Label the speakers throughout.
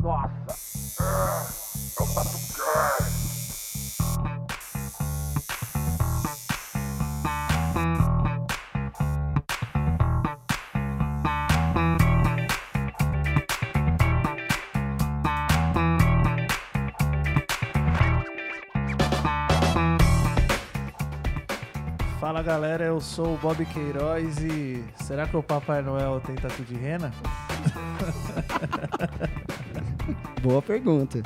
Speaker 1: Nossa!
Speaker 2: Fala galera, eu sou o Bob Queiroz e será que o Papai Noel tem tatu de rena?
Speaker 3: Boa pergunta.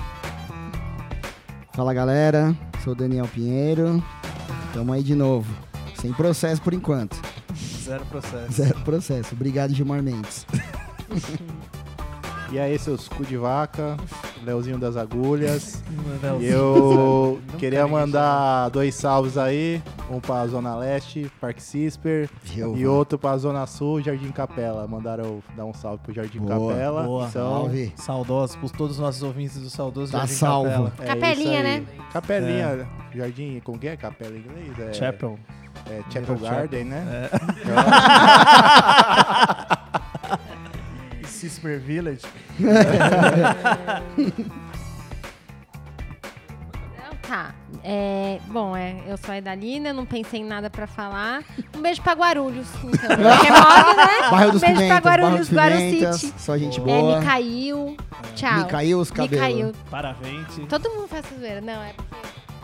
Speaker 3: Fala galera, sou o Daniel Pinheiro. Tamo aí de novo. Sem processo por enquanto.
Speaker 2: Zero processo.
Speaker 3: Zero processo. Obrigado, Gilmar Mendes.
Speaker 4: E aí, seus cu de vaca, Leozinho das Agulhas.
Speaker 2: Manoel,
Speaker 4: E eu
Speaker 2: Nunca
Speaker 4: queria
Speaker 2: ninguém
Speaker 4: mandar dois salves aí, um pra Zona Leste, Parque Cisper,
Speaker 3: Viu?
Speaker 4: e outro pra Zona Sul, Jardim Capela. Mandaram eu dar um salve pro Jardim
Speaker 3: Boa,
Speaker 4: Capela.
Speaker 2: boa.
Speaker 4: Então, é
Speaker 3: Salve.
Speaker 2: Saudosos por todos os nossos ouvintes do Saudoso
Speaker 3: Tá
Speaker 2: Jardim Capela.
Speaker 3: salvo.
Speaker 4: é isso
Speaker 5: Capelinha,
Speaker 4: aí.
Speaker 5: né?
Speaker 4: Capelinha, Jardim, como que é capela em inglês? É,
Speaker 2: Chapel.
Speaker 4: é
Speaker 2: Little
Speaker 4: Chapel Garden, né?
Speaker 2: E Cisper Village.
Speaker 5: Então, Tá. É, bom, é, eu sou a Idalina, não pensei em nada pra falar. Um beijo pra Guarulhos, então. Que é moda, né?
Speaker 3: Bairro dos
Speaker 5: um beijo
Speaker 3: Pimentas,
Speaker 5: pra
Speaker 3: Bairro dos
Speaker 5: Guarulhos, Guaru
Speaker 3: Pimentas.
Speaker 5: City.
Speaker 3: Só gente
Speaker 5: É,
Speaker 3: boa.
Speaker 5: Micail. Tchau.
Speaker 3: Micael, os cabelos.
Speaker 5: Micail.
Speaker 2: Parabéns.
Speaker 5: Todo mundo faz essa zoeira. Não, é porque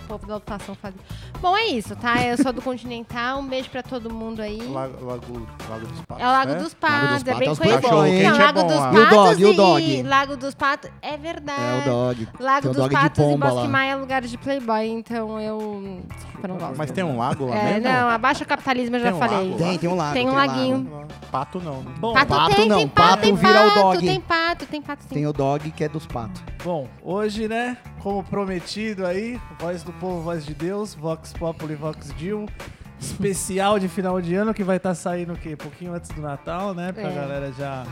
Speaker 5: o povo da lotação faz. Bom, é isso, tá? Eu sou do Continental. Um beijo pra todo mundo aí.
Speaker 4: É Lago, Lago, Lago dos Patos.
Speaker 5: É o Lago
Speaker 4: né?
Speaker 5: dos
Speaker 3: Lago
Speaker 5: Patos,
Speaker 3: dos
Speaker 5: é bem
Speaker 3: Patos é
Speaker 5: conhecido.
Speaker 3: bom, hein?
Speaker 5: Não,
Speaker 4: Gente, é
Speaker 5: Lago
Speaker 4: bom
Speaker 5: dos
Speaker 4: lá.
Speaker 3: E o
Speaker 5: Patos
Speaker 3: dog, e o
Speaker 5: e
Speaker 3: dog?
Speaker 5: Lago dos Patos, é verdade.
Speaker 3: É o dog. Tem
Speaker 5: Lago
Speaker 3: o
Speaker 5: dos
Speaker 3: dog de
Speaker 5: Patos e
Speaker 3: pomba
Speaker 5: Bosque
Speaker 3: lá.
Speaker 5: Maia é lugar de playboy, então eu. Desculpa, não gosto.
Speaker 4: Mas tem um lago lá
Speaker 5: É,
Speaker 4: mesmo?
Speaker 5: não, abaixa o capitalismo, eu já
Speaker 4: Tem um
Speaker 5: falei.
Speaker 4: lago lá?
Speaker 3: Tem, tem um lago.
Speaker 5: Tem um laguinho.
Speaker 3: lago.
Speaker 4: Pato não. né?
Speaker 2: Bom,
Speaker 5: Pato,
Speaker 3: Pato
Speaker 5: tem,
Speaker 3: não,
Speaker 5: tem pato,
Speaker 3: pato
Speaker 5: tem
Speaker 3: vira o
Speaker 5: pato,
Speaker 3: dog.
Speaker 5: tem pato, tem pato, sim.
Speaker 3: Tem o dog que é dos patos.
Speaker 2: Bom, hoje, né, como prometido aí, Voz do Povo, Voz de Deus, Vox Populi, Vox Dio, especial de final de ano que vai estar saindo o quê? Pouquinho antes do Natal, né? Pra
Speaker 5: É.
Speaker 2: galera já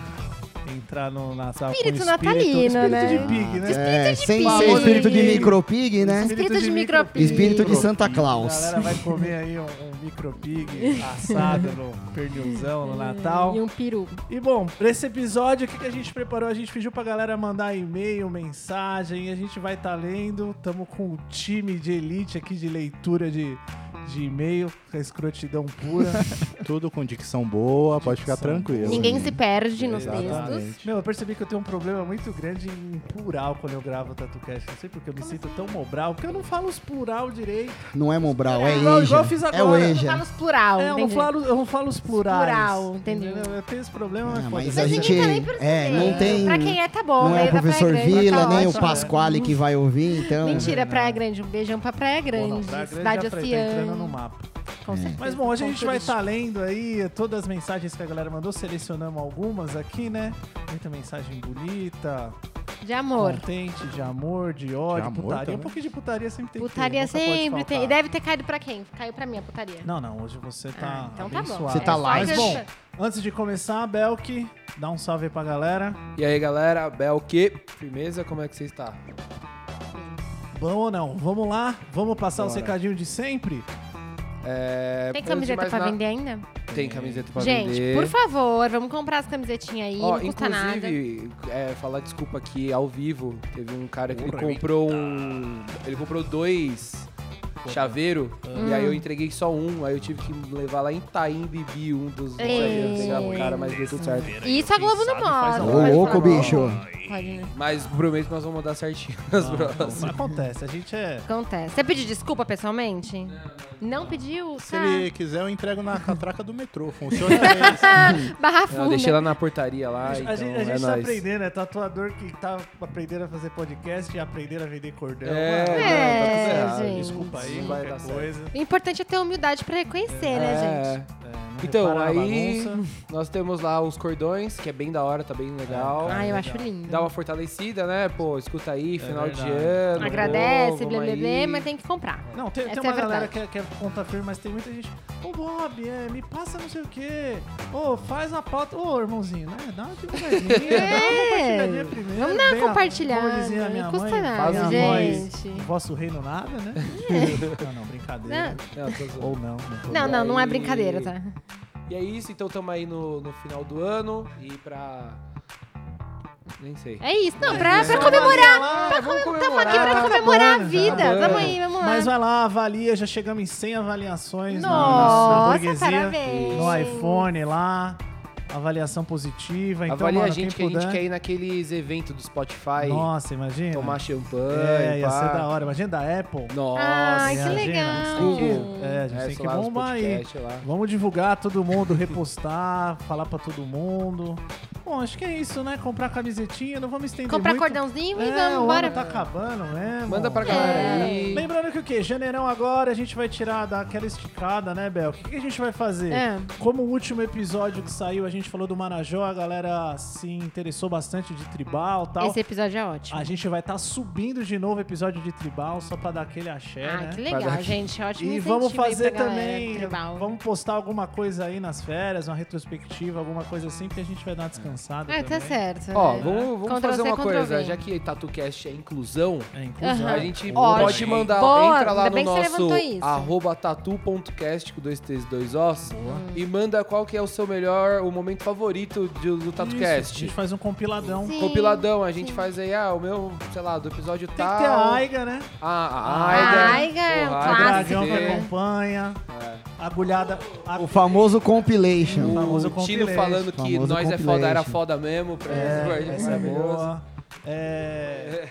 Speaker 2: entrar no Natal
Speaker 5: Espírito
Speaker 2: com espírito,
Speaker 5: natalino,
Speaker 2: espírito
Speaker 5: né?
Speaker 2: de pig, né?
Speaker 3: É, sem
Speaker 5: pig.
Speaker 3: ser espírito de
Speaker 2: Famoso
Speaker 3: micropig, né?
Speaker 2: Espírito
Speaker 5: Espírito
Speaker 2: de
Speaker 5: de
Speaker 2: micro-
Speaker 5: micropig.
Speaker 3: Espírito de Santa Claus.
Speaker 2: A galera vai comer aí um, um micro pig assado no pernilzão no Natal.
Speaker 5: E um peru.
Speaker 2: E bom, pra esse episódio, o que, que a gente preparou? A gente pediu pra galera mandar e-mail, mensagem, a gente vai tá lendo. Tamo com o time de elite aqui de leitura de, de e-mail, com a escrotidão pura.
Speaker 4: Tudo com dicção boa, pode ficar
Speaker 2: Dicção
Speaker 4: tranquilo.
Speaker 5: Ninguém se perde nos
Speaker 4: Exatamente.
Speaker 5: textos.
Speaker 2: Meu, eu percebi que eu tenho um problema muito grande em plural quando eu gravo o TatuCast. Não sei porque eu me sinto
Speaker 5: assim?
Speaker 2: tão mobral, porque eu não falo os plural direito.
Speaker 3: Não é Mobral, é
Speaker 2: Igual-
Speaker 3: Enja.
Speaker 2: igual eu fiz
Speaker 3: É o
Speaker 2: agora.
Speaker 5: Não
Speaker 3: Enja.
Speaker 5: fala os Tá plural,
Speaker 2: é, eu não,
Speaker 5: Ah, entendi.
Speaker 2: falo, eu não falo os plurais.
Speaker 5: Plural, entendeu?
Speaker 2: Eu tenho esse problema,
Speaker 3: Ah,
Speaker 2: mas,
Speaker 3: mas
Speaker 2: foda-se.
Speaker 3: a
Speaker 5: Mas
Speaker 3: gente.
Speaker 5: ninguém tá nem percebendo.
Speaker 3: É, não tem.
Speaker 5: Pra quem é, tá bom.
Speaker 3: Não é
Speaker 5: aí
Speaker 3: o
Speaker 5: da
Speaker 3: professor
Speaker 5: Praia Grande,
Speaker 3: Vila,
Speaker 5: tá
Speaker 3: nem o
Speaker 5: ótimo.
Speaker 3: Pasquale que vai ouvir, então.
Speaker 5: Mentira, Praia Grande. Um beijão pra Praia
Speaker 2: Pô,
Speaker 3: é
Speaker 5: Grande.
Speaker 2: não, Praia Grande
Speaker 5: Cidade
Speaker 2: já tá entrando no
Speaker 5: Oceana.
Speaker 2: mapa.
Speaker 5: Com certeza.
Speaker 2: Mas bom, hoje a gente
Speaker 5: Ponto
Speaker 2: vai tá-
Speaker 5: de-
Speaker 2: estar lendo aí todas as mensagens que a galera mandou, selecionamos algumas aqui, né? Muita mensagem bonita,
Speaker 5: De amor.
Speaker 2: contente, de amor, de ódio,
Speaker 4: De amor
Speaker 2: putaria.
Speaker 4: também?
Speaker 2: Um pouquinho de putaria sempre tem
Speaker 5: Putaria
Speaker 2: que ter. nunca pode
Speaker 5: sempre tem.
Speaker 2: faltar.
Speaker 5: E deve ter caído pra quem? Caiu pra mim a putaria.
Speaker 2: Não, não, hoje você tá
Speaker 5: Ah, então tá bom.
Speaker 2: abençoado.
Speaker 3: Você tá
Speaker 5: É só
Speaker 3: live.
Speaker 2: Mas
Speaker 5: isso.
Speaker 2: bom, antes de começar, Belk, dá um salve aí pra galera.
Speaker 6: E aí galera, Belk, firmeza, como é que você está?
Speaker 2: Bom ou não? Vamos lá? Vamos passar os
Speaker 6: Bora.
Speaker 2: recadinhos de sempre?
Speaker 5: Tem
Speaker 6: É, antes de
Speaker 5: camiseta
Speaker 6: mais
Speaker 5: pra
Speaker 6: nada-
Speaker 5: vender ainda?
Speaker 6: Tem camiseta pra
Speaker 5: Gente,
Speaker 6: vender.
Speaker 5: por favor, vamos comprar as camisetinhas aí,
Speaker 6: Ó,
Speaker 5: não custa nada.
Speaker 6: inclusive, é, falar desculpa aqui ao vivo, teve um cara que ele
Speaker 2: Porra,
Speaker 6: comprou um. Ele comprou dois chaveiro e
Speaker 5: Hum.
Speaker 6: aí eu entreguei só um, aí eu tive que levar lá em Taim Bibi um dos
Speaker 5: Ei.
Speaker 6: chaveiros, pegar pro cara, mas deu tudo certo.
Speaker 5: E isso a Globo não mostra.
Speaker 3: Ô,
Speaker 5: pode
Speaker 3: louco,
Speaker 5: falar.
Speaker 3: bicho.
Speaker 5: Pode, né?
Speaker 6: Mas prometo que nós vamos mandar certinho nas próximas.
Speaker 2: Acontece, a gente é...
Speaker 5: Acontece. Você pediu desculpa pessoalmente? Não, pediu?
Speaker 4: Se
Speaker 5: Tá.
Speaker 4: ele quiser, eu entrego na catraca do metrô. Funciona isso.
Speaker 5: Barra
Speaker 6: Não,
Speaker 5: funda.
Speaker 6: eu deixei lá na portaria lá, então
Speaker 2: a gente, a
Speaker 6: é
Speaker 2: gente tá
Speaker 6: nóis.
Speaker 2: aprendendo, é tatuador que tá aprendendo a fazer podcast e aprendendo a vender cordão.
Speaker 6: É,
Speaker 2: Mano,
Speaker 6: não,
Speaker 5: É,
Speaker 6: tá tudo errado.
Speaker 5: gente.
Speaker 2: Desculpa aí,
Speaker 6: Não vai
Speaker 2: qualquer
Speaker 6: dar certo.
Speaker 2: coisa.
Speaker 5: O importante é ter humildade pra reconhecer, né, gente?
Speaker 6: É.
Speaker 2: É, não
Speaker 6: Então,
Speaker 2: repara na
Speaker 6: aí-
Speaker 2: bagunça.
Speaker 6: Nós temos lá os cordões, que é bem da hora, tá bem legal.
Speaker 5: Ah, eu acho lindo.
Speaker 6: Dá uma fortalecida, né? Pô, escuta aí, final de
Speaker 2: É verdade.
Speaker 6: ano.
Speaker 5: Agradece,
Speaker 6: pô,
Speaker 5: blá,
Speaker 6: vamos
Speaker 5: blá, blá,
Speaker 6: aí.
Speaker 5: mas tem que comprar.
Speaker 2: Não, tem, tem
Speaker 5: Essa é
Speaker 2: uma
Speaker 5: a
Speaker 2: galera
Speaker 5: verdade.
Speaker 2: que é, que é ponta firme, mas tem muita gente. Ô, Bob, é, me passa não sei o quê. Ô, faz a pauta. Ô, irmãozinho, né? Dá uma divulgadinha.
Speaker 5: É.
Speaker 2: dá uma compartilhadinha primeiro.
Speaker 5: Vamos dar uma
Speaker 2: bem a-
Speaker 5: compartilhada,
Speaker 2: como dizia a minha
Speaker 5: não custa
Speaker 2: mãe,
Speaker 5: nada,
Speaker 2: faz a
Speaker 5: gente. É.
Speaker 2: voz, vosso reino nada, né? Não, não, brincadeira.
Speaker 6: Não, tô zoando.
Speaker 2: Ou não, não tô
Speaker 5: Não, não, não é
Speaker 6: aí.
Speaker 5: brincadeira, tá?
Speaker 6: E é isso, então tamo aí no, no final do ano. E pra Nem sei.
Speaker 5: É isso. Não, pra,
Speaker 6: Isso,
Speaker 5: pra
Speaker 6: vamos
Speaker 5: comemorar.
Speaker 6: lá, vamos
Speaker 5: Tamo aqui pra
Speaker 6: comemorar.
Speaker 5: comemorar a
Speaker 2: Tá acabando,
Speaker 5: vida.
Speaker 6: acabando.
Speaker 5: Vamos aí, vamos lá.
Speaker 2: Mas vai lá, avalia, já chegamos em 100 avaliações na- na, na
Speaker 5: Nossa,
Speaker 2: burguesia.
Speaker 5: parabéns.
Speaker 2: né? No iPhone lá, avaliação positiva. Então,
Speaker 6: Avalia
Speaker 2: mano,
Speaker 6: a gente que
Speaker 2: quem
Speaker 6: a gente
Speaker 2: puder-
Speaker 6: quer ir naqueles eventos do Spotify,
Speaker 2: Nossa, imagina.
Speaker 6: tomar
Speaker 2: é,
Speaker 6: champanhe,
Speaker 2: ia
Speaker 6: pá.
Speaker 2: ser da hora. Imagina da Apple.
Speaker 6: Nossa.
Speaker 5: Ai, que
Speaker 2: Imagina,
Speaker 5: legal.
Speaker 2: a gente tem que- é, a gente
Speaker 6: É,
Speaker 2: tem que
Speaker 6: sei lá, os
Speaker 2: bombar aí.
Speaker 6: podcast lá.
Speaker 2: Vamos divulgar todo mundo, repostar, falar pra todo mundo. Bom, acho que é isso, né? Comprar camisetinha, não vamos estender
Speaker 5: Comprar
Speaker 2: muito.
Speaker 5: cordãozinho e
Speaker 2: É,
Speaker 5: vamos,
Speaker 2: o
Speaker 5: bora. É.
Speaker 2: ano tá acabando mesmo.
Speaker 6: Manda pra galera aí.
Speaker 2: Lembrando que o quê? Janeirão agora a gente vai tirar, dar aquela esticada, né, Bel? O que, que a gente vai fazer?
Speaker 5: É.
Speaker 2: Como o último episódio que saiu, a gente falou do Marajó, a galera se interessou bastante de tribal e tal.
Speaker 5: Esse episódio é ótimo.
Speaker 2: A gente vai estar subindo de novo o episódio de tribal, só pra dar aquele axé,
Speaker 5: ah,
Speaker 2: né?
Speaker 5: que legal,
Speaker 6: Fazer-
Speaker 5: gente. Ótimo
Speaker 2: E
Speaker 5: incentivo
Speaker 2: vamos
Speaker 5: aí
Speaker 2: fazer
Speaker 5: pra galera
Speaker 2: também.
Speaker 5: tribal. né?
Speaker 2: Vamos postar alguma coisa aí nas férias, uma retrospectiva, alguma coisa assim, porque a gente vai dar uma descansada.
Speaker 5: Ah, tá
Speaker 2: também.
Speaker 5: certo.
Speaker 6: Ó,
Speaker 2: é.
Speaker 5: né?
Speaker 6: vamos, vamos
Speaker 5: Ctrl+C,
Speaker 6: fazer uma coisa,
Speaker 5: Ctrl+V.
Speaker 6: já que TatuCast é inclusão,
Speaker 2: É, inclusão.
Speaker 5: Aham.
Speaker 6: a gente
Speaker 5: Ótimo.
Speaker 6: pode mandar,
Speaker 5: Boa,
Speaker 6: entra lá
Speaker 5: ainda
Speaker 6: no
Speaker 5: bem que você
Speaker 6: nosso
Speaker 5: levantou isso.
Speaker 6: arroba tatu.cast com dois T's e dois Os e manda qual que é o seu melhor, o momento favorito de-
Speaker 2: Isso,
Speaker 6: do
Speaker 2: a gente
Speaker 6: TatuCast.
Speaker 2: faz um compiladão.
Speaker 5: Sim,
Speaker 6: Compiladão, a gente
Speaker 5: sim.
Speaker 6: faz aí, ah, o meu, sei lá, do episódio
Speaker 2: Tem
Speaker 6: tal.
Speaker 2: que ter a Aiga, né?
Speaker 6: Ah, a
Speaker 5: A
Speaker 6: Aiga.
Speaker 5: Aiga é um
Speaker 6: Porra,
Speaker 5: clássico,
Speaker 6: Aiga tem
Speaker 2: Dragão
Speaker 6: que
Speaker 2: que
Speaker 6: ter.
Speaker 2: acompanha. Agulhada. a-
Speaker 3: O famoso compilation.
Speaker 2: famoso
Speaker 6: O Tino
Speaker 2: compilation.
Speaker 6: falando que
Speaker 3: Famoso
Speaker 6: nós é foda, era
Speaker 3: compilation.
Speaker 6: foda mesmo. Pra
Speaker 2: É, essa é
Speaker 6: maravilhoso.
Speaker 2: boa. É,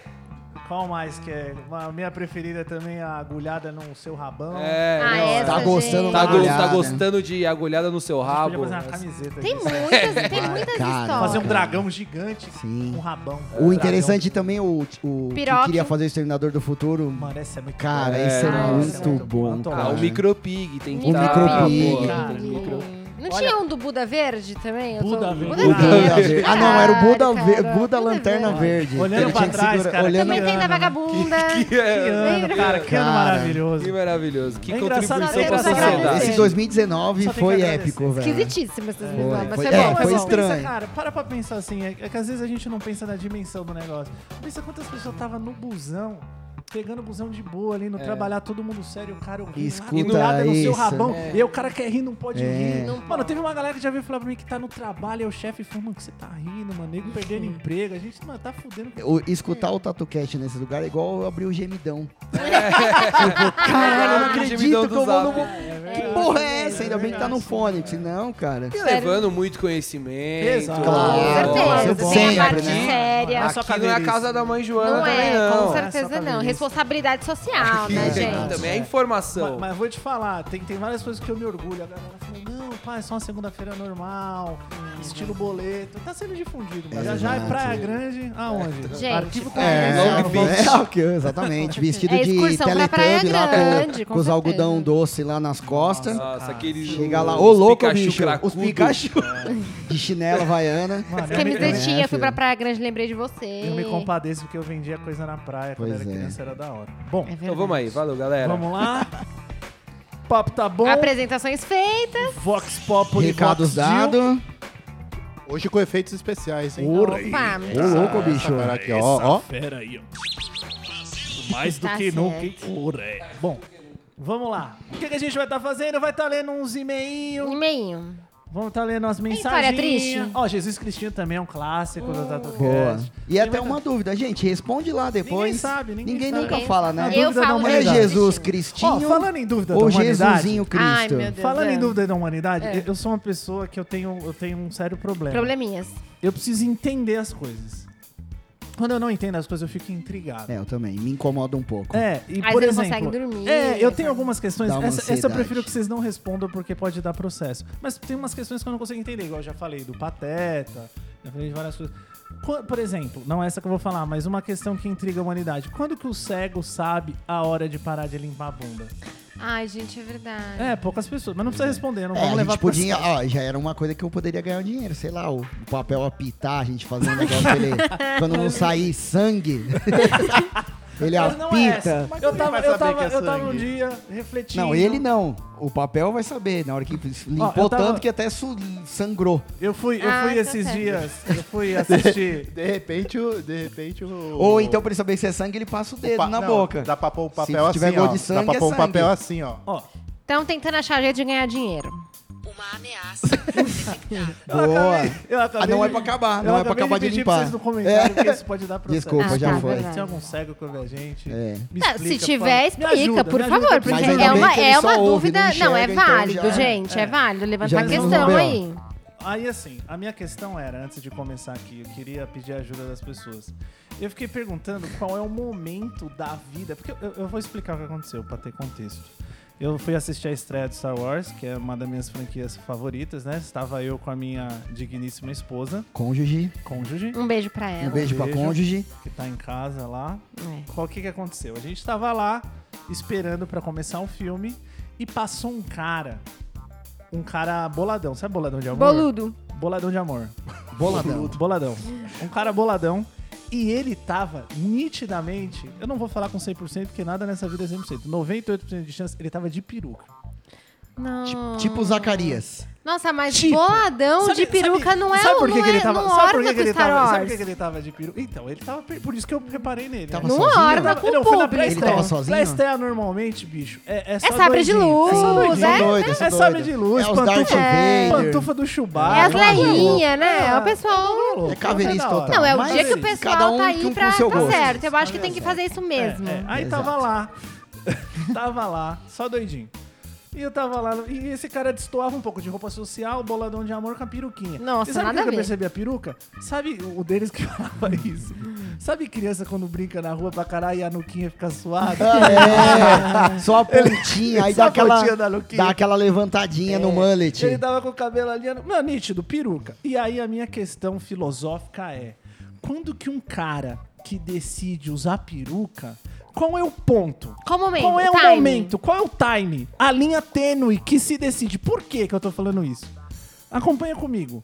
Speaker 2: Qual mais que é? A minha preferida também é a agulhada no seu rabão.
Speaker 6: É,
Speaker 5: Ah,
Speaker 6: não,
Speaker 5: essa,
Speaker 3: Tá gostando
Speaker 5: gente.
Speaker 6: Tá,
Speaker 3: da
Speaker 6: go- tá
Speaker 3: agulhada.
Speaker 6: gostando de agulhada no seu
Speaker 2: A gente podia
Speaker 6: rabo?
Speaker 2: fazer uma camiseta
Speaker 5: Tem
Speaker 2: disso.
Speaker 5: muitas, tem muitas
Speaker 3: Cara,
Speaker 5: histórias.
Speaker 2: Fazer um dragão gigante com
Speaker 3: Sim.
Speaker 2: um rabão.
Speaker 3: O interessante também, o, o
Speaker 5: Piroca.
Speaker 3: que queria fazer o Exterminador do Futuro.
Speaker 2: Mano, essa é muito
Speaker 3: Cara,
Speaker 6: É,
Speaker 3: isso é
Speaker 5: não,
Speaker 3: muito,
Speaker 5: isso é
Speaker 2: muito bom.
Speaker 3: bom,
Speaker 2: Antônio,
Speaker 6: Ah,
Speaker 3: cara.
Speaker 6: o micropig tem que
Speaker 5: O
Speaker 6: tá-
Speaker 3: micropig.
Speaker 6: boa,
Speaker 2: um Cara.
Speaker 6: tem que micro-
Speaker 5: Não
Speaker 2: Olha-
Speaker 5: tinha um do Buda Verde também? Eu
Speaker 2: Buda Verde.
Speaker 3: O Buda
Speaker 2: Verde.
Speaker 3: Verde. Ah, não, era o Buda,
Speaker 5: Caralho,
Speaker 3: Ver-
Speaker 5: cara.
Speaker 3: Buda Lanterna Verde.
Speaker 2: Olhando
Speaker 3: Ele é
Speaker 2: pra
Speaker 3: tinha que
Speaker 2: trás,
Speaker 3: segurar-
Speaker 2: cara,
Speaker 3: olhando-
Speaker 5: Também tem da Vagabunda.
Speaker 6: Que, é,
Speaker 2: Que ano, cara. Que ano
Speaker 3: Cara.
Speaker 2: maravilhoso.
Speaker 6: que maravilhoso. Que
Speaker 2: É engraçado,
Speaker 6: contribuição
Speaker 5: é
Speaker 6: pra
Speaker 5: engraçado.
Speaker 6: sociedade.
Speaker 3: Esse
Speaker 5: Agradecer.
Speaker 3: 2019
Speaker 2: Só tem que
Speaker 3: foi
Speaker 2: agradecer.
Speaker 3: épico, velho.
Speaker 5: Esquisitíssimo essas
Speaker 3: Foi,
Speaker 5: dumas, mas
Speaker 3: foi-
Speaker 5: foi
Speaker 3: é,
Speaker 5: bom.
Speaker 2: mas
Speaker 3: foi
Speaker 2: pensa,
Speaker 3: estranho.
Speaker 2: cara, para pra pensar assim, é, é que às vezes a gente não pensa na dimensão do negócio. Pensa quantas pessoas estavam no busão, pegando busão de boa ali, no
Speaker 5: É.
Speaker 2: trabalhar, todo mundo sério, o cara ouvindo
Speaker 3: Escuta
Speaker 2: agulhada no seu
Speaker 3: isso. É.
Speaker 2: rabão.
Speaker 6: É.
Speaker 2: E aí o cara quer rir, não pode rir.
Speaker 5: Não
Speaker 2: mano,
Speaker 5: pode.
Speaker 2: teve uma galera que já veio falar pra mim que tá no trabalho, é o chefe falou, mano, que você tá rindo, mano, nego perdendo emprego. A gente, mano, tá fudendo.
Speaker 3: O- escutar o TatuCast nesse lugar é igual eu abrir o gemidão. Tipo,
Speaker 6: Caralho,
Speaker 3: Caralho, eu não
Speaker 6: o gemidão
Speaker 3: acredito que
Speaker 6: do
Speaker 3: eu
Speaker 6: Tá
Speaker 3: vou
Speaker 6: Zap.
Speaker 3: no... Que porra é essa? Ainda bem que tá no fone. porque Senão, cara...
Speaker 6: E levando muito conhecimento.
Speaker 2: Exato.
Speaker 3: Claro.
Speaker 5: Com certeza,
Speaker 3: Sempre,
Speaker 5: tem a parte
Speaker 3: né?
Speaker 5: séria.
Speaker 2: só
Speaker 6: Aqui não é a
Speaker 2: cadeirista.
Speaker 6: casa da mãe Joana
Speaker 5: Não
Speaker 6: também,
Speaker 5: é,
Speaker 6: não.
Speaker 5: com
Speaker 2: É
Speaker 5: certeza
Speaker 2: só pra
Speaker 5: não.
Speaker 2: ver isso.
Speaker 5: Responsabilidade social, né,
Speaker 2: Aqui
Speaker 5: gente?
Speaker 6: Também é
Speaker 2: Mas,
Speaker 5: Então.
Speaker 6: informação.
Speaker 2: mas vou te falar, tem, tem várias coisas que eu me orgulho. A galera falou, não, pai, é só uma segunda-feira normal, estilo boleto. Tá sendo difundido, mas já já é
Speaker 3: Uhum. Exato.
Speaker 2: Praia Grande, aonde?
Speaker 5: Gente,
Speaker 2: Arquivo com
Speaker 3: É,
Speaker 6: Long Beach.
Speaker 3: é, o que- exatamente. Vestido
Speaker 5: É
Speaker 3: de
Speaker 5: excursão pra Praia
Speaker 3: Teletubby lá
Speaker 5: Grande,
Speaker 3: com,
Speaker 5: com
Speaker 3: com os
Speaker 5: certeza.
Speaker 3: algodão doce lá nas costas.
Speaker 6: Nossa, aqueles.
Speaker 3: Chega lá,
Speaker 6: os
Speaker 3: ô louco,
Speaker 6: Pikachu
Speaker 3: bicho. Os
Speaker 6: cracudo.
Speaker 3: Pikachu.
Speaker 2: É.
Speaker 3: De chinela vaiana.
Speaker 2: Mano, eu me,
Speaker 5: Camisetinha,
Speaker 3: É,
Speaker 5: fui
Speaker 3: filho.
Speaker 5: pra Praia Grande, lembrei de você.
Speaker 2: eu me compadeço porque eu vendia coisa na praia quando
Speaker 3: Pois
Speaker 2: era
Speaker 3: é.
Speaker 2: criança, era da hora. Bom,
Speaker 5: É
Speaker 6: Então
Speaker 5: verdade.
Speaker 6: vamos aí, valeu, galera.
Speaker 2: vamos lá. Papo tá bom,
Speaker 5: Apresentações feitas.
Speaker 2: Vox Populi,
Speaker 3: Recados
Speaker 2: Vox Dil.
Speaker 3: dados.
Speaker 4: Hoje com efeitos especiais, hein?
Speaker 5: Opa,
Speaker 3: Ô, louco, bicho.
Speaker 4: Essa cara aqui, ó, ó.
Speaker 2: Pera aí, ó. Mais do
Speaker 5: Tá
Speaker 2: que
Speaker 5: certo.
Speaker 2: nunca, hein? Ora, é. Bom, vamos lá. O que, que a gente vai estar fazendo? Vai estar lendo uns e-mails.
Speaker 5: um e-mail.
Speaker 2: Vamos estar lendo as
Speaker 5: história
Speaker 2: mensagens.
Speaker 5: é triste?
Speaker 2: Ó, Jesus Cristinho também é um clássico do TatuCast.
Speaker 3: Boa. E
Speaker 2: Tem
Speaker 3: até
Speaker 2: muita-
Speaker 3: uma dúvida, gente. Responde lá depois.
Speaker 2: É. Ninguém sabe, ninguém sabe.
Speaker 3: nunca
Speaker 5: Ninguém
Speaker 3: fala,
Speaker 2: sabe.
Speaker 3: né?
Speaker 5: Eu
Speaker 2: dúvida da
Speaker 5: falo
Speaker 3: É
Speaker 2: humanidade.
Speaker 3: Jesus
Speaker 5: Cristinho.
Speaker 2: Ó,
Speaker 3: Cristinho
Speaker 2: falando em dúvida da
Speaker 3: ou
Speaker 2: humanidade.
Speaker 3: Jesusinho Cristo?
Speaker 5: Ai, meu Deus.
Speaker 2: Falando
Speaker 5: é.
Speaker 2: em dúvida da humanidade,
Speaker 5: É.
Speaker 2: eu- eu sou uma pessoa que eu tenho, eu tenho um sério problema.
Speaker 5: Probleminhas.
Speaker 2: Eu preciso entender as coisas. Quando eu não entendo as coisas, eu fico intrigado.
Speaker 3: É, eu também. Me incomoda um pouco.
Speaker 2: É, e
Speaker 5: Aí
Speaker 2: por
Speaker 5: você não
Speaker 2: exemplo,
Speaker 5: consegue dormir,
Speaker 2: é, eu
Speaker 5: sabe?
Speaker 2: tenho algumas questões.
Speaker 3: Dá uma
Speaker 2: Essa, essa eu
Speaker 3: ansiedade.
Speaker 2: prefiro que vocês não respondam porque pode dar processo. Mas tem umas questões que eu não consigo entender, igual eu já falei do pateta, já falei de várias coisas. Qu- Por exemplo, não é essa que eu vou falar, mas uma questão que intriga a humanidade. Quando que o cego sabe a hora de parar de limpar a bunda?
Speaker 5: Ai, gente, é verdade.
Speaker 2: É, poucas pessoas, mas não precisa responder, não
Speaker 3: É,
Speaker 2: vamos
Speaker 3: a
Speaker 2: levar
Speaker 3: gente
Speaker 2: pra
Speaker 3: podia, ó, já era uma coisa que eu poderia ganhar dinheiro, sei lá, o papel apitar, a gente fazendo um negócio que ele, quando não sair sangue, ele
Speaker 2: Mas não é
Speaker 3: apita.
Speaker 2: essa. Eu
Speaker 4: quem
Speaker 2: tava,
Speaker 4: vai
Speaker 2: eu
Speaker 4: saber
Speaker 2: tava,
Speaker 4: que é
Speaker 2: eu tava um
Speaker 4: sangue?
Speaker 2: dia refletindo.
Speaker 3: Não, ele não. O papel vai saber, na hora que limpou
Speaker 2: eu tava-
Speaker 3: tanto que até su- sangrou.
Speaker 2: Eu fui, eu
Speaker 5: Ah,
Speaker 2: fui
Speaker 5: tá
Speaker 2: esses
Speaker 5: certo.
Speaker 2: dias, eu fui assistir.
Speaker 4: De repente, o- de repente o...
Speaker 3: Ou então, pra ele saber se é sangue, ele passa o dedo
Speaker 4: pa-
Speaker 3: na
Speaker 4: não,
Speaker 3: boca.
Speaker 4: Dá pra pôr o papel
Speaker 3: Se tiver
Speaker 4: assim,
Speaker 3: gol
Speaker 4: ó.
Speaker 3: de sangue,
Speaker 4: dá pra
Speaker 3: é
Speaker 4: pôr o
Speaker 3: sangue.
Speaker 4: papel assim, ó.
Speaker 2: Ó,
Speaker 5: Então tentando achar jeito de ganhar dinheiro.
Speaker 1: Uma ameaça detectada.
Speaker 3: Boa.
Speaker 2: Eu acabei
Speaker 3: Ah, não
Speaker 2: de-
Speaker 3: é pra acabar,
Speaker 2: eu
Speaker 3: não é pra
Speaker 2: acabei
Speaker 3: acabar de
Speaker 2: pedir
Speaker 3: limpar. É.
Speaker 2: Pra vocês no comentário, porque isso pode dar processo.
Speaker 3: Desculpa,
Speaker 5: Ah, já tá, foi.
Speaker 2: Se tem algum cego que ouve a gente,
Speaker 3: É.
Speaker 2: me
Speaker 5: Não,
Speaker 2: explica,
Speaker 5: Tá, se
Speaker 2: por
Speaker 5: tiver,
Speaker 2: favor. Me
Speaker 5: explica,
Speaker 2: ajuda,
Speaker 5: por
Speaker 2: me
Speaker 5: favor,
Speaker 2: ajuda, me
Speaker 5: porque
Speaker 3: Mas
Speaker 2: ajuda.
Speaker 3: ainda
Speaker 5: é
Speaker 3: bem
Speaker 5: uma,
Speaker 3: que ele
Speaker 5: é
Speaker 3: só
Speaker 5: uma
Speaker 3: ouve,
Speaker 5: dúvida.
Speaker 3: não
Speaker 5: Não,
Speaker 3: enxerga,
Speaker 5: é
Speaker 3: então já
Speaker 5: válido,
Speaker 3: é.
Speaker 5: gente. É, válido levantar a
Speaker 3: Já resolveu.
Speaker 5: questão aí.
Speaker 2: Aí assim, a minha questão era, antes de começar aqui, eu queria pedir a ajuda das pessoas. Eu fiquei perguntando qual é o momento da vida, porque eu, eu vou explicar o que aconteceu pra ter contexto. Eu fui assistir a estreia do Star Wars, que é uma das minhas franquias favoritas, né? Estava eu com a minha digníssima esposa,
Speaker 3: Cônjuge.
Speaker 2: cônjuge,
Speaker 5: Um beijo pra
Speaker 3: Um
Speaker 5: ela.
Speaker 3: beijo pra
Speaker 2: É. beijo.
Speaker 3: cônjuge.
Speaker 2: que tá em casa lá,
Speaker 5: É.
Speaker 2: Qual que que aconteceu? A gente tava lá esperando pra começar o filme e passou um cara, um cara boladão, sabe boladão de amor?
Speaker 5: Boludo.
Speaker 2: Boladão de amor.
Speaker 3: Boladão.
Speaker 2: Boladão. Um cara boladão e ele tava nitidamente, eu não vou falar com 100% porque nada nessa vida é 100%, 98% de chance ele tava de peruca.
Speaker 5: Não.
Speaker 2: Hum.
Speaker 3: Tipo, tipo Zacarias.
Speaker 5: Nossa, mas
Speaker 2: Tipo.
Speaker 5: boladão
Speaker 2: Sabe-
Speaker 5: de peruca
Speaker 2: sabe-
Speaker 5: não é
Speaker 2: sabe
Speaker 5: o
Speaker 2: por que
Speaker 5: não
Speaker 2: que ele
Speaker 5: é-
Speaker 2: tava,
Speaker 5: não
Speaker 2: sabe por
Speaker 5: orna
Speaker 2: que que
Speaker 5: com
Speaker 2: ele
Speaker 5: Star
Speaker 2: tava, sabe por
Speaker 5: Wars.
Speaker 2: que que ele tava de peruca? Então, ele tava per- por isso que eu reparei nele.
Speaker 3: Tava
Speaker 5: Não
Speaker 3: sozinho?
Speaker 5: orna com
Speaker 2: Ele
Speaker 5: o
Speaker 2: não foi na
Speaker 5: público.
Speaker 3: Ele tava
Speaker 2: pré-estreia.
Speaker 3: sozinho?
Speaker 2: Pré-estreia normalmente, bicho, é, é só
Speaker 5: É sabre de
Speaker 2: doidinho.
Speaker 5: luz,
Speaker 2: só doidinho.
Speaker 5: é,
Speaker 3: doido,
Speaker 2: É sabre de luz,
Speaker 3: É os Darth
Speaker 2: pantufa,
Speaker 3: Vader.
Speaker 2: pantufa do Chewbacca.
Speaker 5: É as
Speaker 3: Ah, não,
Speaker 5: leinhas, né? É o pessoal.
Speaker 3: É caveirinha total.
Speaker 5: Não, é o
Speaker 3: Mas
Speaker 5: dia que o
Speaker 3: assim,
Speaker 5: pessoal
Speaker 3: cada um
Speaker 5: tá
Speaker 3: com-
Speaker 5: aí
Speaker 3: com
Speaker 5: pra.
Speaker 3: seu
Speaker 5: Tá
Speaker 3: gosto.
Speaker 5: certo, eu acho que tem que fazer isso
Speaker 2: É,
Speaker 5: mesmo.
Speaker 2: é. Aí
Speaker 3: Exato.
Speaker 2: tava lá. tava lá, só doidinho. E eu tava lá, no- e esse cara destoava um pouco de roupa social, boladão de amor com a peruquinha.
Speaker 5: Nossa,
Speaker 2: e sabe
Speaker 5: nada
Speaker 2: por
Speaker 5: a
Speaker 2: que eu
Speaker 5: ver.
Speaker 2: percebi a peruca? Sabe o deles que falava isso? Sabe criança quando brinca na rua pra caralho e a nuquinha fica suada?
Speaker 3: É, só a pontinha, aí
Speaker 2: Só
Speaker 3: dá
Speaker 2: a
Speaker 3: aquela,
Speaker 2: pontinha da Luquinha. É,
Speaker 3: dá aquela levantadinha no mullet.
Speaker 2: Ele tava com o cabelo ali, meu, nítido, peruca. E aí a minha questão filosófica é: quando que um cara que decide usar peruca, qual é o ponto?
Speaker 5: Qual o momento?
Speaker 2: Qual é o
Speaker 5: Time.
Speaker 2: momento? Qual é o time? A linha tênue que se decide. Por que que eu tô falando isso? Acompanha comigo.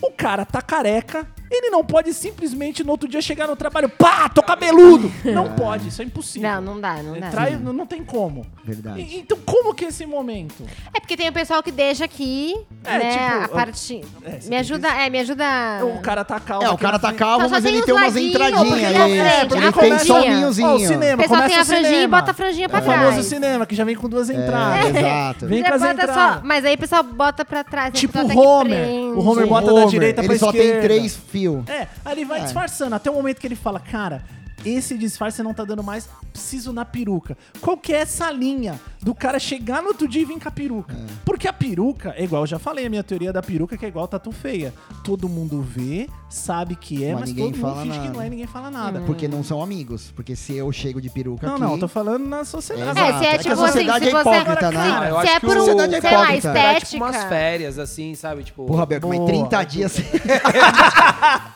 Speaker 2: O cara tá careca, ele não pode simplesmente no outro dia chegar no trabalho, pá, tô cabeludo. Não pode, isso é impossível.
Speaker 5: Não, não dá, não
Speaker 2: É,
Speaker 5: dá.
Speaker 2: trai- não, não tem como.
Speaker 3: Verdade.
Speaker 2: E- então, como que é esse momento?
Speaker 5: É porque tem o pessoal que deixa aqui,
Speaker 2: É,
Speaker 5: né?
Speaker 2: tipo,
Speaker 5: a parte.
Speaker 2: é, você
Speaker 5: me ajuda, é, me ajuda.
Speaker 2: O cara tá calmo.
Speaker 3: É, o
Speaker 2: aqui
Speaker 3: cara
Speaker 2: na
Speaker 3: tá
Speaker 2: frente.
Speaker 3: calmo,
Speaker 5: Só- só
Speaker 3: mas
Speaker 5: tem
Speaker 3: ele
Speaker 5: os
Speaker 3: tem umas
Speaker 5: ladinhos,
Speaker 3: entradinhas.
Speaker 5: porque ele
Speaker 3: aí.
Speaker 5: é frente,
Speaker 3: ele
Speaker 5: a
Speaker 3: tem só um o
Speaker 5: começa-
Speaker 3: minhozinho.
Speaker 2: Ó, o cinema,
Speaker 5: o pessoal
Speaker 2: começa
Speaker 5: tem a
Speaker 2: o cinema. É
Speaker 5: franjinha e bota a franjinha pra
Speaker 2: O
Speaker 5: trás.
Speaker 2: famoso cinema, que já vem com duas entradas.
Speaker 3: É, exato.
Speaker 2: Vem
Speaker 5: Já
Speaker 2: com as
Speaker 5: bota
Speaker 2: entradas.
Speaker 5: só- mas aí o pessoal bota pra trás. né,
Speaker 2: Tipo
Speaker 5: o
Speaker 2: o
Speaker 5: pessoal tá aqui
Speaker 2: Homer.
Speaker 5: prende.
Speaker 2: O Homer bota da
Speaker 3: Homer,
Speaker 2: direita pra
Speaker 3: Ele só tem
Speaker 2: esquerda.
Speaker 3: três fios.
Speaker 2: É, aí ele vai
Speaker 3: É.
Speaker 2: disfarçando, até o momento que ele fala, cara, esse disfarce não tá dando mais, preciso na peruca. Qual que é essa linha do cara chegar no outro dia e vir com a peruca? Porque a peruca, é igual, eu já falei, a minha teoria da peruca que é igual tatu feia. Todo mundo vê, sabe que é,
Speaker 3: Mas
Speaker 2: mas,
Speaker 3: ninguém
Speaker 2: todo mundo
Speaker 3: fala
Speaker 2: finge que
Speaker 3: nada.
Speaker 2: não é, ninguém fala nada.
Speaker 3: Porque não são amigos. Porque se eu chego de peruca
Speaker 2: Não,
Speaker 3: aqui...
Speaker 2: não, eu tô falando na sociedade.
Speaker 5: É,
Speaker 3: Exato.
Speaker 5: se é
Speaker 3: É que a
Speaker 5: tipo assim,
Speaker 3: sociedade
Speaker 5: se
Speaker 3: é
Speaker 5: você.
Speaker 3: hipócrita, né?
Speaker 5: se-
Speaker 3: Ah,
Speaker 6: eu
Speaker 5: se
Speaker 6: acho
Speaker 5: é
Speaker 6: que
Speaker 5: por
Speaker 6: a
Speaker 5: um,
Speaker 3: sociedade é
Speaker 5: sei lá,
Speaker 3: hipócrita.
Speaker 6: Tirar, tipo, umas
Speaker 5: estética.
Speaker 6: férias, assim, sabe? Tipo,
Speaker 3: Porra, Belco, mas 30 dias... sem-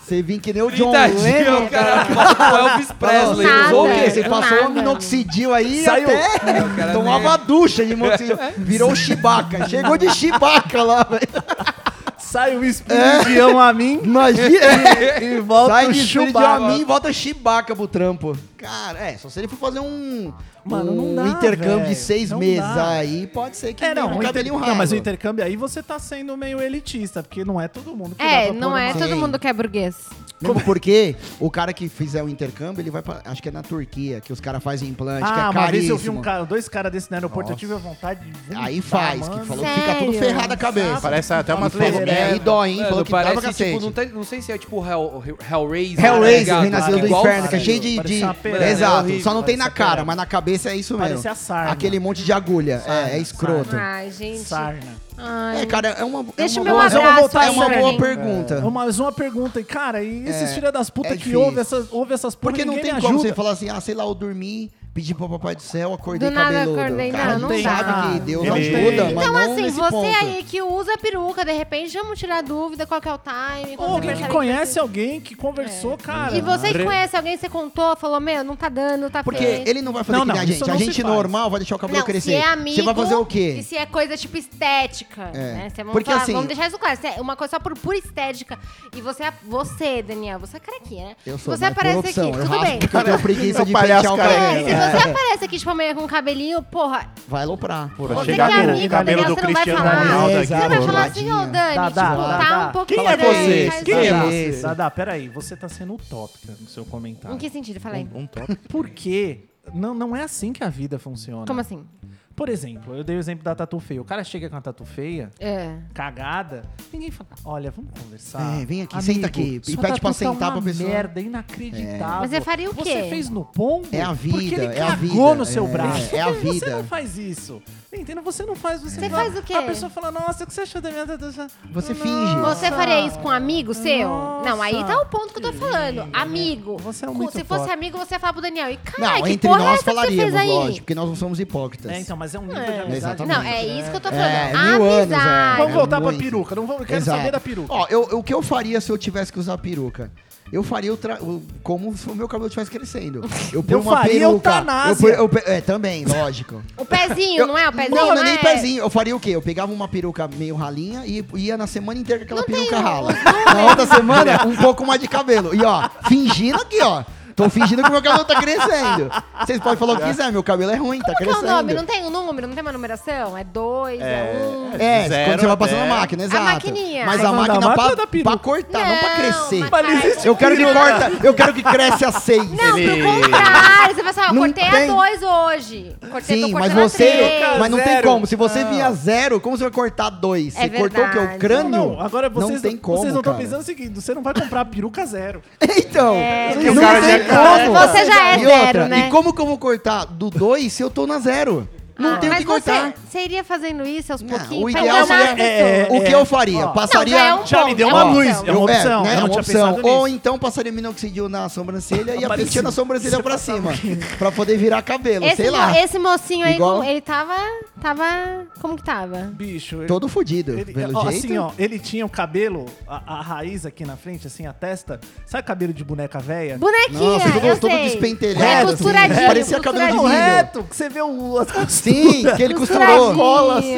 Speaker 3: Você vem que nem o John
Speaker 6: 30 dias,
Speaker 3: Lennon.
Speaker 6: o cara passou o Elvis Presley.
Speaker 5: Nada.
Speaker 6: Usou o
Speaker 3: quê?
Speaker 6: quê?
Speaker 3: Você
Speaker 5: do
Speaker 3: passou
Speaker 2: um
Speaker 5: nada.
Speaker 3: o minoxidil aí
Speaker 6: Saiu.
Speaker 3: até
Speaker 6: O cara
Speaker 3: tomava ducha de minoxidil.
Speaker 2: um
Speaker 3: Virou o Chibaca. Chegou de Chibaca lá, velho.
Speaker 2: Sai o espírito de Ião a mim
Speaker 3: Imagina.
Speaker 2: e volta
Speaker 3: Sai
Speaker 2: o
Speaker 3: de estúdio de
Speaker 2: Chewbacca.
Speaker 3: mim e volta Chibaca pro trampo. Cara, é, só se ele for fazer um,
Speaker 2: Mano, não
Speaker 3: um
Speaker 2: dá,
Speaker 3: intercâmbio
Speaker 2: velho.
Speaker 3: de seis
Speaker 2: Não
Speaker 3: meses.
Speaker 2: dá.
Speaker 3: Aí pode ser que
Speaker 2: É, não, o
Speaker 3: dê um
Speaker 2: inter...
Speaker 3: cabelinho
Speaker 2: não,
Speaker 3: raiva.
Speaker 2: mas o intercâmbio aí você tá sendo meio elitista, porque não é todo mundo que dá
Speaker 5: É,
Speaker 2: pra
Speaker 5: não
Speaker 2: pôr
Speaker 5: é
Speaker 2: numa-
Speaker 5: todo
Speaker 3: Sim.
Speaker 5: mundo que é burguês.
Speaker 3: Mesmo porque o cara que fizer o intercâmbio, ele vai pra, Acho que é na Turquia, que os caras fazem implante, que é
Speaker 2: Ah,
Speaker 3: caríssimo.
Speaker 2: uma vez eu vi um cara, dois caras desse no aeroporto, eu tive a vontade de vomitar,
Speaker 3: Aí faz,
Speaker 2: mano.
Speaker 3: que falou que fica tudo
Speaker 5: Sério?
Speaker 3: ferrado a cabeça.
Speaker 4: Parece até uma
Speaker 3: Falou, é, e
Speaker 4: telenovela.
Speaker 3: dói, hein? Falou
Speaker 6: Mano,
Speaker 3: que dava
Speaker 6: parece,
Speaker 3: cacete.
Speaker 6: tipo, não, tá- não sei se é tipo Hell, Hell- Hellraiser. tá
Speaker 3: Hellraiser,
Speaker 6: ligado?
Speaker 3: Renascido do
Speaker 6: Igual-
Speaker 3: Inferno, que é
Speaker 2: cara.
Speaker 3: cheio de.
Speaker 2: Parecia
Speaker 3: de-
Speaker 2: uma pera,
Speaker 3: Exato,
Speaker 2: é horrível,
Speaker 3: só não tem na
Speaker 2: parecia
Speaker 3: cara,
Speaker 2: pera.
Speaker 3: mas na cabeça é isso mesmo.
Speaker 2: Parecia sarna.
Speaker 3: Aquele monte de agulha. é, é escroto.
Speaker 5: Ai, gente.
Speaker 2: Sarna.
Speaker 5: Ai.
Speaker 3: É, cara, é uma.
Speaker 5: Deixa
Speaker 3: é
Speaker 5: o
Speaker 3: uma
Speaker 5: meu
Speaker 3: boa, é uma
Speaker 5: abraço
Speaker 3: boa- é
Speaker 5: aí
Speaker 3: uma
Speaker 5: pra
Speaker 3: boa
Speaker 5: mim.
Speaker 3: pergunta.
Speaker 2: Mas uma pergunta, e cara, e esses
Speaker 3: É,
Speaker 2: filha das
Speaker 3: é
Speaker 2: putas que
Speaker 3: difícil.
Speaker 2: ouvem essas, ouve essas porra,
Speaker 3: Porque não
Speaker 2: ninguém
Speaker 3: tem
Speaker 2: me
Speaker 3: como
Speaker 2: ajuda.
Speaker 3: você falar assim, ah, sei lá, eu dormi, pedi pro Papai do Céu, acordei
Speaker 5: Do nada
Speaker 3: cabeludo.
Speaker 5: acordei,
Speaker 3: cara,
Speaker 5: não,
Speaker 3: não,
Speaker 5: não dá.
Speaker 3: sabe que Deus
Speaker 2: Não
Speaker 3: ajuda,
Speaker 2: tem.
Speaker 3: mas
Speaker 5: Então,
Speaker 3: não
Speaker 5: assim,
Speaker 3: nesse
Speaker 5: você
Speaker 3: ponto.
Speaker 5: aí que usa peruca, de repente, vamos tirar dúvida qual que é o time. qual
Speaker 2: Ou
Speaker 5: que é
Speaker 2: alguém
Speaker 5: o
Speaker 2: que
Speaker 5: time.
Speaker 2: conhece alguém que conversou, cara.
Speaker 5: E você que conhece alguém, você contou, falou, meu, não tá dando, tá
Speaker 3: Porque
Speaker 5: feio.
Speaker 3: ele não vai fazer
Speaker 2: Não,
Speaker 3: que nem
Speaker 2: não,
Speaker 3: a
Speaker 2: isso
Speaker 3: gente. A
Speaker 2: não se
Speaker 3: gente
Speaker 2: faz.
Speaker 3: normal vai deixar o cabelo
Speaker 5: Não,
Speaker 3: crescer.
Speaker 5: se é amigo,
Speaker 3: você vai fazer o quê?
Speaker 5: E se é coisa tipo estética, né? Você- vamos,
Speaker 3: Porque,
Speaker 5: falar-
Speaker 3: assim-
Speaker 5: vamos deixar isso claro. Se é uma coisa só por pura estética. E você, é, você, Daniel, você é carequinha, né?
Speaker 3: Eu sou
Speaker 5: você
Speaker 3: mas
Speaker 5: aparece
Speaker 3: por opção,
Speaker 5: aqui,
Speaker 3: eu
Speaker 5: tudo
Speaker 3: raspo
Speaker 5: bem.
Speaker 3: Porque eu tenho preguiça
Speaker 4: Sou
Speaker 3: de
Speaker 4: palhaço
Speaker 3: pentear o
Speaker 4: careca.
Speaker 5: É,
Speaker 3: cabelo.
Speaker 5: se você aparece aqui, tipo, meio com cabelinho, porra,
Speaker 3: Vai aloprar.
Speaker 4: Pra
Speaker 5: você que
Speaker 4: chegar
Speaker 5: é
Speaker 4: com
Speaker 5: amigo
Speaker 4: o
Speaker 5: da
Speaker 4: cabelo
Speaker 5: Daniel,
Speaker 4: do
Speaker 5: você não vai
Speaker 4: Cristiano
Speaker 5: falar.
Speaker 4: Ronaldo
Speaker 3: É,
Speaker 4: aqui.
Speaker 5: Você não vai
Speaker 3: exato.
Speaker 4: pô.
Speaker 5: falar assim, ô Dani,
Speaker 2: Dá,
Speaker 5: tipo,
Speaker 2: dá, dá,
Speaker 5: tá
Speaker 2: dá.
Speaker 5: um pouco
Speaker 2: Quem
Speaker 4: é
Speaker 5: estranho,
Speaker 4: você?
Speaker 5: faz
Speaker 4: Quem
Speaker 5: isso.
Speaker 4: é
Speaker 2: Você. Dadá, peraí, você tá sendo utópica no seu comentário.
Speaker 5: Em que sentido? Fala aí.
Speaker 4: Um, um top.
Speaker 2: Porque não, não é assim que a vida funciona.
Speaker 5: Como assim?
Speaker 2: Por exemplo, eu dei o exemplo da tatu feia. O cara chega com a tatu feia,
Speaker 5: É.
Speaker 2: cagada, ninguém fala, olha, vamos conversar.
Speaker 3: É, vem aqui, senta aqui, e
Speaker 2: sua
Speaker 3: pede
Speaker 2: tatu
Speaker 3: pra
Speaker 2: tá
Speaker 3: sentar
Speaker 2: uma
Speaker 3: pra pessoa.
Speaker 2: merda, inacreditável.
Speaker 5: É. Mas você faria o
Speaker 2: Você
Speaker 5: quê?
Speaker 2: fez no pombo?
Speaker 3: É a
Speaker 2: Porque
Speaker 3: vida,
Speaker 2: ele
Speaker 3: é a vida.
Speaker 2: cagou no seu
Speaker 3: É,
Speaker 2: braço.
Speaker 3: é a
Speaker 2: Você
Speaker 3: vida.
Speaker 2: não faz isso. Entendeu? Você não faz, você,
Speaker 5: Você
Speaker 2: fala-
Speaker 5: faz o quê?
Speaker 2: A pessoa fala, nossa, o que você achou da minha tatu?
Speaker 3: Você
Speaker 2: Nossa.
Speaker 3: finge.
Speaker 5: Você faria isso com um amigo seu?
Speaker 2: Nossa.
Speaker 5: Não, aí tá o ponto que eu tô falando. Amigo.
Speaker 2: Você é um
Speaker 5: Com-
Speaker 2: muito
Speaker 5: Se fosse
Speaker 2: foda.
Speaker 5: amigo, você ia falar pro Daniel. E caralho,
Speaker 3: Não,
Speaker 5: que
Speaker 3: entre
Speaker 5: porra é
Speaker 3: nós
Speaker 5: essa que você fez
Speaker 3: falaríamos,
Speaker 5: aí?
Speaker 3: lógico, porque nós não somos hipócritas.
Speaker 2: É, então, mas é um nível de
Speaker 5: É.
Speaker 2: amizade.
Speaker 3: Exatamente.
Speaker 5: Não, é isso que eu tô
Speaker 3: É,
Speaker 5: falando.
Speaker 3: mil anos, é.
Speaker 5: Amizade.
Speaker 2: Vamos
Speaker 3: É
Speaker 2: voltar pra
Speaker 3: muito.
Speaker 2: peruca. Não vamos, eu quero
Speaker 3: Exato.
Speaker 2: saber da peruca.
Speaker 3: Ó, eu, o que eu faria se eu tivesse que usar peruca? Eu faria o tra- o- como se o meu cabelo estivesse crescendo. Eu pôr
Speaker 2: Eu
Speaker 3: uma
Speaker 2: faria
Speaker 3: peruca.
Speaker 2: eutanásia.
Speaker 3: Eu pôr- eu pe- é, também, lógico.
Speaker 5: O pezinho,
Speaker 3: Eu-
Speaker 5: não é? O pezinho,
Speaker 3: Não,
Speaker 5: não,
Speaker 3: não é nem
Speaker 5: é?
Speaker 3: pezinho. Eu faria o quê? Eu pegava uma peruca meio ralinha e ia na semana inteira com aquela
Speaker 5: Não tem né?
Speaker 3: peruca
Speaker 5: o-
Speaker 3: rala. Na outra semana, um pouco mais de cabelo. E ó, fingindo aqui, ó. Tô fingindo que meu cabelo tá crescendo. Vocês podem falar o que quiser, meu cabelo é ruim, tá
Speaker 5: Qual que é o
Speaker 3: crescendo.
Speaker 5: nome? Não tem um número? Não tem uma numeração? É dois, é, um...
Speaker 3: É,
Speaker 4: Zero
Speaker 3: quando você vai
Speaker 4: até-
Speaker 3: passando na máquina, exato.
Speaker 5: maquininha.
Speaker 3: Mas
Speaker 2: Não,
Speaker 3: a
Speaker 2: não,
Speaker 3: máquina
Speaker 2: a máquina
Speaker 3: pra,
Speaker 2: da peruca.
Speaker 3: pra cortar, Tá, não, pra crescer.
Speaker 5: mas-
Speaker 2: Mas existe-
Speaker 3: Eu quero que corta, eu quero que cresce a seis.
Speaker 5: Não,
Speaker 4: Ele-
Speaker 5: pro contrário. Você vai falar, ó,
Speaker 3: Não
Speaker 5: cortei
Speaker 3: tem.
Speaker 5: a dois hoje. Cortei, tô
Speaker 3: Sim, mas
Speaker 5: cortando a
Speaker 3: você.
Speaker 5: três.
Speaker 3: Mas não tem
Speaker 2: Zero.
Speaker 3: como. Se você vinha zero, como você vai cortar dois?
Speaker 5: É
Speaker 3: você cortou o quê?
Speaker 5: verdade.
Speaker 3: O crânio?
Speaker 2: Não, agora vocês
Speaker 3: não tem como.
Speaker 2: vocês não estão
Speaker 3: cara.
Speaker 2: pensando o seguinte, você não vai comprar peruca zero.
Speaker 3: Então,
Speaker 5: É,
Speaker 3: não
Speaker 4: o cara
Speaker 3: tem
Speaker 4: já é
Speaker 3: como.
Speaker 5: Você já é
Speaker 3: e
Speaker 5: zero,
Speaker 3: outra,
Speaker 5: né?
Speaker 3: E como que eu vou cortar do dois se eu tô na zero? Não
Speaker 5: Ah,
Speaker 3: tem o que
Speaker 5: mas você-
Speaker 3: cortar.
Speaker 5: Você iria fazendo isso aos
Speaker 3: Não,
Speaker 5: pouquinhos?
Speaker 3: o
Speaker 5: pra
Speaker 3: ideal
Speaker 5: enganar
Speaker 3: seria-
Speaker 5: as pessoas?
Speaker 2: é,
Speaker 3: o que eu faria? passaria.
Speaker 5: já é um
Speaker 2: Já me deu
Speaker 5: É
Speaker 2: uma
Speaker 5: uma
Speaker 2: luz,
Speaker 5: opção.
Speaker 2: é uma opção.
Speaker 3: né,
Speaker 2: eu
Speaker 3: é
Speaker 2: não
Speaker 3: uma
Speaker 2: tinha
Speaker 3: opção.
Speaker 2: pensado
Speaker 3: Ou
Speaker 2: nisso.
Speaker 3: então passaria minoxidil na sobrancelha e a
Speaker 2: Aparecia.
Speaker 3: penteando a sobrancelha pra cima. pra poder virar cabelo,
Speaker 5: Esse,
Speaker 3: sei
Speaker 5: mo-
Speaker 3: lá.
Speaker 5: esse mocinho aí,
Speaker 3: Igual-
Speaker 5: com- ele tava, tava... Como que tava?
Speaker 2: Bicho, ele-
Speaker 3: Todo fudido,
Speaker 2: Ele,
Speaker 3: pelo
Speaker 2: ó,
Speaker 3: jeito.
Speaker 2: Assim, ó, ele tinha o cabelo, a, a raiz aqui na frente, assim, a testa. Sabe cabelo de boneca velha?
Speaker 5: Bonequinha,
Speaker 3: Nossa, todo-
Speaker 5: eu
Speaker 3: todo
Speaker 5: sei.
Speaker 3: despentelhado,
Speaker 5: É,
Speaker 3: assim.
Speaker 5: costuradinho.
Speaker 3: Parecia cabelo de
Speaker 5: costuradinho.
Speaker 2: Não,
Speaker 3: milho.
Speaker 2: reto, que você vê o, assim, as
Speaker 3: Sim, que ele costurou.
Speaker 2: assim.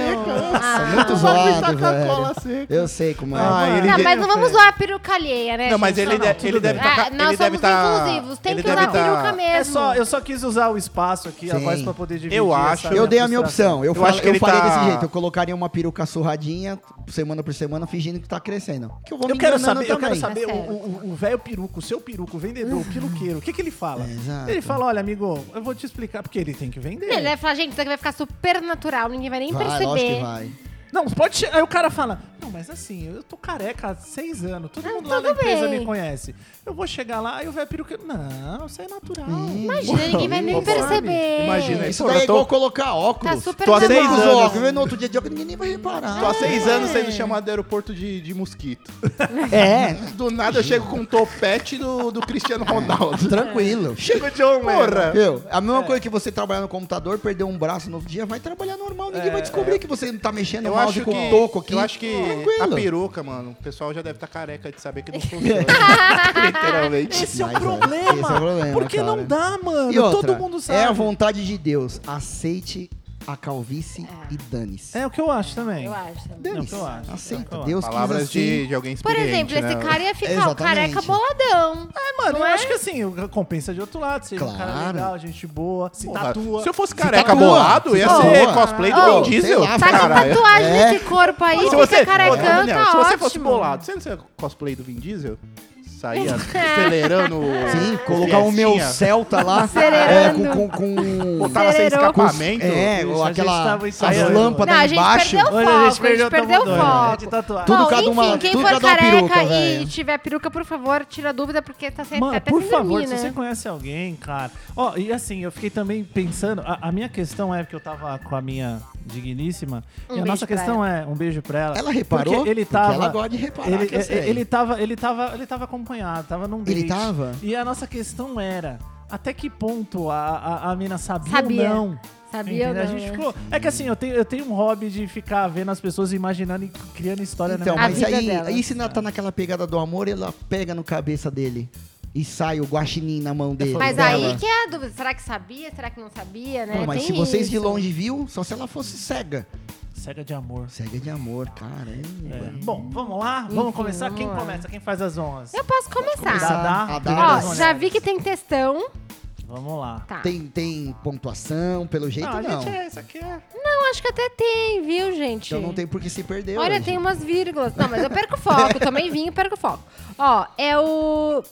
Speaker 5: Ah.
Speaker 3: Muito zoado, velho.
Speaker 5: assim.
Speaker 4: seca.
Speaker 3: Eu sei como é.
Speaker 4: Ah, ele
Speaker 5: Não,
Speaker 4: de-
Speaker 5: Tá, mas não vamos usar a peruca alheia, né?
Speaker 4: Não, mas
Speaker 5: gente? Não,
Speaker 4: ele, de-
Speaker 5: não,
Speaker 4: ele
Speaker 5: tudo
Speaker 4: deve tá-
Speaker 5: bem.
Speaker 4: estar.
Speaker 5: Ah, nós somos inclusivos, tem que usar
Speaker 4: tá-
Speaker 5: peruca mesmo.
Speaker 2: É só, eu só quis usar o espaço aqui, a
Speaker 3: Sim.
Speaker 2: voz pra poder dividir.
Speaker 4: Eu acho-
Speaker 2: essa
Speaker 3: Eu dei a minha
Speaker 2: frustração.
Speaker 3: opção. Eu,
Speaker 4: Eu
Speaker 3: fal-
Speaker 4: acho que
Speaker 3: eu
Speaker 4: ele
Speaker 3: faria
Speaker 4: tá-
Speaker 3: desse jeito. Eu colocaria uma peruca surradinha, semana por semana, fingindo que tá crescendo. Que eu vou me
Speaker 2: Eu quero
Speaker 3: enganando
Speaker 2: saber, eu quero
Speaker 3: também.
Speaker 2: saber
Speaker 5: Tá
Speaker 2: o-
Speaker 5: certo.
Speaker 2: o o velho peruco, o seu peruco, o vendedor, o peruqueiro, o que, que ele fala?
Speaker 3: É, exato.
Speaker 2: ele fala, olha, amigo, eu vou te explicar, porque ele tem que vender.
Speaker 5: Ele é- vai falar, gente, isso aqui vai ficar super natural, ninguém vai nem
Speaker 3: Vai, lógico
Speaker 5: perceber.
Speaker 3: que vai.
Speaker 2: Não, pode chegar. Aí o cara fala: Não, mas assim, eu tô careca há seis anos, todo
Speaker 5: Não,
Speaker 2: mundo lá na
Speaker 5: tudo
Speaker 2: empresa
Speaker 5: bem.
Speaker 2: me conhece. Eu vou chegar lá, aí o velho peruqueiro. Não, isso é natural.
Speaker 5: Imagina, ninguém vai nem
Speaker 2: Conforme.
Speaker 5: perceber.
Speaker 4: Imagina isso.
Speaker 3: Isso daí
Speaker 4: eu
Speaker 3: é
Speaker 4: tô,
Speaker 3: igual colocar óculos.
Speaker 5: Tá super
Speaker 4: Tô há
Speaker 5: na
Speaker 4: seis
Speaker 5: moda.
Speaker 3: Os
Speaker 4: anos.
Speaker 3: óculos, vem no outro dia de óculos, ninguém vai reparar.
Speaker 4: tô há seis anos sendo chamado do aeroporto de, de mosquito.
Speaker 3: É,
Speaker 4: Do nada eu chego com um topete do, do Cristiano Ronaldo.
Speaker 3: tranquilo.
Speaker 4: Chega de honra.
Speaker 3: Viu? A
Speaker 2: É.
Speaker 3: mesma coisa que você trabalhar no computador, perder um braço no outro dia, vai trabalhar normal. Ninguém
Speaker 2: É,
Speaker 3: vai descobrir que você não tá mexendo
Speaker 4: Eu
Speaker 3: no mouse
Speaker 4: acho,
Speaker 3: com
Speaker 4: que,
Speaker 3: um toco aqui.
Speaker 4: eu acho que a
Speaker 3: Tranquilo.
Speaker 4: peruca, mano, o pessoal já deve estar careca de saber que não funciona. né? Literalmente.
Speaker 2: Esse é,
Speaker 3: Mas,
Speaker 2: o
Speaker 3: é,
Speaker 2: problema.
Speaker 3: esse é o problema,
Speaker 2: Porque não
Speaker 3: cara.
Speaker 2: dá, mano.
Speaker 3: E outra,
Speaker 2: Todo mundo sabe.
Speaker 3: É a vontade de Deus. Aceite a calvície e dane-se.
Speaker 2: É o que eu acho também.
Speaker 5: Eu acho.
Speaker 2: É o
Speaker 3: Dane-se.
Speaker 2: que eu acho. É o que
Speaker 3: Aceita.
Speaker 2: eu
Speaker 3: Deus quis
Speaker 4: Palavras
Speaker 3: assim.
Speaker 4: de, de alguém
Speaker 5: Por
Speaker 4: experiente,
Speaker 5: exemplo,
Speaker 4: né?
Speaker 5: esse cara ia ficar o
Speaker 3: Exatamente.
Speaker 5: careca boladão.
Speaker 2: É, mano,
Speaker 5: Não
Speaker 2: eu
Speaker 5: é?
Speaker 2: acho que assim, o- compensa de outro lado. Seja um cara
Speaker 3: Claro.
Speaker 2: legal, gente boa, se
Speaker 4: Porra,
Speaker 2: tatua.
Speaker 4: Se eu
Speaker 3: tá
Speaker 4: fosse careca
Speaker 3: tatua.
Speaker 4: bolado, ia
Speaker 3: Se
Speaker 4: ser
Speaker 3: tatua.
Speaker 4: cosplay do
Speaker 5: Oh,
Speaker 4: Vin Diesel.
Speaker 3: tá sei lá,
Speaker 5: Tá com
Speaker 4: Caralho.
Speaker 5: tatuagem
Speaker 3: É.
Speaker 5: nesse corpo aí,
Speaker 4: Se
Speaker 5: fica
Speaker 4: você, Ô,
Speaker 5: carecão,
Speaker 4: Daniel,
Speaker 5: tá
Speaker 4: se você
Speaker 5: ótimo.
Speaker 4: fosse bolado, você não seria cosplay do Vin Diesel? Saía acelerando o-
Speaker 3: Sim,
Speaker 2: É.
Speaker 4: o
Speaker 3: colocar o meu
Speaker 4: Fiestinha.
Speaker 3: Celta lá. é,
Speaker 5: Acelerando.
Speaker 3: com, com, com-
Speaker 4: Botava sem
Speaker 5: Acelerou.
Speaker 4: escapamento.
Speaker 3: É,
Speaker 2: Bicho,
Speaker 3: ou
Speaker 2: a gente
Speaker 3: aquela.
Speaker 2: tava
Speaker 3: As
Speaker 2: ensaiando.
Speaker 3: lâmpadas
Speaker 5: Não, a gente
Speaker 3: embaixo.
Speaker 5: perdeu
Speaker 2: Olha,
Speaker 5: foco,
Speaker 2: a
Speaker 5: a
Speaker 2: gente
Speaker 5: gente
Speaker 2: perdeu,
Speaker 5: perdeu
Speaker 2: todo mundo,
Speaker 5: foco.
Speaker 2: né, de tatuagem.
Speaker 3: Tudo
Speaker 5: Bom,
Speaker 3: cada uma-
Speaker 5: enfim, quem
Speaker 3: tudo
Speaker 5: for
Speaker 3: cada uma
Speaker 5: careca
Speaker 3: peruca,
Speaker 5: e
Speaker 3: velho.
Speaker 5: tiver peruca, por favor, tira dúvida, porque tá sem,
Speaker 2: Mano,
Speaker 5: tá até
Speaker 2: por
Speaker 5: sem
Speaker 2: favor,
Speaker 5: dormir,
Speaker 2: se você
Speaker 5: né?
Speaker 2: conhece alguém, cara. Ó, e assim, eu fiquei também pensando. A, a minha questão é que eu tava com a minha digníssima.
Speaker 5: Um
Speaker 2: e a
Speaker 5: beijo
Speaker 2: nossa
Speaker 5: pra
Speaker 2: questão é um beijo pra ela.
Speaker 3: Ela reparou?
Speaker 2: Porque ele
Speaker 3: Porque
Speaker 2: tava.
Speaker 3: ela gosta de reparar,
Speaker 2: Ele, é,
Speaker 3: que eu sei.
Speaker 2: ele tava, ele tava, ele tava acompanhado, tava num date.
Speaker 3: Ele tava?
Speaker 2: E a nossa questão era. Até que ponto a, a, a mina sabia,
Speaker 5: Sabia.
Speaker 2: ou não?
Speaker 5: Sabia ou
Speaker 2: Entendeu?
Speaker 5: não,
Speaker 2: a gente
Speaker 5: né?
Speaker 2: ficou. É que assim, eu tenho, eu tenho um hobby de ficar vendo as pessoas imaginando e criando história
Speaker 3: Então,
Speaker 5: A
Speaker 2: na minha
Speaker 3: mas
Speaker 5: vida
Speaker 3: aí,
Speaker 5: dela.
Speaker 3: aí se ela tá naquela pegada do amor, ela pega no cabeça dele. E sai o guaxinim na mão dele.
Speaker 5: Mas
Speaker 3: dela.
Speaker 5: aí que é a dúvida, será que sabia, será que não sabia, né?
Speaker 3: Não, mas
Speaker 5: Tem
Speaker 3: se vocês de
Speaker 5: isso.
Speaker 3: longe viu, só se ela fosse cega.
Speaker 2: Cega de amor.
Speaker 3: Cega de amor,
Speaker 2: É.
Speaker 3: caramba.
Speaker 2: Bom, vamos lá? Vamos começar? Quem
Speaker 5: vamos lá.
Speaker 2: começa? Quem faz as honras?
Speaker 5: Eu posso começar.
Speaker 2: Dadá,
Speaker 3: Ah,
Speaker 2: primeira
Speaker 5: Ó,
Speaker 3: das
Speaker 5: já
Speaker 2: mulher.
Speaker 5: vi que tem textão,
Speaker 2: Vamos lá.
Speaker 5: tá.
Speaker 3: Tem, tem pontuação, pelo jeito
Speaker 2: Ah,
Speaker 3: não.
Speaker 2: gente, é, isso aqui é...
Speaker 5: Não, Então, acho que até tem, viu, gente?
Speaker 3: Então não tem por que se perder
Speaker 5: assim. Olha,
Speaker 3: hoje.
Speaker 5: tem umas vírgulas. Não, mas eu perco o foco, eu também vim e perco o foco. Ó, é o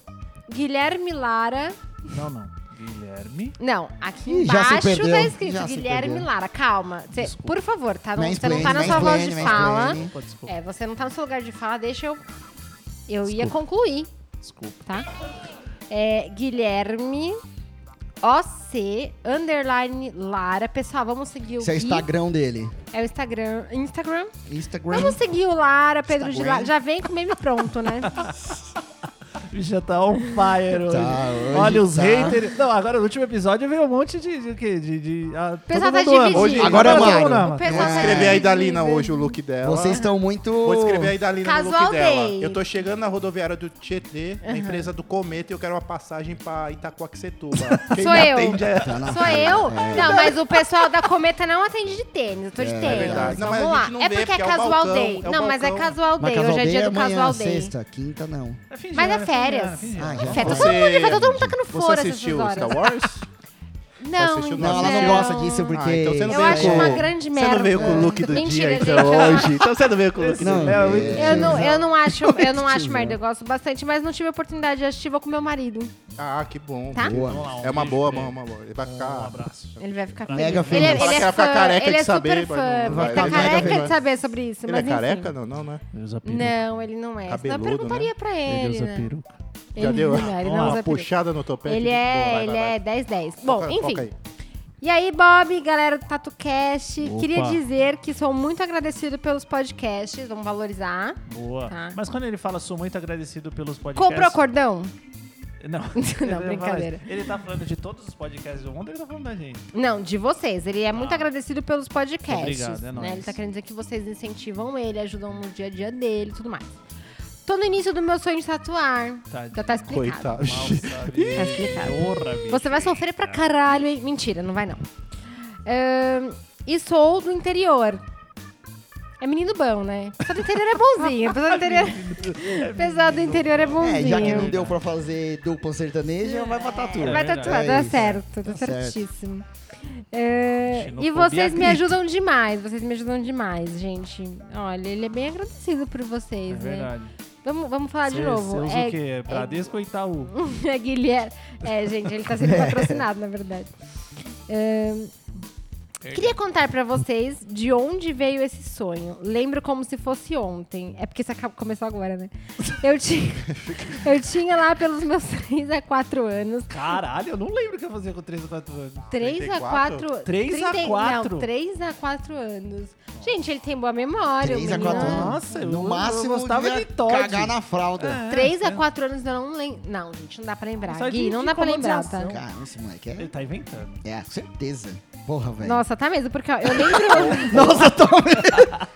Speaker 5: Guilherme Lara...
Speaker 2: Não, não. Guilherme.
Speaker 5: Não, aqui
Speaker 3: Ih, já se
Speaker 5: embaixo
Speaker 3: perdeu,
Speaker 5: tá escrito
Speaker 3: já se
Speaker 5: Guilherme
Speaker 3: perdeu.
Speaker 5: Lara. Calma. Cê- por favor, tá? Não- Você não tá na
Speaker 3: Mansplaining,
Speaker 5: sua voz de
Speaker 3: mansplaining,
Speaker 5: fala.
Speaker 3: mansplaining.
Speaker 4: Pô, desculpa,
Speaker 5: É, você não tá no seu lugar de fala, deixa eu. Eu ia concluir,
Speaker 4: desculpa.
Speaker 5: tá? É, Guilherme OC underline Lara. Pessoal, vamos seguir o
Speaker 3: Esse é o
Speaker 5: Gui.
Speaker 3: Instagram dele.
Speaker 5: É o Instagram. Instagram.
Speaker 3: Instagram.
Speaker 5: Vamos seguir o Lara, Pedro de
Speaker 3: Instagram.
Speaker 5: Lara. Já vem com o meme pronto, né?
Speaker 2: Já tá on fire hoje.
Speaker 3: Tá, hoje
Speaker 2: Olha os
Speaker 3: tá.
Speaker 2: haters. Não, agora no último episódio veio um monte de. de, de, de, de ah,
Speaker 5: pessoal
Speaker 2: todo
Speaker 5: tá
Speaker 2: mundo ama.
Speaker 5: dividido.
Speaker 4: Hoje-
Speaker 3: Agora
Speaker 2: Todo
Speaker 3: é
Speaker 2: mundo
Speaker 3: magro.
Speaker 2: ama.
Speaker 5: O pessoal
Speaker 4: Vou
Speaker 5: tá
Speaker 4: descrever a Idalina
Speaker 5: dividido.
Speaker 4: hoje, o look dela.
Speaker 3: Vocês estão muito.
Speaker 4: Vou descrever a Idalina no
Speaker 5: Casual
Speaker 4: look dela.
Speaker 5: day.
Speaker 4: Eu tô chegando na rodoviária do Tietê, na empresa do Cometa, e eu quero uma passagem pra Itacoaxetuba. Quem
Speaker 5: Sou
Speaker 4: me
Speaker 5: eu.
Speaker 4: atende é...
Speaker 3: Tá na
Speaker 5: Sou
Speaker 3: fila.
Speaker 5: eu?
Speaker 3: É.
Speaker 5: Não, mas o pessoal da Cometa não atende de tênis. Eu tô de tênis.
Speaker 4: verdade. Não, mas
Speaker 5: Vamos
Speaker 4: a
Speaker 5: lá.
Speaker 4: gente não
Speaker 5: é
Speaker 4: vê,
Speaker 5: porque é
Speaker 4: porque é o
Speaker 5: casual
Speaker 4: balcão,
Speaker 5: day.
Speaker 4: é o
Speaker 5: não, mas é
Speaker 4: balcão.
Speaker 5: casual
Speaker 3: Mas
Speaker 5: day. Hoje é
Speaker 3: Day
Speaker 5: dia do
Speaker 3: amanhã,
Speaker 5: casual day.
Speaker 3: sexta, quinta não.
Speaker 2: É fim de
Speaker 5: Mas é
Speaker 2: ano, fim de
Speaker 5: férias.
Speaker 2: ano, fim de
Speaker 3: Ah,
Speaker 2: ano.
Speaker 3: já
Speaker 5: É, tá
Speaker 3: foi.
Speaker 5: todo mundo, vai todo mundo tacando
Speaker 4: Você
Speaker 5: fora essas
Speaker 4: assistiu
Speaker 5: horas.
Speaker 4: Star Wars?
Speaker 5: Não,
Speaker 4: assistiu?
Speaker 5: então.
Speaker 3: Não, ela não gosta disso porque.
Speaker 4: Ah, então você não
Speaker 5: Eu
Speaker 4: veio
Speaker 5: acho
Speaker 4: com-
Speaker 5: uma grande merda.
Speaker 4: Você não veio com o look do
Speaker 5: Mentira,
Speaker 4: dia,
Speaker 5: gente,
Speaker 4: então,
Speaker 5: eu não-
Speaker 4: hoje. Então você não veio com o look do
Speaker 3: Não,
Speaker 4: dia.
Speaker 2: É, eu-
Speaker 3: é.
Speaker 5: Eu não, eu não acho, eu não acho
Speaker 3: Tiozão.
Speaker 5: merda, eu gosto bastante, mas não tive oportunidade de assistir, vou com meu marido.
Speaker 4: Ah, que bom.
Speaker 5: Tá?
Speaker 3: Boa.
Speaker 2: Vamos lá, um
Speaker 4: É uma
Speaker 2: beijo
Speaker 4: boa,
Speaker 2: pra
Speaker 4: mano,
Speaker 2: ele.
Speaker 4: uma boa. Ele vai
Speaker 2: Um
Speaker 4: ficar...
Speaker 2: abraço.
Speaker 5: Ele vai ficar feliz.
Speaker 3: Mega
Speaker 5: ele, é-
Speaker 3: feliz.
Speaker 5: ele é
Speaker 4: Fala que vai ficar
Speaker 5: fã,
Speaker 4: careca
Speaker 5: ele é
Speaker 4: de saber,
Speaker 5: saber, super
Speaker 4: mas
Speaker 5: fã.
Speaker 4: não
Speaker 5: Vai
Speaker 4: vai.
Speaker 5: ficar
Speaker 3: Ele é mega
Speaker 5: careca de
Speaker 3: feliz.
Speaker 5: saber sobre isso,
Speaker 4: Ele
Speaker 5: mas
Speaker 4: é
Speaker 5: enfim.
Speaker 4: careca? Não, não, né?
Speaker 2: Ele usa peruca.
Speaker 5: Não, ele não é. Senão eu
Speaker 4: Cabeludo, né?
Speaker 5: perguntaria pra
Speaker 2: Ele
Speaker 5: ele,
Speaker 2: usa
Speaker 5: né?
Speaker 2: peruca.
Speaker 4: Já deu
Speaker 5: não, é, ele não
Speaker 4: uma
Speaker 5: usa peruca.
Speaker 4: puxada no topete?
Speaker 5: Ele
Speaker 4: Boa,
Speaker 5: é,
Speaker 4: vai,
Speaker 5: ele
Speaker 4: vai, vai.
Speaker 5: é 10-10. Bom,
Speaker 4: Foca-
Speaker 5: enfim.
Speaker 4: foca aí.
Speaker 5: E aí, Bob, galera do TatuCast,
Speaker 2: Opa.
Speaker 5: queria dizer que sou muito agradecido pelos podcasts, vamos valorizar.
Speaker 2: Boa.
Speaker 5: Tá.
Speaker 2: Mas quando ele fala, sou muito agradecido pelos podcasts.
Speaker 5: Comprou cordão?
Speaker 2: Não,
Speaker 5: Não,
Speaker 2: Ele
Speaker 5: brincadeira.
Speaker 2: fala isso. Ele tá falando de todos os podcasts do mundo, ele tá falando da gente.
Speaker 5: Não, de vocês. Ele é muito agradecido pelos podcasts.
Speaker 2: Obrigado, é
Speaker 5: né?
Speaker 2: nóis.
Speaker 5: Ele tá querendo dizer que vocês incentivam ele, ajudam no dia a dia dele e tudo mais. Tô no início do meu sonho de tatuar.
Speaker 2: Tá.
Speaker 5: Já tá explicado.
Speaker 4: Coitado.
Speaker 5: Tá explicado.
Speaker 2: Porra, bicho.
Speaker 5: Você vai sofrer pra caralho, hein? Mentira, não vai não. Ahn, e sou do interior. É menino bom, né? Pessoal do interior é bonzinho. Pessoal do interior, pessoal do interior é
Speaker 3: É, já que
Speaker 5: bonzinho.
Speaker 3: não deu pra fazer dupla sertaneja, vai pra tatu.
Speaker 5: Vai
Speaker 2: verdade.
Speaker 5: tatuar,
Speaker 3: É
Speaker 5: dá
Speaker 3: isso.
Speaker 5: certo, dá
Speaker 3: Tá certo.
Speaker 5: certíssimo. É, e
Speaker 2: Xenofobia
Speaker 5: vocês me
Speaker 2: grita.
Speaker 5: ajudam demais, vocês me ajudam demais, gente. Olha, ele é bem agradecido por
Speaker 2: É
Speaker 5: vocês, né?
Speaker 2: verdade.
Speaker 5: Vamos, vamos falar de
Speaker 2: Você-
Speaker 5: novo.
Speaker 2: Você usa
Speaker 5: É-
Speaker 2: o quê? Bradesco ou Itaú?
Speaker 5: é Guilherme. É, gente, ele tá sendo patrocinado, na verdade. Ahn,
Speaker 2: É.
Speaker 5: queria contar pra vocês de onde veio esse sonho. Lembro como se fosse ontem. É porque isso acaba- começou agora, né? Eu tinha, eu tinha lá pelos meus 3 a 4 anos.
Speaker 2: Caralho, eu não lembro o que eu fazia com 3 ou 4 anos.
Speaker 5: 3 a 4
Speaker 4: 34?
Speaker 2: Três a quatro?
Speaker 5: Não, 3 a 4 anos. Gente, ele tem boa memória.
Speaker 3: Três a quatro anos.
Speaker 2: Nossa, eu-
Speaker 3: no
Speaker 2: eu
Speaker 3: máximo
Speaker 2: gostava
Speaker 3: devia
Speaker 2: de Todd.
Speaker 3: cagar na fralda.
Speaker 5: 3 a 4 anos eu não lembro. Não, gente, não dá pra lembrar.
Speaker 2: É. Só de-
Speaker 5: Gui, não
Speaker 2: de
Speaker 5: dá pra lembrar, tá?
Speaker 2: comandização.
Speaker 3: Cara, esse moleque
Speaker 2: Ele
Speaker 3: é,
Speaker 2: tá inventando.
Speaker 3: é a certeza. Porra, velho.
Speaker 5: Nossa, tá mesmo, porque ó, eu lembro.
Speaker 3: Nossa, tô...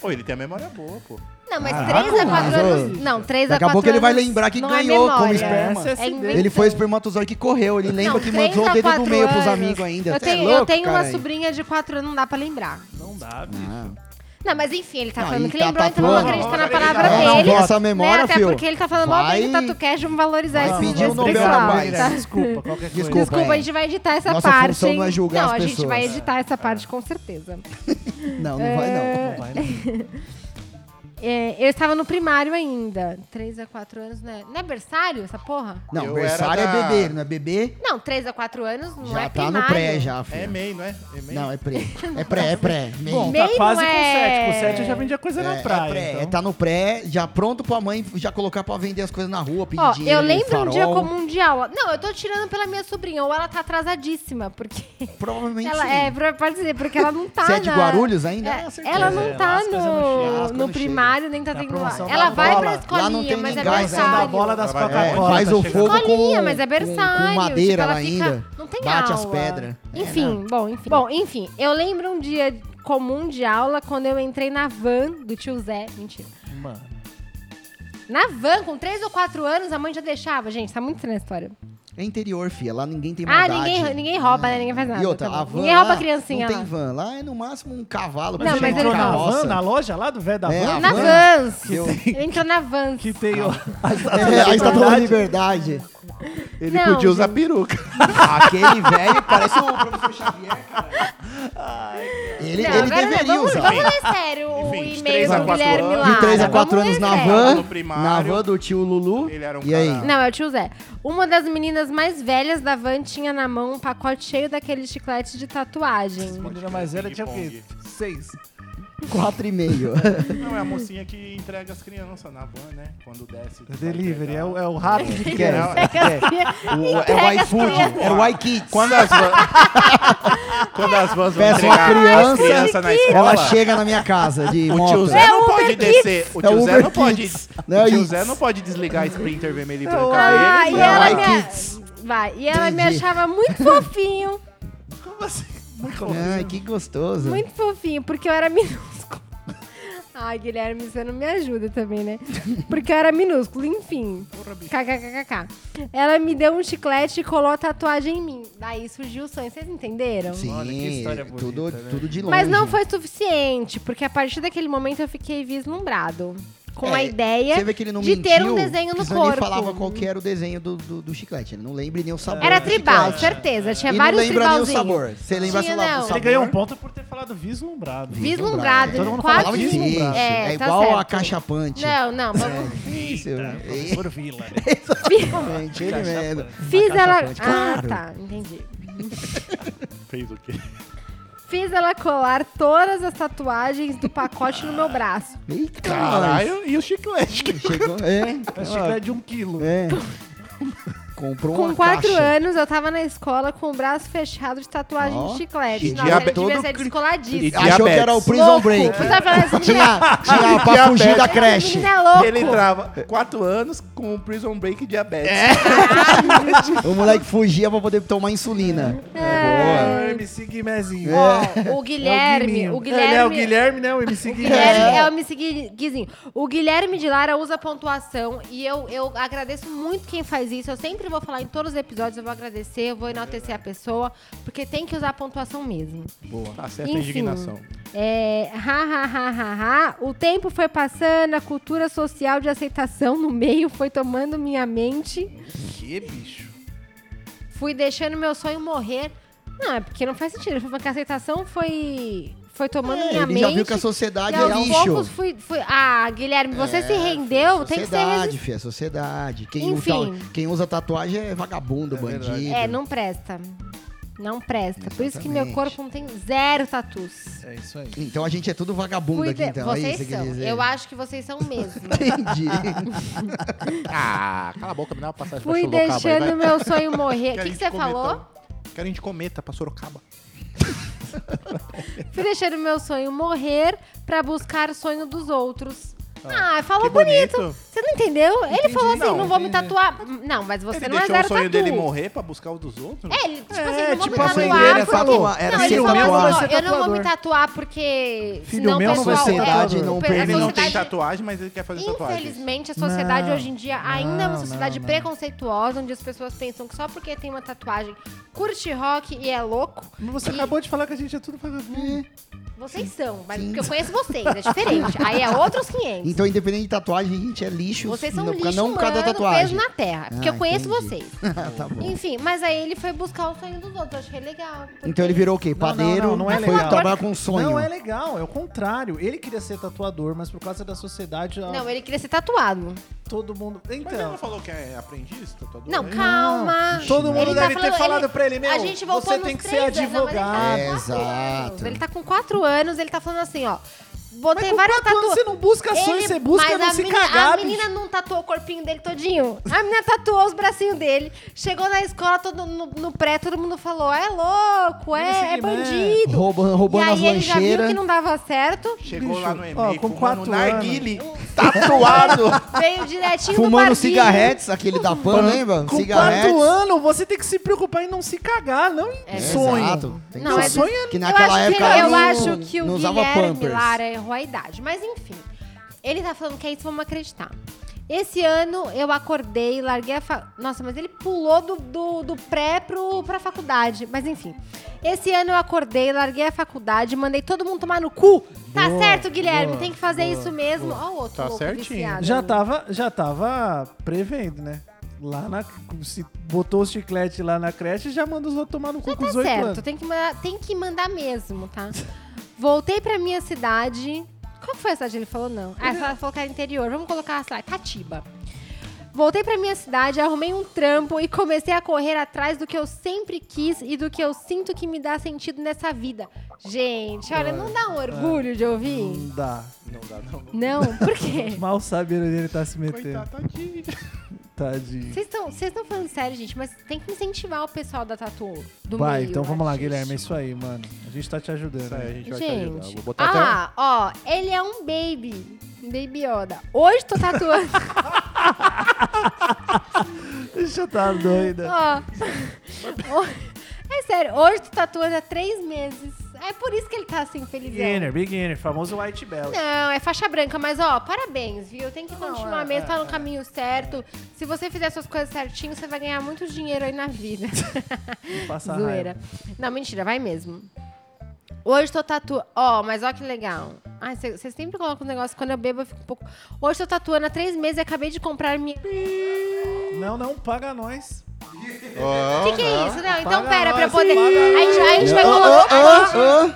Speaker 4: Pô, ele tem a memória boa, pô.
Speaker 5: Não, mas
Speaker 2: Caraca,
Speaker 5: 3 a 4
Speaker 3: mano.
Speaker 5: anos. Não, 3 a 4 anos.
Speaker 3: Daqui a pouco ele vai lembrar que
Speaker 5: não
Speaker 3: ganhou
Speaker 5: é
Speaker 3: como
Speaker 5: memória.
Speaker 3: esperma.
Speaker 5: É
Speaker 2: SSD.
Speaker 5: invenção.
Speaker 3: Ele foi o espermatozoide que correu. Ele lembra
Speaker 5: Não,
Speaker 3: que
Speaker 5: três
Speaker 3: mandou
Speaker 5: a
Speaker 3: o dedo do
Speaker 5: quatro
Speaker 3: meio pros
Speaker 5: anos.
Speaker 3: amigos ainda.
Speaker 5: Eu
Speaker 3: Cê é
Speaker 5: tenho,
Speaker 3: louco,
Speaker 5: eu tenho uma
Speaker 3: caralho.
Speaker 5: sobrinha de 4 anos, não dá pra lembrar.
Speaker 2: Não dá, bicho.
Speaker 3: Ah,
Speaker 5: Não, mas enfim, ele tá
Speaker 3: Não,
Speaker 5: falando
Speaker 3: ele
Speaker 5: que
Speaker 3: tá
Speaker 5: lembrou, então vamos
Speaker 3: tatuando. tá
Speaker 5: acreditar na
Speaker 4: Vamos
Speaker 5: palavra
Speaker 4: acreditar.
Speaker 3: Não,
Speaker 5: dele.
Speaker 3: não, essa
Speaker 5: né?
Speaker 3: memória,
Speaker 5: Até
Speaker 3: fio.
Speaker 5: porque ele tá falando mal bem do
Speaker 3: Vai-
Speaker 5: TatuCast, vamos valorizar
Speaker 3: vai
Speaker 5: esse
Speaker 3: pedir um
Speaker 5: esse
Speaker 3: Nobel
Speaker 5: É pessoal,
Speaker 3: na paz.
Speaker 5: tá?
Speaker 2: Desculpa, qualquer coisa.
Speaker 3: Desculpa.
Speaker 5: Desculpa, a
Speaker 3: é.
Speaker 5: gente vai editar essa
Speaker 3: Nossa
Speaker 5: parte.
Speaker 3: função
Speaker 5: hein?
Speaker 3: não é julgar
Speaker 5: Não,
Speaker 3: as
Speaker 5: a gente
Speaker 3: pessoas.
Speaker 5: vai editar essa parte com certeza.
Speaker 3: Não, não vai não.
Speaker 2: Não vai, né? não.
Speaker 5: É, eu estava no primário ainda. 3 a 4 anos, né? Não é berçário essa porra?
Speaker 3: Não,
Speaker 4: Eu
Speaker 3: berçário
Speaker 4: era
Speaker 3: é
Speaker 4: da-
Speaker 3: bebê, não é bebê?
Speaker 5: Não, 3 a 4 anos não
Speaker 3: Já
Speaker 5: é
Speaker 3: tá
Speaker 5: primário.
Speaker 3: no pré, já,
Speaker 4: É
Speaker 3: filho.
Speaker 4: MEI, não é? É MEI?
Speaker 3: Não, é pré. É pré, é pré.
Speaker 2: Bom,
Speaker 5: Meio
Speaker 3: Meio.
Speaker 2: tá
Speaker 5: não
Speaker 2: quase com
Speaker 5: é-
Speaker 2: 7. Com 7 eu já vendi a coisa
Speaker 3: É,
Speaker 2: na
Speaker 3: é
Speaker 2: praia.
Speaker 3: pré,
Speaker 2: então.
Speaker 3: tá no pré, já pronto pra mãe já colocar pra vender as coisas na rua, pedir
Speaker 5: Ó, eu
Speaker 3: dinheiro,
Speaker 5: lembro um dia
Speaker 3: farol.
Speaker 5: comum de aula. Não, eu tô tirando pela minha sobrinha, ou ela tá atrasadíssima, porque
Speaker 3: Provavelmente
Speaker 5: ela
Speaker 3: sim.
Speaker 5: é, pra- pode dizer, porque ela não tá
Speaker 3: Você é de
Speaker 5: na-
Speaker 3: Guarulhos ainda?
Speaker 5: É,
Speaker 3: Ah, certeza.
Speaker 5: ela
Speaker 2: É,
Speaker 5: não
Speaker 2: lá
Speaker 5: tá
Speaker 2: as coisas não
Speaker 3: chegam,
Speaker 5: no,
Speaker 3: as
Speaker 5: no
Speaker 3: coisas
Speaker 5: primário, nem tá
Speaker 2: Na
Speaker 5: tendo
Speaker 2: promoção
Speaker 5: lá.
Speaker 2: da
Speaker 5: Ela vai
Speaker 3: bola,
Speaker 5: pra
Speaker 3: lá não
Speaker 5: escolinha,
Speaker 3: tem
Speaker 5: mas é
Speaker 3: ninguém,
Speaker 2: Vai saindo a
Speaker 5: berçário.
Speaker 2: bola das
Speaker 4: Vai, vai,
Speaker 3: É,
Speaker 2: Coca-Cola.
Speaker 3: faz
Speaker 2: tá
Speaker 3: o
Speaker 2: chegando.
Speaker 3: fogo com,
Speaker 5: Escolinha, mas é
Speaker 3: com-
Speaker 5: berçário,
Speaker 3: com
Speaker 5: tipo,
Speaker 3: madeira
Speaker 5: ela
Speaker 3: lá
Speaker 5: fica-
Speaker 3: ainda.
Speaker 5: não tem
Speaker 3: Bate as
Speaker 5: aula.
Speaker 3: pedras. É,
Speaker 5: Enfim, bom, enfim. Bom, enfim, eu lembro um dia comum de aula quando eu entrei na van do tio Zé. Mentira.
Speaker 2: Mano,
Speaker 5: Na van, com 3 ou 4 anos, a mãe já deixava. Gente, tá muito estranha a história.
Speaker 3: É interior, filha. Lá ninguém tem
Speaker 5: Ah,
Speaker 3: maldade.
Speaker 5: ninguém, ninguém rouba, né? Ninguém faz nada.
Speaker 3: E outra,
Speaker 5: tá bom.
Speaker 3: a van
Speaker 5: ninguém
Speaker 3: lá
Speaker 5: rouba a criancinha
Speaker 3: não
Speaker 5: lá.
Speaker 3: tem van. Lá é no máximo um cavalo.
Speaker 5: Não,
Speaker 2: Mas
Speaker 5: mas
Speaker 2: ele entrou
Speaker 5: ele
Speaker 2: na
Speaker 5: não.
Speaker 2: van, na loja lá do velho da
Speaker 3: É,
Speaker 2: van?
Speaker 3: a
Speaker 5: Na
Speaker 3: van.
Speaker 5: Vans.
Speaker 3: Que eu-
Speaker 5: Ele entrou na Vans.
Speaker 2: Que tem ó, a
Speaker 3: É, a Estátua da tá Liberdade.
Speaker 4: Ele
Speaker 5: Não,
Speaker 4: podia usar
Speaker 5: gente.
Speaker 4: peruca.
Speaker 7: Aquele velho parece
Speaker 3: um
Speaker 7: o professor Xavier, cara.
Speaker 5: Não,
Speaker 3: Ele, ele
Speaker 5: agora não,
Speaker 3: deveria
Speaker 5: vamos,
Speaker 3: usar.
Speaker 5: Vamos ler sério o
Speaker 4: Enfim, de
Speaker 5: e-mail
Speaker 4: três a
Speaker 5: do
Speaker 4: quatro
Speaker 5: Guilherme
Speaker 4: anos.
Speaker 5: Lara.
Speaker 3: De 3 a
Speaker 5: Vamos
Speaker 3: 4
Speaker 5: ler
Speaker 3: anos na
Speaker 5: sério.
Speaker 3: van,
Speaker 4: No
Speaker 3: na
Speaker 4: primário,
Speaker 3: van do tio Lulu.
Speaker 4: ele era um
Speaker 3: e aí?
Speaker 4: cara-
Speaker 5: Não, é o tio Zé. Uma das meninas mais velhas da van tinha na mão um pacote cheio daquele chiclete de tatuagem.
Speaker 2: Menina mais velha tinha o quê? Seis.
Speaker 3: 4,5.
Speaker 4: Não, é a mocinha que entrega as crianças na van, né? Quando desce. vai
Speaker 2: Delivery,
Speaker 4: pegar.
Speaker 2: é o, é o rato de
Speaker 3: Que é,
Speaker 2: criança.
Speaker 3: o, é o iFood, é o iKids.
Speaker 4: Quando as vans. quando as vans vão
Speaker 3: Peça uma
Speaker 4: entregar as
Speaker 3: criança,
Speaker 4: crianças na escola.
Speaker 3: Ela chega na minha casa de
Speaker 4: O tio
Speaker 3: moto.
Speaker 4: Zé
Speaker 5: É
Speaker 4: não pode descer. O
Speaker 3: É
Speaker 4: tio Zé
Speaker 3: Uber
Speaker 4: não pode.
Speaker 3: Kids. Não é
Speaker 4: O tio
Speaker 3: Kids.
Speaker 4: Zé não pode desligar a Sprinter vermelho e branca
Speaker 5: Ah,
Speaker 4: dele.
Speaker 5: e
Speaker 4: pra-
Speaker 5: ela
Speaker 3: Vai,
Speaker 5: me...
Speaker 3: kids.
Speaker 5: Vai, e ela me
Speaker 3: Entendi.
Speaker 5: achava muito fofinho,
Speaker 2: Como assim? Muito
Speaker 3: Ai, que gostoso.
Speaker 5: muito fofinho, porque eu era minúsculo. Ai, Guilherme, você não me ajuda também, né? Porque eu era minúsculo, enfim. KKKKK. Ela me deu um chiclete e colou a tatuagem em mim. Daí surgiu o sonho, vocês entenderam?
Speaker 3: Sim,
Speaker 6: Olha, que história bonita,
Speaker 3: tudo,
Speaker 6: né?
Speaker 3: tudo de longe.
Speaker 5: Mas não foi suficiente, porque a partir daquele momento eu fiquei vislumbrado. Com a
Speaker 3: É,
Speaker 5: ideia
Speaker 3: Você vê que ele não
Speaker 5: de
Speaker 3: mentiu,
Speaker 5: ter um desenho no
Speaker 3: porque senão ele
Speaker 5: corpo.
Speaker 3: falava qual que era o desenho do, do, do chiclete. Ele não lembra nem o sabor.
Speaker 5: Era
Speaker 3: do
Speaker 5: tribal,
Speaker 3: chiclete.
Speaker 5: certeza. Tinha
Speaker 3: E não
Speaker 5: vários
Speaker 3: lembra nem o
Speaker 5: tribalzinhos.
Speaker 3: sabor. Você lembra
Speaker 5: Tinha,
Speaker 3: sei lá, do
Speaker 5: não.
Speaker 2: Ele
Speaker 3: sabor.
Speaker 2: ganhou um ponto por ter falado vislumbrado.
Speaker 5: Vislumbrado,
Speaker 2: Todo mundo
Speaker 5: quase
Speaker 2: falava vislumbrado.
Speaker 5: vislumbrado.
Speaker 3: É,
Speaker 5: É, tá
Speaker 3: igual a É.
Speaker 5: certo.
Speaker 3: cachapante.
Speaker 5: Não, não, vamos.
Speaker 3: Isso. É,
Speaker 2: Por vila.
Speaker 3: Exatamente, ele mesmo.
Speaker 5: Fiz
Speaker 3: Na
Speaker 5: ela.
Speaker 3: cachapante,
Speaker 5: Ah,
Speaker 3: claro.
Speaker 5: tá, entendi.
Speaker 4: Fez o quê?
Speaker 5: Fiz ela colar todas as tatuagens do pacote no meu braço.
Speaker 3: Eita,
Speaker 4: Caralho, e o chiclete?
Speaker 3: mas Chegou, é,
Speaker 2: É chiclete de um quilo.
Speaker 3: é. Comprou
Speaker 5: Com
Speaker 3: uma
Speaker 5: quatro
Speaker 3: caixa.
Speaker 5: anos, eu tava na escola com o braço fechado de tatuagem
Speaker 3: Ó.
Speaker 5: de chiclete.
Speaker 4: E
Speaker 5: Nossa, ele
Speaker 4: diabe-
Speaker 5: devia
Speaker 4: todo
Speaker 5: ser
Speaker 4: cri-
Speaker 5: descoladíssimo.
Speaker 4: E
Speaker 3: Achou que
Speaker 4: Diabetes.
Speaker 3: era o Prison Break.
Speaker 5: Puta, falava assim,
Speaker 3: Tinha, tinha pra
Speaker 4: Diabetes.
Speaker 3: fugir da
Speaker 4: Essa
Speaker 3: creche.
Speaker 5: menina é louco.
Speaker 4: Ele entrava 4 anos com Prison Break e diabetes.
Speaker 3: É. O moleque fugia pra poder tomar insulina.
Speaker 2: É o MC Guimezinho.
Speaker 5: Ó, o
Speaker 2: É
Speaker 5: Guilherme,
Speaker 2: o
Speaker 5: o
Speaker 2: Guiminho. Ele é o
Speaker 5: Guilherme,
Speaker 2: Guilherme, né? O MC
Speaker 5: O
Speaker 2: Guilherme.
Speaker 5: Guilherme é o MC Gui- Guizinho. O Guilherme de Lara usa pontuação e eu, eu agradeço muito quem faz isso. Eu sempre vou falar em todos os episódios, eu vou agradecer, eu vou enaltecer a pessoa, porque tem que usar a pontuação mesmo.
Speaker 4: Tá certa a
Speaker 5: Enfim.
Speaker 4: indignação.
Speaker 5: É, ha, ha, ha, ha, ha. O tempo foi passando, a cultura social de aceitação no meio foi tomando minha mente.
Speaker 6: Que bicho.
Speaker 5: Fui deixando meu sonho morrer. Não, é porque não faz sentido. Porque a aceitação foi, foi tomando
Speaker 3: É,
Speaker 5: minha
Speaker 3: ele
Speaker 5: mente. um
Speaker 3: já viu que a sociedade
Speaker 5: E
Speaker 3: é
Speaker 5: aos poucos
Speaker 3: lixo. É,
Speaker 5: fui, fui. Ah, Guilherme, você se rendeu, tem que ser
Speaker 3: Sociedade,
Speaker 5: resistente.
Speaker 3: fi, é sociedade. Quem,
Speaker 5: Enfim.
Speaker 3: usa, quem usa tatuagem é vagabundo, bandido.
Speaker 5: É, não presta. Não presta. Por isso que meu
Speaker 3: Exatamente.
Speaker 5: corpo não tem zero tatus.
Speaker 2: É isso aí.
Speaker 3: Então a gente é tudo vagabundo
Speaker 5: Cuide-
Speaker 3: aqui, então. é
Speaker 5: Vocês
Speaker 3: isso que
Speaker 5: são.
Speaker 3: quer dizer.
Speaker 5: Eu acho que vocês são mesmo.
Speaker 3: Entendi.
Speaker 4: Ah, cala a boca, me dá uma passagem pra
Speaker 5: Fui
Speaker 4: Sorocaba. aí, vai.
Speaker 5: deixando meu sonho morrer.
Speaker 4: Quero
Speaker 5: O que, que
Speaker 4: ir de
Speaker 5: você
Speaker 4: cometão.
Speaker 5: falou?
Speaker 4: Quero ir de cometa pra Sorocaba.
Speaker 5: Fui deixando meu sonho morrer pra buscar o sonho dos outros. Ah, falou
Speaker 4: que
Speaker 5: bonito.
Speaker 4: bonito.
Speaker 5: Você não entendeu? Ele falou assim: não,
Speaker 4: Não,
Speaker 5: vou me tatuar. Não, mas você
Speaker 4: Ele
Speaker 5: não é
Speaker 4: deixou o
Speaker 5: zero
Speaker 4: sonho
Speaker 5: tatu.
Speaker 4: dele morrer pra buscar o dos outros?
Speaker 5: É, ele, tipo assim,
Speaker 2: É,
Speaker 5: não vou
Speaker 2: tipo,
Speaker 5: me
Speaker 2: a
Speaker 3: Passou
Speaker 2: mãe
Speaker 5: tatuar.
Speaker 2: dele
Speaker 5: porque-
Speaker 2: é tatuar,
Speaker 3: era
Speaker 5: não, ele
Speaker 3: ser
Speaker 5: falou
Speaker 2: meu
Speaker 5: assim,
Speaker 2: vai
Speaker 5: ó,
Speaker 2: ser
Speaker 5: eu não vou
Speaker 2: tatuador.
Speaker 5: me tatuar porque
Speaker 2: Filho
Speaker 5: senão
Speaker 2: meu
Speaker 5: o
Speaker 2: não vai
Speaker 5: pessoal...
Speaker 2: ser
Speaker 5: é,
Speaker 2: tatuador.
Speaker 5: o pe- a
Speaker 4: Ele não tem
Speaker 5: sociedade-
Speaker 4: tatuagem, mas ele quer fazer tatuagem.
Speaker 5: Infelizmente, a sociedade
Speaker 2: Não,
Speaker 5: hoje em dia ainda é uma
Speaker 2: não,
Speaker 5: sociedade
Speaker 2: não, não.
Speaker 5: preconceituosa, onde as pessoas pensam que só porque tem uma tatuagem curte rock e é louco,
Speaker 2: Mas você
Speaker 5: E-
Speaker 2: acabou de falar que a gente é tudo vagabundo.
Speaker 5: vocês são. Mas porque eu conheço vocês, é diferente. Aí é outros 500.
Speaker 3: então, independente de tatuagem, a gente é lixo.
Speaker 5: Vocês são um
Speaker 3: não,
Speaker 5: lixo
Speaker 3: não por causa da
Speaker 5: humano, peso
Speaker 3: tatuagem.
Speaker 5: na terra. Porque
Speaker 3: Ah,
Speaker 5: eu conheço vocês.
Speaker 3: entendi. tá bom.
Speaker 5: Enfim, mas aí ele foi buscar o sonho dos outros. Eu achei legal. porque-
Speaker 3: Então ele virou o quê?
Speaker 2: Não, não,
Speaker 3: Padeiro,
Speaker 2: não, não é
Speaker 3: foi
Speaker 2: legal.
Speaker 3: trabalhar com sonho.
Speaker 2: Não, é legal, é o contrário. Ele queria ser tatuador, mas por causa da sociedade, a-
Speaker 5: Não, ele queria ser tatuado.
Speaker 2: todo mundo.
Speaker 4: Mas ele
Speaker 2: Então.
Speaker 4: não falou que é aprendiz, tatuador?
Speaker 5: Não,
Speaker 4: Ele-
Speaker 5: calma.
Speaker 2: Todo mundo
Speaker 5: Ele tá
Speaker 2: deve ter
Speaker 5: falando-
Speaker 2: falado
Speaker 5: ele-
Speaker 2: pra ele, meu,
Speaker 5: a gente voltou
Speaker 2: você
Speaker 5: nos
Speaker 2: tem que ser
Speaker 5: três anos, não, mas ele tá com quatro
Speaker 2: advogado.
Speaker 5: anos.
Speaker 3: É, Exato.
Speaker 5: Ele tá com quatro anos, ele tá falando assim, ó.
Speaker 2: Mas
Speaker 5: Botei
Speaker 2: com
Speaker 5: várias
Speaker 2: quatro anos
Speaker 5: tatuagens.
Speaker 2: você não busca sonho, você busca
Speaker 5: mas
Speaker 2: não
Speaker 5: a
Speaker 2: se
Speaker 5: menina,
Speaker 2: cagar.
Speaker 5: A menina não tatuou o corpinho dele todinho. A menina tatuou os bracinhos dele. Chegou na escola, todo no, no pré, todo mundo falou: é louco,
Speaker 2: Menina
Speaker 5: é, é
Speaker 2: sem mãe.
Speaker 5: bandido.
Speaker 3: Roubando, roubando
Speaker 5: e
Speaker 3: as
Speaker 5: aí ele já viu
Speaker 3: lancheiras.
Speaker 5: que não dava certo.
Speaker 4: Chegou
Speaker 2: Bicho,
Speaker 4: lá no e-mail
Speaker 2: ó, com
Speaker 4: fumando
Speaker 2: quatro
Speaker 4: narguile, tatuado.
Speaker 5: Veio direitinho do
Speaker 3: Fumando
Speaker 5: barzinho.
Speaker 3: cigarretes, aquele da Pan, lembra?
Speaker 2: Com
Speaker 3: cigarretes.
Speaker 2: quatro anos, você tem que se preocupar em não se cagar, não em
Speaker 3: É,
Speaker 2: sonho.
Speaker 3: Exato. Tem
Speaker 5: Não,
Speaker 2: o
Speaker 5: é-
Speaker 3: que-
Speaker 2: sonho é
Speaker 3: que
Speaker 5: Eu
Speaker 3: naquela
Speaker 5: acho que
Speaker 3: época
Speaker 5: ele-
Speaker 3: ela
Speaker 5: eu
Speaker 3: não-
Speaker 5: acho que
Speaker 3: não
Speaker 5: o
Speaker 3: usava
Speaker 5: Guilherme
Speaker 3: Pampers.
Speaker 5: Lara errou a idade. Mas enfim, ele tá falando que é isso, vamos acreditar. Esse ano eu acordei, larguei a fa... Nossa, mas ele pulou do, do, do pré pro, pra faculdade. Mas enfim. Esse ano eu acordei, larguei a faculdade, mandei todo mundo tomar no cu. Tá certo, Guilherme, tem que fazer isso mesmo. Ó o outro
Speaker 4: Tá
Speaker 5: louco
Speaker 4: certinho.
Speaker 5: viciado.
Speaker 2: Já tava, já tava prevendo, né? Lá na. Se botou o chiclete lá na creche, já manda os outros tomar no cu com
Speaker 5: Tá
Speaker 2: os oito anos.
Speaker 5: certo, tem que, mandar, tem que mandar mesmo, tá? Voltei pra minha cidade. Qual que foi a cidade? Ele falou não. Ah, ela falou que era interior. Vamos colocar, sei lá, Catiba. Voltei pra minha cidade, arrumei um trampo e comecei a correr atrás do que eu sempre quis e do que eu sinto que me dá sentido nessa vida. Gente, olha, não dá
Speaker 2: Ah,
Speaker 5: um orgulho de ouvir?
Speaker 2: Não dá.
Speaker 4: Não dá, não.
Speaker 5: Não? Por quê?
Speaker 2: Mal sabe onde ele tá se metendo.
Speaker 4: Coitado, tadinho.
Speaker 2: Tadinho.
Speaker 5: Vocês estão vocês estão falando sério, gente, mas tem que incentivar o pessoal da tatu do
Speaker 2: Vai,
Speaker 5: meio né,
Speaker 2: então vamos lá,
Speaker 5: artístico.
Speaker 2: Guilherme. É isso aí, mano. A gente tá te ajudando.
Speaker 4: Isso aí, a gente vai te ajudar.
Speaker 5: Gente,
Speaker 4: Vou botar até-
Speaker 5: ah, ó, ele é um baby. Um baby Yoda. Hoje tá tô tatuando,
Speaker 2: Deixa tá doida.
Speaker 5: ó. Ho- É sério, hoje tô tatuando há três meses. É por isso que ele tá assim, felizão.
Speaker 2: Beginner, beginner,
Speaker 4: um
Speaker 2: famoso white belt.
Speaker 5: Não, é faixa branca, mas ó, parabéns, viu? Tem que continuar
Speaker 2: é,
Speaker 5: mesmo,
Speaker 2: é,
Speaker 5: tá no caminho certo. Se você fizer suas coisas certinho, você vai ganhar muito dinheiro aí na vida.
Speaker 2: Não passa
Speaker 5: Zoeira.
Speaker 2: raiva.
Speaker 5: Não, mentira, vai mesmo. Hoje tô tatuando. Ó, mas ó que legal. Ai, vocês sempre colocam um negócio quando eu bebo, eu fico um pouco. Hoje tô tatuando há três meses e acabei de comprar minha. é
Speaker 2: Não, não, paga nós.
Speaker 5: O que, que é isso? Não, então
Speaker 2: Paga
Speaker 5: pera, pra eu
Speaker 2: nós,
Speaker 5: poder.
Speaker 2: paga
Speaker 5: A gente, a gente vai
Speaker 3: Ô,
Speaker 5: colocar.
Speaker 3: ô, ô, ô.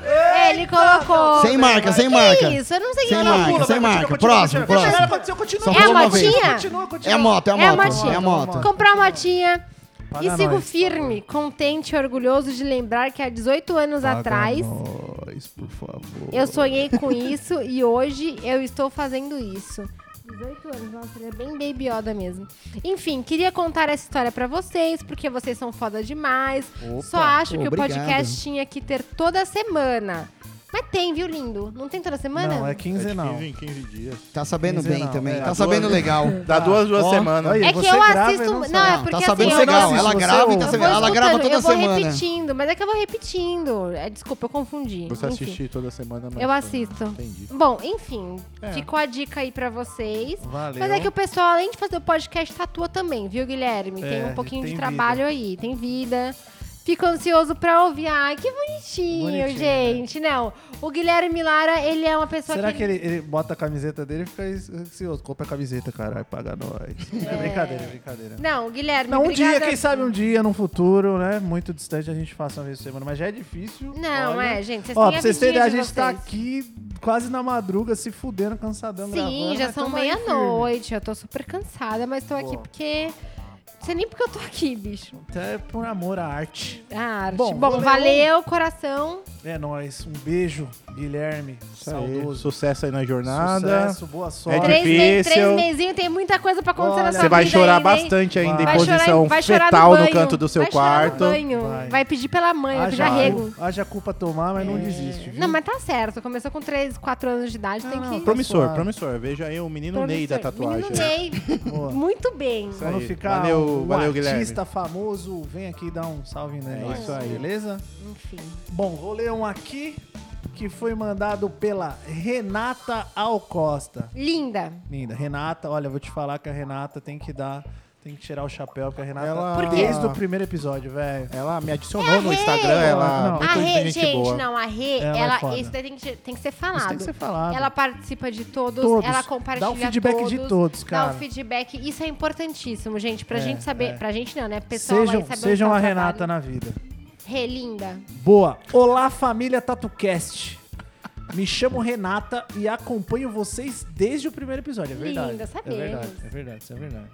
Speaker 5: Ele colocou.
Speaker 3: Sem marca, sem
Speaker 5: que
Speaker 3: marca.
Speaker 5: Isso, eu não sei o que
Speaker 3: Sem
Speaker 5: ela
Speaker 3: marca,
Speaker 5: pula.
Speaker 3: sem marca. Próximo,
Speaker 2: Ela
Speaker 3: próximo.
Speaker 2: aconteceu, continua.
Speaker 3: Só
Speaker 5: É
Speaker 3: falou
Speaker 5: a
Speaker 3: uma vez.
Speaker 5: motinha?
Speaker 2: Continua,
Speaker 3: É
Speaker 2: continua.
Speaker 3: a moto, é a
Speaker 5: É a
Speaker 3: moto.
Speaker 5: motinha.
Speaker 3: É a moto.
Speaker 5: Comprar uma motinha.
Speaker 2: Paga
Speaker 5: E sigo
Speaker 2: nós.
Speaker 5: firme, contente e orgulhoso de lembrar que há 18 anos atrás
Speaker 2: Nós, por favor.
Speaker 5: Eu sonhei com isso e hoje eu estou fazendo isso. 18 anos, nossa, ele é bem baby Yoda mesmo. Enfim, queria contar essa história pra vocês, porque vocês são foda demais. Só acho que
Speaker 3: obrigado.
Speaker 5: o podcast tinha que ter toda semana. Mas tem, viu, lindo? Não tem toda semana?
Speaker 2: Não, é quinzenal.
Speaker 4: É de 15 em 15 dias.
Speaker 3: Tá sabendo bem
Speaker 2: Quinzenal,
Speaker 3: também.
Speaker 2: é.
Speaker 3: Tá sabendo legal.
Speaker 4: Dá duas, duas
Speaker 3: Ó,
Speaker 4: semanas.
Speaker 2: aí.
Speaker 5: É que
Speaker 2: Você
Speaker 5: eu
Speaker 2: grava e
Speaker 5: assisto.
Speaker 2: não
Speaker 5: Não,
Speaker 2: sabe.
Speaker 5: é
Speaker 3: Não,
Speaker 5: porque
Speaker 3: tá sabendo
Speaker 5: assim, eu
Speaker 3: legal.
Speaker 5: não
Speaker 3: Ela
Speaker 2: você
Speaker 3: grava e
Speaker 2: ouve.
Speaker 3: tá
Speaker 5: Eu
Speaker 3: sabendo.
Speaker 5: vou
Speaker 3: Ela grava
Speaker 5: escutando,
Speaker 3: toda
Speaker 5: eu vou
Speaker 3: semana.
Speaker 5: repetindo, mas é que eu vou repetindo. É, desculpa, eu confundi.
Speaker 4: Você
Speaker 5: Enfim.
Speaker 4: assistir toda semana, mas
Speaker 5: Eu
Speaker 4: foi-
Speaker 5: assisto.
Speaker 4: Entendi.
Speaker 5: Bom, enfim,
Speaker 4: É.
Speaker 5: ficou a dica aí pra vocês.
Speaker 2: Valeu.
Speaker 5: Mas é que o pessoal, além de fazer o podcast, tatua também, viu, Guilherme? Tem
Speaker 2: É,
Speaker 5: um pouquinho
Speaker 2: tem
Speaker 5: de
Speaker 2: vida.
Speaker 5: trabalho aí, tem vida. Fico ansioso pra ouvir. Ai, que bonitinho,
Speaker 2: Bonitinho, né?
Speaker 5: gente. Não, o Guilherme Lara, ele é uma pessoa
Speaker 2: Será
Speaker 5: que...
Speaker 2: que ele, ele bota a camiseta dele e fica ansioso? Compra a camiseta, caralho, paga nós. É, brincadeira, é brincadeira.
Speaker 5: Não, Guilherme,
Speaker 2: Não, um
Speaker 5: obrigada-
Speaker 2: dia, quem sabe um dia, num futuro, né? Muito distante, a gente faça uma vez por semana. Mas já é difícil.
Speaker 5: Não,
Speaker 2: olha.
Speaker 5: é, gente, vocês
Speaker 2: Ó,
Speaker 5: têm
Speaker 2: pra
Speaker 5: a
Speaker 2: vocês terem
Speaker 5: vidinha
Speaker 2: ideia, a
Speaker 5: de
Speaker 2: gente tá
Speaker 5: vocês.
Speaker 2: aqui quase na madruga, se fudendo, cansadão,
Speaker 5: Sim,
Speaker 2: gravando.
Speaker 5: já
Speaker 2: mas
Speaker 5: são
Speaker 2: tamo aí firme.
Speaker 5: meia-noite, eu tô super cansada, mas tô aqui porque... Não sei nem porque eu tô aqui, bicho.
Speaker 2: Até por amor à arte.
Speaker 5: A arte.
Speaker 2: Bom,
Speaker 5: Bom,
Speaker 2: vou ler um-
Speaker 5: valeu, coração.
Speaker 2: É nóis. Um beijo, Guilherme.
Speaker 4: Isso aí.
Speaker 2: Saudoso.
Speaker 4: Sucesso aí na jornada.
Speaker 2: Sucesso, boa sorte.
Speaker 5: Três, me- três
Speaker 4: É difícil.
Speaker 5: mesinhos, tem muita coisa pra acontecer na
Speaker 2: Olha,
Speaker 5: sua
Speaker 4: Você vai
Speaker 5: vida
Speaker 4: chorar
Speaker 5: ainda, hein?
Speaker 4: bastante ainda
Speaker 2: Vai.
Speaker 4: né? em
Speaker 5: Vai chorar-
Speaker 4: posição
Speaker 5: vai chorar
Speaker 4: fetal no,
Speaker 5: banho.
Speaker 4: canto do seu
Speaker 5: vai
Speaker 4: quarto.
Speaker 5: Chorar no banho.
Speaker 2: Vai. Ah,
Speaker 5: Vai. pedir pela mãe, vai pedir arrego.
Speaker 2: cu- haja culpa tomar, mas não desiste. Viu?
Speaker 5: É. Não, mas tá certo. Começou com 3, 4 anos de idade, tem
Speaker 2: não,
Speaker 5: que.
Speaker 2: pro-
Speaker 4: Promissor,
Speaker 2: Suave.
Speaker 4: promissor. Veja aí o menino Ney da tatuagem.
Speaker 5: Menino Ney,
Speaker 2: Boa.
Speaker 5: muito bem.
Speaker 4: Isso
Speaker 2: Pra não
Speaker 4: aí.
Speaker 2: ficar
Speaker 4: Valeu,
Speaker 2: um,
Speaker 4: valeu, É
Speaker 2: artista famoso, vem aqui dar um salve nele.
Speaker 4: isso aí.
Speaker 2: Beleza?
Speaker 5: Enfim.
Speaker 2: Bom, vou ler um aqui que foi mandado pela Renata Alcosta.
Speaker 5: Linda.
Speaker 2: Linda. Renata, olha, eu vou te falar que a Renata tem que dar, tem que tirar o chapéu, porque a Renata tá
Speaker 4: Ela-
Speaker 5: Por quê?
Speaker 2: desde o primeiro episódio, velho.
Speaker 4: Ela me adicionou no Instagram,
Speaker 2: Não,
Speaker 4: ela
Speaker 2: não.
Speaker 4: é
Speaker 5: a
Speaker 4: muito
Speaker 5: Rê,
Speaker 4: gente,
Speaker 5: gente,
Speaker 4: boa.
Speaker 5: não, a Rê,
Speaker 2: Ela é
Speaker 5: ela,
Speaker 2: foda.
Speaker 5: isso daí tem que, ser- tem que ser
Speaker 2: Isso
Speaker 5: falado.
Speaker 2: tem que ser falado.
Speaker 5: Ela participa de todos,
Speaker 2: Todos.
Speaker 5: ela compartilha
Speaker 2: Dá o feedback
Speaker 5: todos,
Speaker 2: de todos, cara.
Speaker 5: Dá o feedback. Isso é importantíssimo, gente, pra
Speaker 2: É,
Speaker 5: gente saber.
Speaker 2: é.
Speaker 5: Pra gente não, né? Pessoal
Speaker 2: Sejam,
Speaker 5: aí saber
Speaker 2: sejam
Speaker 5: onde
Speaker 2: a
Speaker 5: tá o
Speaker 2: Renata né?
Speaker 5: trabalho.
Speaker 2: na vida.
Speaker 5: Rê, linda.
Speaker 2: Boa. Olá, família TatuCast. Me chamo Renata e acompanho vocês desde o primeiro episódio. É verdade.
Speaker 5: Linda,
Speaker 2: É verdade,
Speaker 5: sabemos.
Speaker 2: é verdade, isso é verdade.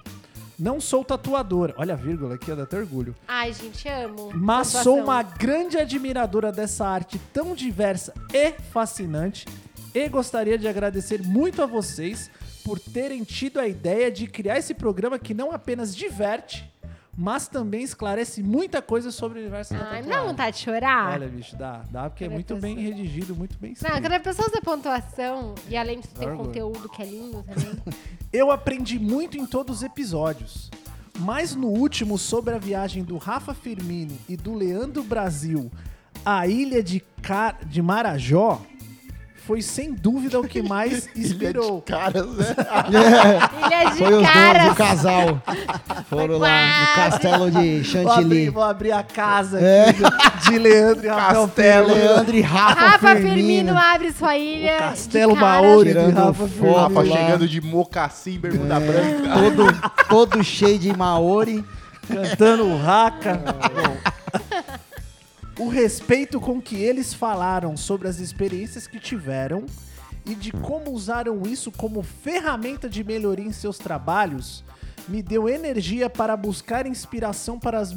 Speaker 2: Não sou tatuadora. Olha a vírgula aqui, ó, dá até orgulho.
Speaker 5: Ai, gente, amo.
Speaker 2: Mas
Speaker 5: Pontuação.
Speaker 2: sou uma grande admiradora dessa arte tão diversa e fascinante. E gostaria de agradecer muito a vocês por terem tido a ideia de criar esse programa que não apenas diverte, mas também esclarece muita coisa sobre o universo da
Speaker 5: Ai, me dá
Speaker 2: tatuagem.
Speaker 5: vontade de chorar.
Speaker 2: Olha, bicho, dá. Dá porque é
Speaker 5: Cada
Speaker 2: muito bem
Speaker 5: pessoa.
Speaker 2: redigido, muito bem
Speaker 5: Não,
Speaker 2: escrito.
Speaker 5: cada pessoa tem pontuação e além disso tem
Speaker 2: Orgulho.
Speaker 5: conteúdo que é lindo também.
Speaker 2: Eu aprendi muito em todos os episódios. Mas no último, sobre a viagem do Rafa Firmino e do Leandro Brasil à ilha de, Car... de Marajó, foi sem dúvida o que mais
Speaker 4: Ilha de
Speaker 2: inspirou.
Speaker 4: caras, né?
Speaker 5: Ilha é de
Speaker 3: Foi os dois, o
Speaker 5: caras.
Speaker 3: casal. Foram lá no
Speaker 5: quase.
Speaker 3: castelo de
Speaker 2: Vou abrir,
Speaker 3: Chantilly.
Speaker 2: vou abrir a casa aqui do- de Leandro e Rafael
Speaker 4: Castelo.
Speaker 2: Filho.
Speaker 3: Leandro e Rafa,
Speaker 5: Rafa Firmino
Speaker 3: Firmino.
Speaker 5: abre sua ilha.
Speaker 2: Castelo
Speaker 5: de caras.
Speaker 2: Maori de
Speaker 3: Tirando
Speaker 2: Rafa
Speaker 3: foto.
Speaker 2: Filho.
Speaker 4: Rafa
Speaker 3: Vamos lá.
Speaker 4: Tá chegando de mocassim, bermuda
Speaker 2: É.
Speaker 4: branca.
Speaker 3: Todo, todo cheio de Maori.
Speaker 2: cantando o Haka. o respeito com que eles falaram sobre as experiências que tiveram e de como usaram isso como ferramenta de melhoria em seus trabalhos me deu energia para buscar inspiração para, as,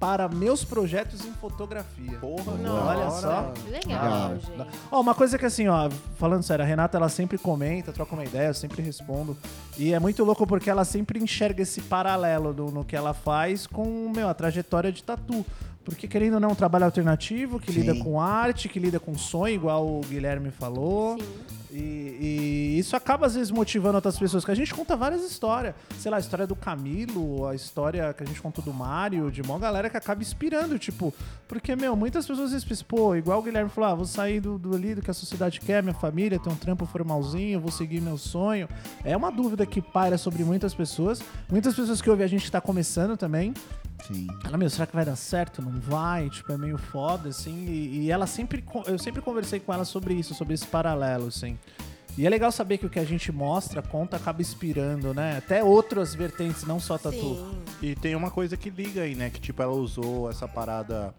Speaker 2: para meus projetos em fotografia.
Speaker 4: Porra,
Speaker 2: Não, olha só. Ah,
Speaker 5: Legal,
Speaker 3: Legal.
Speaker 5: gente.
Speaker 2: Ó, uma coisa que assim, ó, falando sério, a Renata ela sempre comenta, troca uma ideia, eu sempre respondo. E é muito louco porque ela sempre enxerga esse paralelo do- no que ela faz com, meu, a trajetória de tatu. Porque querendo ou não, é um trabalho alternativo, que
Speaker 3: Sim.
Speaker 2: lida com arte, que lida com sonho, igual o Guilherme falou. E, e isso acaba às vezes motivando outras pessoas, que a gente conta várias histórias. Sei lá, a história do Camilo, a história que a gente conta do Mário, de mó galera que acaba inspirando, tipo, porque, meu, muitas pessoas dizem, tipo, pô, igual o Guilherme falou, ah, vou sair do, do ali do que a sociedade quer, minha família, ter um trampo formalzinho, vou seguir meu sonho. É uma dúvida que paira sobre muitas pessoas. Muitas pessoas que ouvem a gente que tá começando também.
Speaker 3: Sim.
Speaker 2: Ela, meu, será que vai dar certo? Não vai? Tipo, é meio foda, assim. E, e ela sempre. con- Eu sempre conversei com ela sobre isso, sobre esse paralelo, assim. E é legal saber que o que a gente mostra, conta, acaba inspirando, né? Até outras vertentes, não só tatu.
Speaker 5: Sim.
Speaker 4: E tem uma coisa que liga aí, né? Que tipo, ela usou essa parada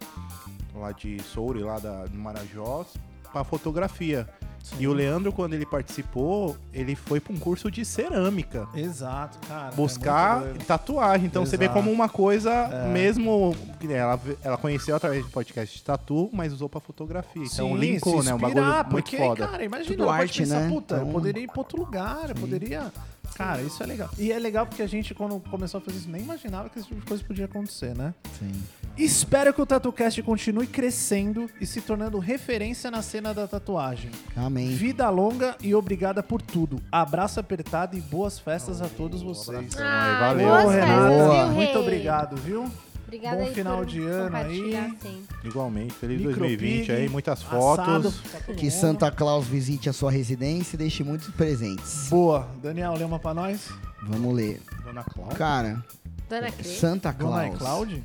Speaker 4: lá de Souri, lá da, do Marajós, pra fotografia. E o Leandro, quando ele participou, ele foi pra um curso de cerâmica.
Speaker 2: Exato, cara. é
Speaker 4: Buscar
Speaker 2: muito doido.
Speaker 4: tatuagem. Então você vê
Speaker 2: Exato. É.
Speaker 4: como uma coisa, mesmo. que nem Ela, ela conheceu através do podcast de tatu, mas usou pra fotografia. Então
Speaker 2: Sim,
Speaker 4: linkou,
Speaker 2: se
Speaker 4: né? Um
Speaker 2: inspirar,
Speaker 4: bagulho muito
Speaker 2: porque,
Speaker 4: foda.
Speaker 2: Cara, imagina,
Speaker 3: Tudo
Speaker 2: ela pode
Speaker 3: arte,
Speaker 2: pensar,
Speaker 3: né?
Speaker 2: puta, eu
Speaker 3: Então-
Speaker 2: poderia ir pra outro lugar, eu poderia. Cara, isso é legal. E é legal porque a gente, quando começou a fazer isso, nem imaginava que esse tipo de coisa podia acontecer, né?
Speaker 3: Sim.
Speaker 2: Espero que o TatuCast continue crescendo e se tornando referência na cena da tatuagem.
Speaker 3: Amém.
Speaker 2: Vida longa e obrigada por tudo. Abraço apertado e boas festas a todos vocês.
Speaker 5: Ah,
Speaker 4: valeu.
Speaker 5: boas
Speaker 2: Ô,
Speaker 5: festas,
Speaker 2: Renata,
Speaker 5: viu, rei?
Speaker 2: muito obrigado, viu?
Speaker 5: Obrigada
Speaker 2: Bom
Speaker 5: aí
Speaker 2: final
Speaker 5: por
Speaker 2: de ano aí.
Speaker 5: compartilhar sempre.
Speaker 4: Igualmente. Feliz
Speaker 2: Micropig,
Speaker 4: 2020 aí, muitas
Speaker 2: Assado
Speaker 4: fotos.
Speaker 2: pra todo
Speaker 3: Que
Speaker 2: mundo.
Speaker 3: Santa Claus visite a sua residência e deixe muitos presentes.
Speaker 2: Boa. Daniel, lê uma pra nós.
Speaker 3: Vamos ler.
Speaker 4: Dona Cláudia.
Speaker 3: Cara,
Speaker 2: é
Speaker 5: Dona Cris.
Speaker 3: Santa
Speaker 2: Dona
Speaker 3: Claus.
Speaker 2: e Cláudio.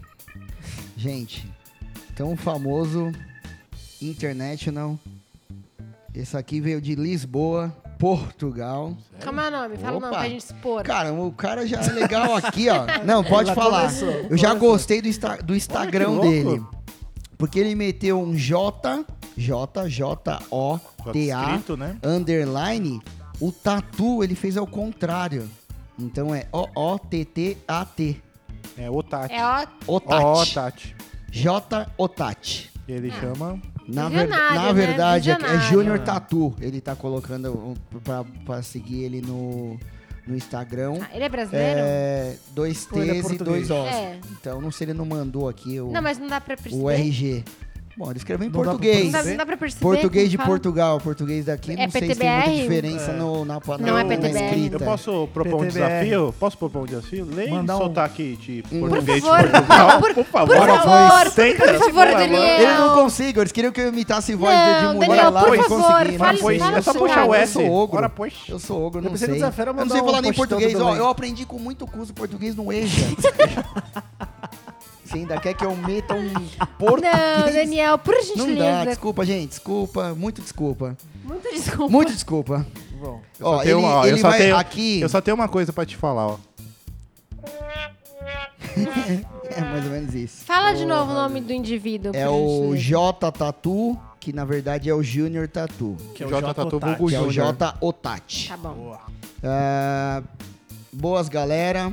Speaker 3: Gente, tão famoso International. Esse aqui veio de Lisboa, Portugal.
Speaker 5: Como é o nome? Fala o nome
Speaker 3: Opa.
Speaker 5: pra gente expor.
Speaker 3: Cara, o cara já é legal aqui, ó. Não, pode
Speaker 2: Ela
Speaker 3: falar.
Speaker 2: começou,
Speaker 3: Eu já gostei do, Insta- do Instagram
Speaker 4: louco.
Speaker 3: dele. Porque ele meteu um J, J, J, O, T, A,
Speaker 4: Escrito, né?
Speaker 3: underline. O tatu ele fez ao contrário. Então é O, O, T, T, A, T.
Speaker 4: É o Tati.
Speaker 5: É ó,
Speaker 4: Ó,
Speaker 2: tá.
Speaker 3: Otati.
Speaker 4: Tati.
Speaker 3: J, Otati.
Speaker 4: Ele chama.
Speaker 3: Na, ver-
Speaker 5: Visionário,
Speaker 3: na
Speaker 5: né?
Speaker 3: verdade, é- é
Speaker 5: Visionário.
Speaker 3: Junior Tatu. Ele tá colocando um, pra, pra seguir ele no, no Instagram.
Speaker 5: Ah, ele é brasileiro?
Speaker 3: É, dois
Speaker 2: Ou ele é
Speaker 3: T's e
Speaker 2: português?
Speaker 3: dois O's.
Speaker 5: É.
Speaker 3: Então, não sei, ele não mandou aqui o,
Speaker 5: Não, mas é não dá pra perceber.
Speaker 3: o RG. Bom, ele escreveu em
Speaker 2: Não dá pra
Speaker 5: Não
Speaker 3: português.
Speaker 5: dá, não dá pra perceber.
Speaker 3: Português
Speaker 5: como
Speaker 3: de
Speaker 5: fala.
Speaker 3: Portugal, português daqui,
Speaker 5: É
Speaker 3: não sei se tem muita
Speaker 5: PTBR?
Speaker 3: diferença no, na, na,
Speaker 5: Não é
Speaker 3: na
Speaker 5: PTBR.
Speaker 3: escrita.
Speaker 4: Eu posso propor um
Speaker 2: PTBR.
Speaker 4: desafio? Posso propor um desafio? Leia
Speaker 2: Mandar
Speaker 4: e
Speaker 2: um-
Speaker 4: soltar aqui de
Speaker 3: Por
Speaker 4: português
Speaker 5: favor,
Speaker 4: de Portugal.
Speaker 5: Por
Speaker 4: Por, favor.
Speaker 5: favor,
Speaker 4: Tenta,
Speaker 5: por favor,
Speaker 4: por favor.
Speaker 5: Daniel.
Speaker 3: Ele não consigo, eles queriam que eu imitasse voz de-
Speaker 5: Não,
Speaker 3: de mulher
Speaker 5: Daniel,
Speaker 3: lá,
Speaker 5: por
Speaker 3: mas
Speaker 5: favor,
Speaker 3: consegui.
Speaker 5: fale-
Speaker 3: Mas
Speaker 4: Pois,
Speaker 5: fala
Speaker 4: é só
Speaker 5: os
Speaker 4: puxar o
Speaker 5: caras.
Speaker 4: S.
Speaker 3: Eu sou ogro.
Speaker 4: Bora, pois.
Speaker 3: Eu sou ogro,
Speaker 2: Eu
Speaker 3: não
Speaker 2: pensei
Speaker 3: sei.
Speaker 2: que o desafio era
Speaker 3: eu não
Speaker 2: mandar
Speaker 3: sei
Speaker 2: um
Speaker 3: falar nem
Speaker 2: postão do
Speaker 3: português. Ó,
Speaker 2: Belém.
Speaker 3: eu aprendi com muito curso português no EJA. Você ainda quer que eu meta um português?
Speaker 5: Não, Daniel, por
Speaker 3: Não dá,
Speaker 5: gentileza.
Speaker 3: desculpa, gente. Desculpa, muito desculpa.
Speaker 5: Muito desculpa.
Speaker 3: Muito desculpa.
Speaker 2: Bom.
Speaker 4: Eu só
Speaker 3: Ó,
Speaker 4: tenho
Speaker 3: ele,
Speaker 4: uma- ó,
Speaker 3: ele
Speaker 4: eu só
Speaker 3: vai
Speaker 4: tenho-
Speaker 3: aqui...
Speaker 4: Eu só tenho uma coisa pra te falar, ó.
Speaker 3: É mais ou menos isso.
Speaker 5: Fala né? de novo o nome do indivíduo.
Speaker 3: É
Speaker 5: por
Speaker 3: o
Speaker 5: gentileza.
Speaker 3: J Tatu, que na verdade é o Junior Tatu.
Speaker 2: Que é o
Speaker 4: J
Speaker 2: J.
Speaker 4: Tatu
Speaker 2: Otati.
Speaker 4: Vulgo
Speaker 3: Que é o
Speaker 4: Júnior.
Speaker 3: J Otati.
Speaker 5: Tá bom.
Speaker 3: Ah, boas, galera.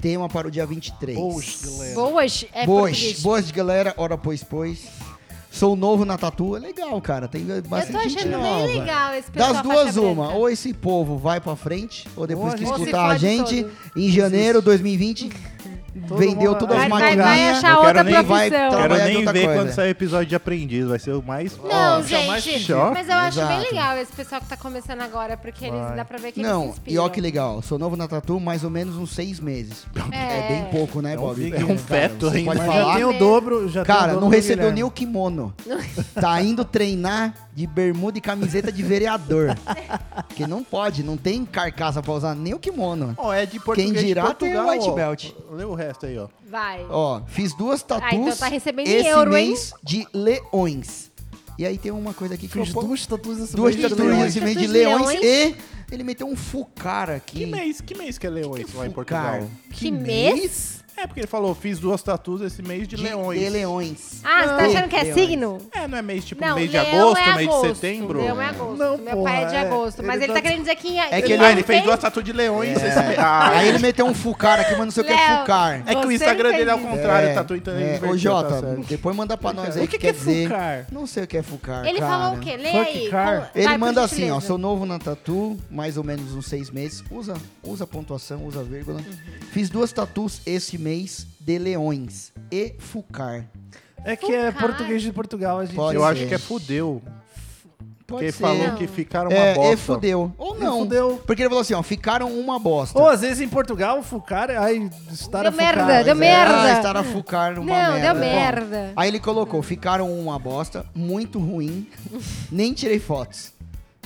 Speaker 3: Tema para o dia 23.
Speaker 2: Boas, galera.
Speaker 5: Boas é
Speaker 3: boas,
Speaker 5: português.
Speaker 3: boas de galera, ora pois pois. Sou novo na tatu, é legal, cara. Tem
Speaker 5: Eu tô
Speaker 3: bastante gente
Speaker 5: achando
Speaker 3: nova.
Speaker 5: bem legal esse pessoal
Speaker 3: Das duas,
Speaker 5: faixa
Speaker 3: uma.
Speaker 5: preta.
Speaker 3: Ou esse povo vai pra frente, ou depois
Speaker 2: Ou a
Speaker 3: que
Speaker 2: gente-
Speaker 3: escutar
Speaker 5: Ou
Speaker 3: a
Speaker 5: se fode
Speaker 3: gente,
Speaker 5: todo.
Speaker 3: em janeiro de 2020,
Speaker 2: Todo
Speaker 3: Vendeu
Speaker 2: mundo-
Speaker 3: tudo as
Speaker 5: Vai, vai,
Speaker 3: maquininhas.
Speaker 5: vai achar
Speaker 4: Eu quero
Speaker 5: outra
Speaker 4: nem-
Speaker 5: profissão.
Speaker 3: vai
Speaker 4: Quero
Speaker 3: Trabalhar é de
Speaker 4: nem
Speaker 3: outra
Speaker 4: ver
Speaker 3: coisa.
Speaker 4: quando sair o episódio de aprendiz. Vai ser o mais.
Speaker 5: Não,
Speaker 4: Nossa, o mais
Speaker 5: gente.
Speaker 4: pior.
Speaker 5: Mas eu acho bem
Speaker 3: Exato.
Speaker 5: legal esse pessoal que tá começando agora, porque eles dá pra ver que
Speaker 3: Não,
Speaker 5: eles se
Speaker 3: e
Speaker 5: inspiram.
Speaker 3: ó que legal. Sou novo na Tatu, mais ou menos uns seis meses. É,
Speaker 5: É.
Speaker 3: bem pouco, né, Bob?
Speaker 4: fica- é
Speaker 3: Cara,
Speaker 4: um feto
Speaker 3: você
Speaker 4: ainda.
Speaker 3: Pode
Speaker 2: Mas
Speaker 3: falar.
Speaker 2: já tem o dobro. Já tem o
Speaker 3: Cara,
Speaker 2: dobro
Speaker 3: não
Speaker 2: do
Speaker 3: recebeu
Speaker 2: Guilherme.
Speaker 3: nem o kimono. Tá indo treinar de bermuda e camiseta de vereador. Porque não pode, não tem carcaça pra usar nem o kimono.
Speaker 4: Ó, é de português
Speaker 3: Quem dirá
Speaker 4: de
Speaker 3: tem
Speaker 4: Portugal,
Speaker 3: white
Speaker 4: ó.
Speaker 3: belt.
Speaker 4: Lê o resto aí, ó.
Speaker 5: Vai.
Speaker 3: Ó, fiz duas tatus
Speaker 5: Ah, então tá recebendo em
Speaker 3: esse
Speaker 5: euro, hein?
Speaker 3: mês de leões. E aí tem uma coisa aqui que
Speaker 2: Fiz
Speaker 3: eu pô-
Speaker 2: duas tatuas esse
Speaker 3: duas
Speaker 2: mês.
Speaker 3: tatuagens
Speaker 5: leões.
Speaker 3: esse mês de
Speaker 5: Tatuas de
Speaker 3: leões
Speaker 5: leões.
Speaker 3: e ele meteu um fucar aqui.
Speaker 4: Que mês? Que mês que é leões lá em
Speaker 3: Fucar.
Speaker 4: Portugal?
Speaker 5: Que mês?
Speaker 4: É, porque ele falou, fiz duas tatus esse mês de,
Speaker 3: De
Speaker 4: leões.
Speaker 3: de leões.
Speaker 5: Ah, você tá achando que é
Speaker 3: Leões.
Speaker 5: signo?
Speaker 4: É, não é mês tipo
Speaker 5: não,
Speaker 4: mês de
Speaker 5: leão
Speaker 4: agosto,
Speaker 5: é
Speaker 4: mês
Speaker 5: agosto.
Speaker 4: de setembro?
Speaker 5: Leão é agosto.
Speaker 2: Não,
Speaker 5: Meu pai é de
Speaker 2: porra, é.
Speaker 5: agosto. mas
Speaker 2: Ele
Speaker 5: ele
Speaker 2: tá-
Speaker 5: tá querendo dizer que...
Speaker 3: É que
Speaker 4: Ele,
Speaker 3: ele-
Speaker 4: ah, ele fez duas tatu de leões.
Speaker 3: É.
Speaker 4: esse mês. Ah,
Speaker 3: Aí ele meteu um fucar aqui, mas não sei o que é
Speaker 5: Léo.
Speaker 3: fucar.
Speaker 4: é que o
Speaker 5: Você
Speaker 4: Instagram
Speaker 5: fez
Speaker 4: dele é ao
Speaker 5: isso.
Speaker 4: contrário,
Speaker 3: É,
Speaker 4: tatu então ele
Speaker 3: é,
Speaker 4: inverteu,
Speaker 3: Ô,
Speaker 4: tá
Speaker 3: Jota,
Speaker 4: certo.
Speaker 3: depois manda pra nós aí.
Speaker 2: O que que
Speaker 3: quer
Speaker 2: é
Speaker 3: dizer.
Speaker 2: fucar?
Speaker 3: Não sei o que é fucar,
Speaker 5: Ele
Speaker 3: cara.
Speaker 5: falou o quê? Lê
Speaker 2: Fuck
Speaker 5: aí.
Speaker 2: car.
Speaker 5: Como-
Speaker 3: Ele
Speaker 5: Vai, por
Speaker 3: manda assim, ó,
Speaker 5: gentileza.
Speaker 3: sou novo na tatu, mais ou menos uns seis meses. Usa, usa pontuação, usa vírgula.
Speaker 5: Uhum.
Speaker 3: Fiz duas tatus esse mês de leões e fucar.
Speaker 2: É que é
Speaker 5: Fucar.
Speaker 2: português de Portugal, a gente.
Speaker 3: Pode
Speaker 4: Eu
Speaker 3: ser.
Speaker 4: acho que é fudeu.
Speaker 3: Pode
Speaker 4: Porque
Speaker 3: ser.
Speaker 4: falou
Speaker 5: Não.
Speaker 4: que ficaram uma
Speaker 3: é, e
Speaker 4: bosta.
Speaker 3: fudeu. Ou
Speaker 2: E
Speaker 3: não.
Speaker 2: fudeu.
Speaker 3: Porque ele falou assim, ó, ficaram uma bosta. Ah,
Speaker 2: Ou às vezes em Portugal, fucar, ai, estar
Speaker 5: Deu
Speaker 2: a
Speaker 5: merda,
Speaker 2: fucar. é
Speaker 5: deu merda.
Speaker 3: Ah, estar a fucar numa
Speaker 5: Não,
Speaker 3: é merda.
Speaker 5: deu
Speaker 3: Bom,
Speaker 5: merda.
Speaker 3: aí ele colocou, ficaram uma bosta, muito ruim, nem tirei fotos.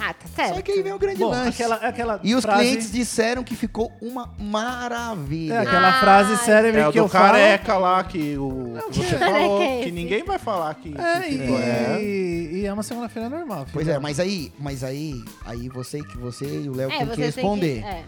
Speaker 5: Ah, tá
Speaker 3: Só
Speaker 5: certo.
Speaker 3: que aí vem um- o grande
Speaker 2: Bom,
Speaker 3: lance.
Speaker 2: é aquela, aquela
Speaker 3: E os
Speaker 2: frase,
Speaker 3: clientes disseram que ficou uma
Speaker 2: É,
Speaker 3: maravilha.
Speaker 2: aquela
Speaker 5: Ah,
Speaker 2: frase célebre
Speaker 4: É o
Speaker 2: que eu
Speaker 4: do
Speaker 2: falo.
Speaker 4: careca lá que o que você falou,
Speaker 5: Careca é
Speaker 4: que
Speaker 5: esse.
Speaker 4: ninguém vai falar que.
Speaker 2: É,
Speaker 4: que ficou- é.
Speaker 2: e, e é uma segunda-feira normal.
Speaker 3: Pois
Speaker 2: filho.
Speaker 3: é, mas aí, mas aí, aí você que você e o Léo
Speaker 5: É,
Speaker 3: tem
Speaker 5: você
Speaker 3: que
Speaker 5: tem
Speaker 3: responder.
Speaker 5: é.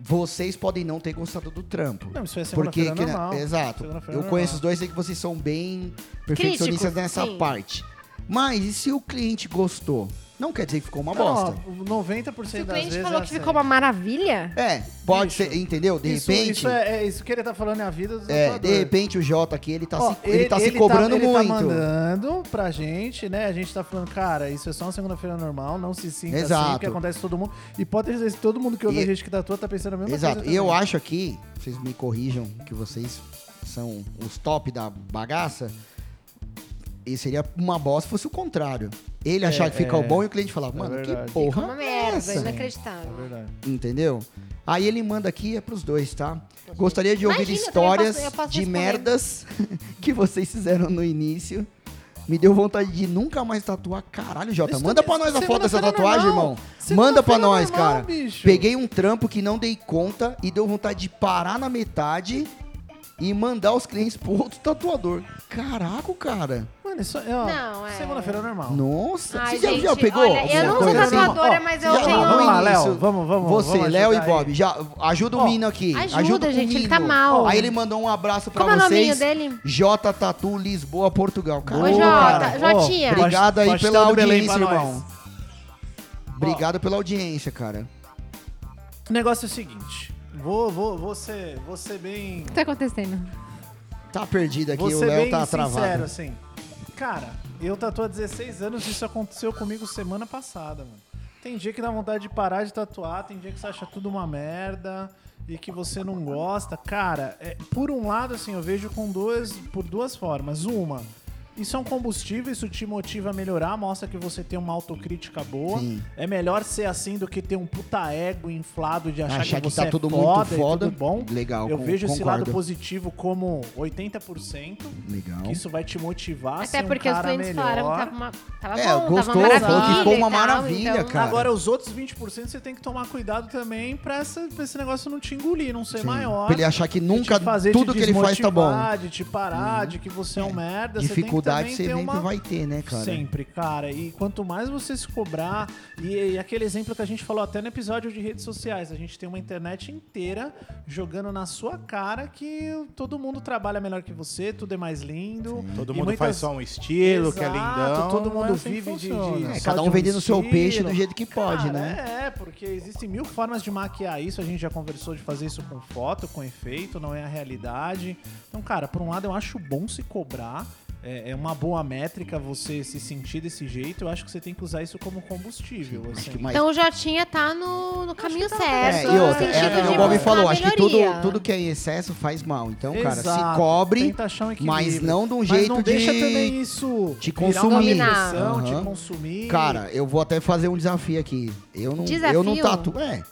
Speaker 3: Vocês podem não ter gostado do trampo.
Speaker 2: Não, isso é
Speaker 3: porque
Speaker 2: segunda-feira
Speaker 3: que na-
Speaker 2: normal.
Speaker 3: exato.
Speaker 2: Segunda-feira é
Speaker 3: Eu
Speaker 2: normal.
Speaker 3: conheço os dois, sei que vocês são bem perfeccionistas
Speaker 5: Críticos,
Speaker 3: nessa
Speaker 5: sim.
Speaker 3: parte. Mas e se o cliente gostou? Não quer dizer que ficou é uma
Speaker 2: Não, ó,
Speaker 3: bosta.
Speaker 2: 90%
Speaker 5: Se o
Speaker 2: das
Speaker 5: cliente
Speaker 2: vezes
Speaker 5: falou
Speaker 2: é
Speaker 5: que
Speaker 2: assim.
Speaker 5: ficou uma maravilha,
Speaker 3: É, pode
Speaker 2: Isso.
Speaker 3: ser, entendeu? De
Speaker 2: isso,
Speaker 3: repente,
Speaker 2: Isso, é, é isso que ele tá falando é a vida dos
Speaker 3: é, de
Speaker 2: tatuadores.
Speaker 3: repente o Jota aqui, ele tá
Speaker 2: Ó,
Speaker 3: se, ele, tá se cobrando
Speaker 2: ele
Speaker 3: muito.
Speaker 2: tá mandando pra gente, né? A gente tá falando, cara, isso é só uma segunda-feira normal, não se sinta assim,
Speaker 3: Exato.
Speaker 2: porque acontece com todo mundo. E pode ter certeza que todo mundo que ouve
Speaker 3: E-
Speaker 2: a gente que tatua tá pensando a mesma
Speaker 3: Exato.
Speaker 2: coisa.
Speaker 3: E eu
Speaker 2: também.
Speaker 3: acho aqui, vocês me corrijam, que vocês são os top da bagaça. E seria uma bosta se fosse o contrário. Ele achar que ficou bom e o cliente falar, mano,
Speaker 2: É, verdade.
Speaker 3: que
Speaker 5: ficou
Speaker 3: porra
Speaker 5: uma
Speaker 3: é
Speaker 5: merda,
Speaker 3: essa?
Speaker 2: É
Speaker 5: inacreditável.
Speaker 2: verdade.
Speaker 3: Entendeu? Aí ele manda aqui, é pros dois, tá? Gostaria de ouvir
Speaker 5: Imagina, eu também
Speaker 3: histórias
Speaker 5: posso- eu posso
Speaker 3: de
Speaker 5: responder.
Speaker 3: merdas que vocês fizeram no início. Me deu vontade de nunca mais tatuar. Caralho, Jota,
Speaker 2: Isso
Speaker 3: manda pra
Speaker 2: também-
Speaker 3: nós a foto dessa
Speaker 2: segunda-feira
Speaker 3: tatuagem,
Speaker 2: normal.
Speaker 3: irmão. Manda pra
Speaker 2: Segunda-feira
Speaker 3: nós,
Speaker 2: normal,
Speaker 3: cara.
Speaker 2: bicho.
Speaker 3: Peguei um trampo que não dei conta e deu vontade de parar na metade e mandar os clientes pro outro tatuador. Caraca, cara.
Speaker 2: Mano, isso é, ó,
Speaker 5: Não, é.
Speaker 2: segunda-feira normal.
Speaker 3: Nossa,
Speaker 5: Ai,
Speaker 3: você já,
Speaker 5: gente,
Speaker 3: já pegou?
Speaker 5: olha, eu
Speaker 3: alguma
Speaker 5: não sou
Speaker 3: coisa assim?
Speaker 5: tatuadora,
Speaker 3: Ó,
Speaker 5: mas
Speaker 3: você
Speaker 5: eu
Speaker 3: já
Speaker 5: tenho-
Speaker 3: tá no
Speaker 5: Vamos
Speaker 2: lá,
Speaker 3: início.
Speaker 2: Léo, vamos, vamos,
Speaker 3: Você,
Speaker 2: vamos
Speaker 3: Léo e
Speaker 2: ajudar
Speaker 3: Bob, já ajuda o
Speaker 2: Ó,
Speaker 3: Mino aqui.
Speaker 5: ajuda,
Speaker 3: Ajuda, o
Speaker 5: gente, ele
Speaker 3: Mino.
Speaker 5: tá mal.
Speaker 3: Aí ele mandou um abraço pra
Speaker 5: Como é o nominho
Speaker 3: vocês.
Speaker 5: dele?
Speaker 3: J Tatu Lisboa, Portugal. Cara,
Speaker 5: Ô, Jota,
Speaker 3: cara.
Speaker 5: Jotinha.
Speaker 2: Ó,
Speaker 3: Obrigado aí
Speaker 2: Faustão
Speaker 3: pela
Speaker 2: do Belém
Speaker 3: audiência,
Speaker 2: pra nós.
Speaker 3: irmão. Obrigado pela audiência, cara.
Speaker 2: O negócio é o seguinte. Vou, vou, vou ser, vou ser bem.
Speaker 5: O que tá acontecendo?
Speaker 3: Tá perdido aqui,
Speaker 2: Vou
Speaker 3: o
Speaker 2: ser
Speaker 3: Léo
Speaker 2: bem
Speaker 3: tá
Speaker 2: sincero,
Speaker 3: travado.
Speaker 2: assim. Cara, eu tatuo há 16 anos e isso aconteceu comigo semana passada, mano. Tem dia que dá vontade de parar de tatuar, tem dia que você acha tudo uma merda e que você não gosta. Cara, é, por um lado, assim, eu vejo com duas, por duas formas. Uma, isso é um combustível, isso te motiva a melhorar, mostra que você tem uma autocrítica boa.
Speaker 3: Sim.
Speaker 2: É melhor ser assim do que ter um puta ego inflado de achar,
Speaker 3: Achar
Speaker 2: que,
Speaker 3: que
Speaker 2: você
Speaker 3: tá tudo
Speaker 2: é
Speaker 3: muito
Speaker 2: foda, e
Speaker 3: foda.
Speaker 2: tudo bom.
Speaker 3: Legal,
Speaker 2: Eu
Speaker 3: con-
Speaker 2: vejo esse
Speaker 3: concordo.
Speaker 2: lado positivo como 80%.
Speaker 3: Legal.
Speaker 2: Que isso vai te motivar a ser
Speaker 5: Até
Speaker 2: um
Speaker 5: porque os
Speaker 2: cara
Speaker 5: clientes
Speaker 2: melhor.
Speaker 5: falaram que tá tava, uma, tava
Speaker 3: É,
Speaker 5: bom,
Speaker 3: gostou,
Speaker 5: tava
Speaker 3: falou
Speaker 5: uma
Speaker 3: que
Speaker 5: maravilha
Speaker 3: ficou
Speaker 5: e
Speaker 3: uma
Speaker 5: tal,
Speaker 3: maravilha,
Speaker 5: então-
Speaker 3: cara.
Speaker 2: Agora, os outros 20% você tem que tomar cuidado também pra, essa- pra esse negócio não te engolir, não ser
Speaker 3: Sim.
Speaker 2: é maior.
Speaker 3: Pra ele achar que
Speaker 2: de
Speaker 3: nunca
Speaker 2: te fazer
Speaker 3: tudo
Speaker 2: te
Speaker 3: que ele faz tá bom. Uhum.
Speaker 2: desmotivar, De te parar, de que você é um merda.
Speaker 3: Dificuldade
Speaker 2: você
Speaker 3: você
Speaker 2: tem que
Speaker 3: sempre
Speaker 2: também ter uma...
Speaker 3: vai ter, né, cara?
Speaker 2: Sempre, cara. E quanto mais você se cobrar, e, e aquele exemplo que a gente falou até no episódio de redes sociais, a gente tem uma internet inteira jogando na sua cara que todo mundo trabalha melhor que você, tudo é mais lindo.
Speaker 4: Todo
Speaker 2: E
Speaker 4: mundo
Speaker 2: muitas-
Speaker 4: faz só um estilo, que é
Speaker 2: Exato,
Speaker 4: lindão.
Speaker 2: Todo
Speaker 4: é
Speaker 2: mundo
Speaker 4: assim que
Speaker 2: vive de,
Speaker 4: funciona.
Speaker 2: de-
Speaker 3: É,
Speaker 2: só
Speaker 3: cada
Speaker 2: de
Speaker 3: um vendendo o seu
Speaker 2: estilo.
Speaker 3: peixe do jeito que pode,
Speaker 2: Cara,
Speaker 3: né?
Speaker 2: É, porque existem mil formas de maquiar isso. A gente já conversou de fazer isso com foto, com efeito, não é a realidade. Então, cara, por um lado eu acho bom se cobrar. é, é uma boa métrica você se sentir desse jeito. Eu acho que você tem que usar isso como combustível.
Speaker 3: Acho
Speaker 2: assim.
Speaker 3: que mais.
Speaker 5: Então o Jotinha tá no, no caminho certo.
Speaker 3: é, e outra,
Speaker 5: no
Speaker 3: é,
Speaker 5: sentido
Speaker 3: é,
Speaker 5: de
Speaker 3: o Bob
Speaker 5: buscar
Speaker 3: falou, acho que tudo,
Speaker 5: melhoria.
Speaker 3: tudo que é em excesso faz mal. Então, cara,
Speaker 2: Exato,
Speaker 3: se cobre,
Speaker 2: tenta achar um equilíbrio.
Speaker 3: mas não de um
Speaker 2: Mas
Speaker 3: jeito
Speaker 2: não deixa
Speaker 3: de...
Speaker 2: também isso
Speaker 3: te
Speaker 2: virar uma
Speaker 3: consumir.
Speaker 2: depressão,
Speaker 3: Aham.
Speaker 2: te consumir.
Speaker 3: Cara, eu vou até fazer um desafio aqui. Eu não, eu não
Speaker 5: Desafio?
Speaker 3: tatuo. É.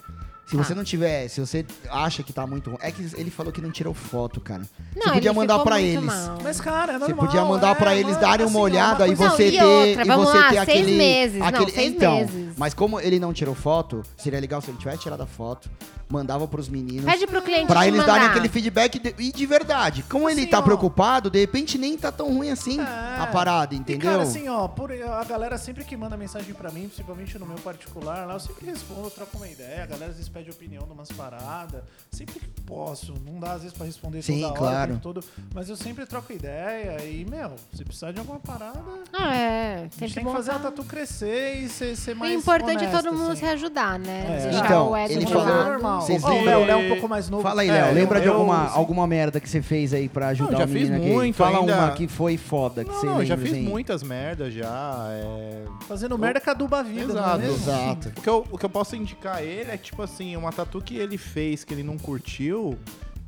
Speaker 3: Se
Speaker 5: Tá.
Speaker 3: você não tiver, se você acha que tá muito ruim. É que ele falou que não tirou foto, cara.
Speaker 5: Não,
Speaker 3: você podia
Speaker 5: ele
Speaker 3: mandar
Speaker 5: ficou
Speaker 3: pra
Speaker 5: muito
Speaker 3: eles.
Speaker 5: mal.
Speaker 2: mas cara, é
Speaker 3: Você
Speaker 2: normal.
Speaker 3: podia mandar
Speaker 2: é,
Speaker 3: pra eles
Speaker 2: mano,
Speaker 3: darem uma
Speaker 2: assim,
Speaker 3: olhada
Speaker 2: é
Speaker 3: e
Speaker 2: uma coisa-
Speaker 3: você
Speaker 5: Não, e
Speaker 3: ter.
Speaker 5: outra,
Speaker 3: e
Speaker 5: vamos
Speaker 3: você
Speaker 5: lá,
Speaker 3: ter
Speaker 5: seis
Speaker 3: aquele.
Speaker 5: meses. Não,
Speaker 3: aquele
Speaker 5: seis
Speaker 3: então,
Speaker 5: meses.
Speaker 3: mas como ele não tirou foto, seria legal se ele tivesse tirado a foto, mandava pros meninos.
Speaker 5: Pede pro cliente
Speaker 3: Pra
Speaker 5: te
Speaker 3: eles
Speaker 5: mandar.
Speaker 3: darem aquele feedback de- e de verdade. Como ele
Speaker 2: Assim,
Speaker 3: tá
Speaker 2: ó.
Speaker 3: preocupado, de repente nem tá tão ruim assim
Speaker 2: É.
Speaker 3: a parada,
Speaker 2: E
Speaker 3: entendeu?
Speaker 2: cara, assim, ó, por, a galera sempre que manda mensagem pra mim, principalmente no meu particular, lá eu sempre respondo, eu troco uma ideia, a galera às vezes pede opinião de umas paradas, sempre que eu posso, não dá às vezes pra responder
Speaker 3: Sim,
Speaker 2: toda hora, o
Speaker 3: claro.
Speaker 2: tempo todo, mas eu sempre troco ideia e, meu, se precisar de alguma parada,
Speaker 5: Ah, é.
Speaker 2: a gente
Speaker 5: Sempre
Speaker 2: tem que
Speaker 5: bom
Speaker 2: fazer a
Speaker 5: tá-
Speaker 2: tatu crescer e ser, ser
Speaker 5: O
Speaker 2: mais
Speaker 5: importante é
Speaker 2: honesto,
Speaker 5: todo mundo
Speaker 2: assim.
Speaker 5: se ajudar, né?
Speaker 2: É.
Speaker 5: Deixar
Speaker 3: Então,
Speaker 5: o ego
Speaker 3: ele
Speaker 5: de
Speaker 3: falou-
Speaker 5: lado.
Speaker 2: normal.
Speaker 3: Vocês
Speaker 2: Ó, o
Speaker 3: viram-
Speaker 2: Léo, o Léo é um pouco mais novo.
Speaker 3: Fala aí,
Speaker 4: É,
Speaker 3: Léo.
Speaker 4: eu-
Speaker 3: lembra de
Speaker 4: eu-
Speaker 3: alguma,
Speaker 4: sim.
Speaker 3: alguma merda que você fez aí pra ajudar
Speaker 4: Não, já
Speaker 3: o
Speaker 4: fiz
Speaker 3: menino aqui?
Speaker 4: muito,
Speaker 3: Fala
Speaker 4: ainda-
Speaker 3: uma que foi foda, que
Speaker 4: Não,
Speaker 3: você
Speaker 4: não,
Speaker 3: lembra,
Speaker 4: eu já fiz
Speaker 3: assim.
Speaker 4: muitas merdas já. é.
Speaker 2: Fazendo merda com a duba vida, não é
Speaker 4: Exato.
Speaker 2: mesmo?
Speaker 3: Exato.
Speaker 4: O, que eu, o que eu posso indicar a ele é tipo assim, uma tatu que ele fez que ele não curtiu.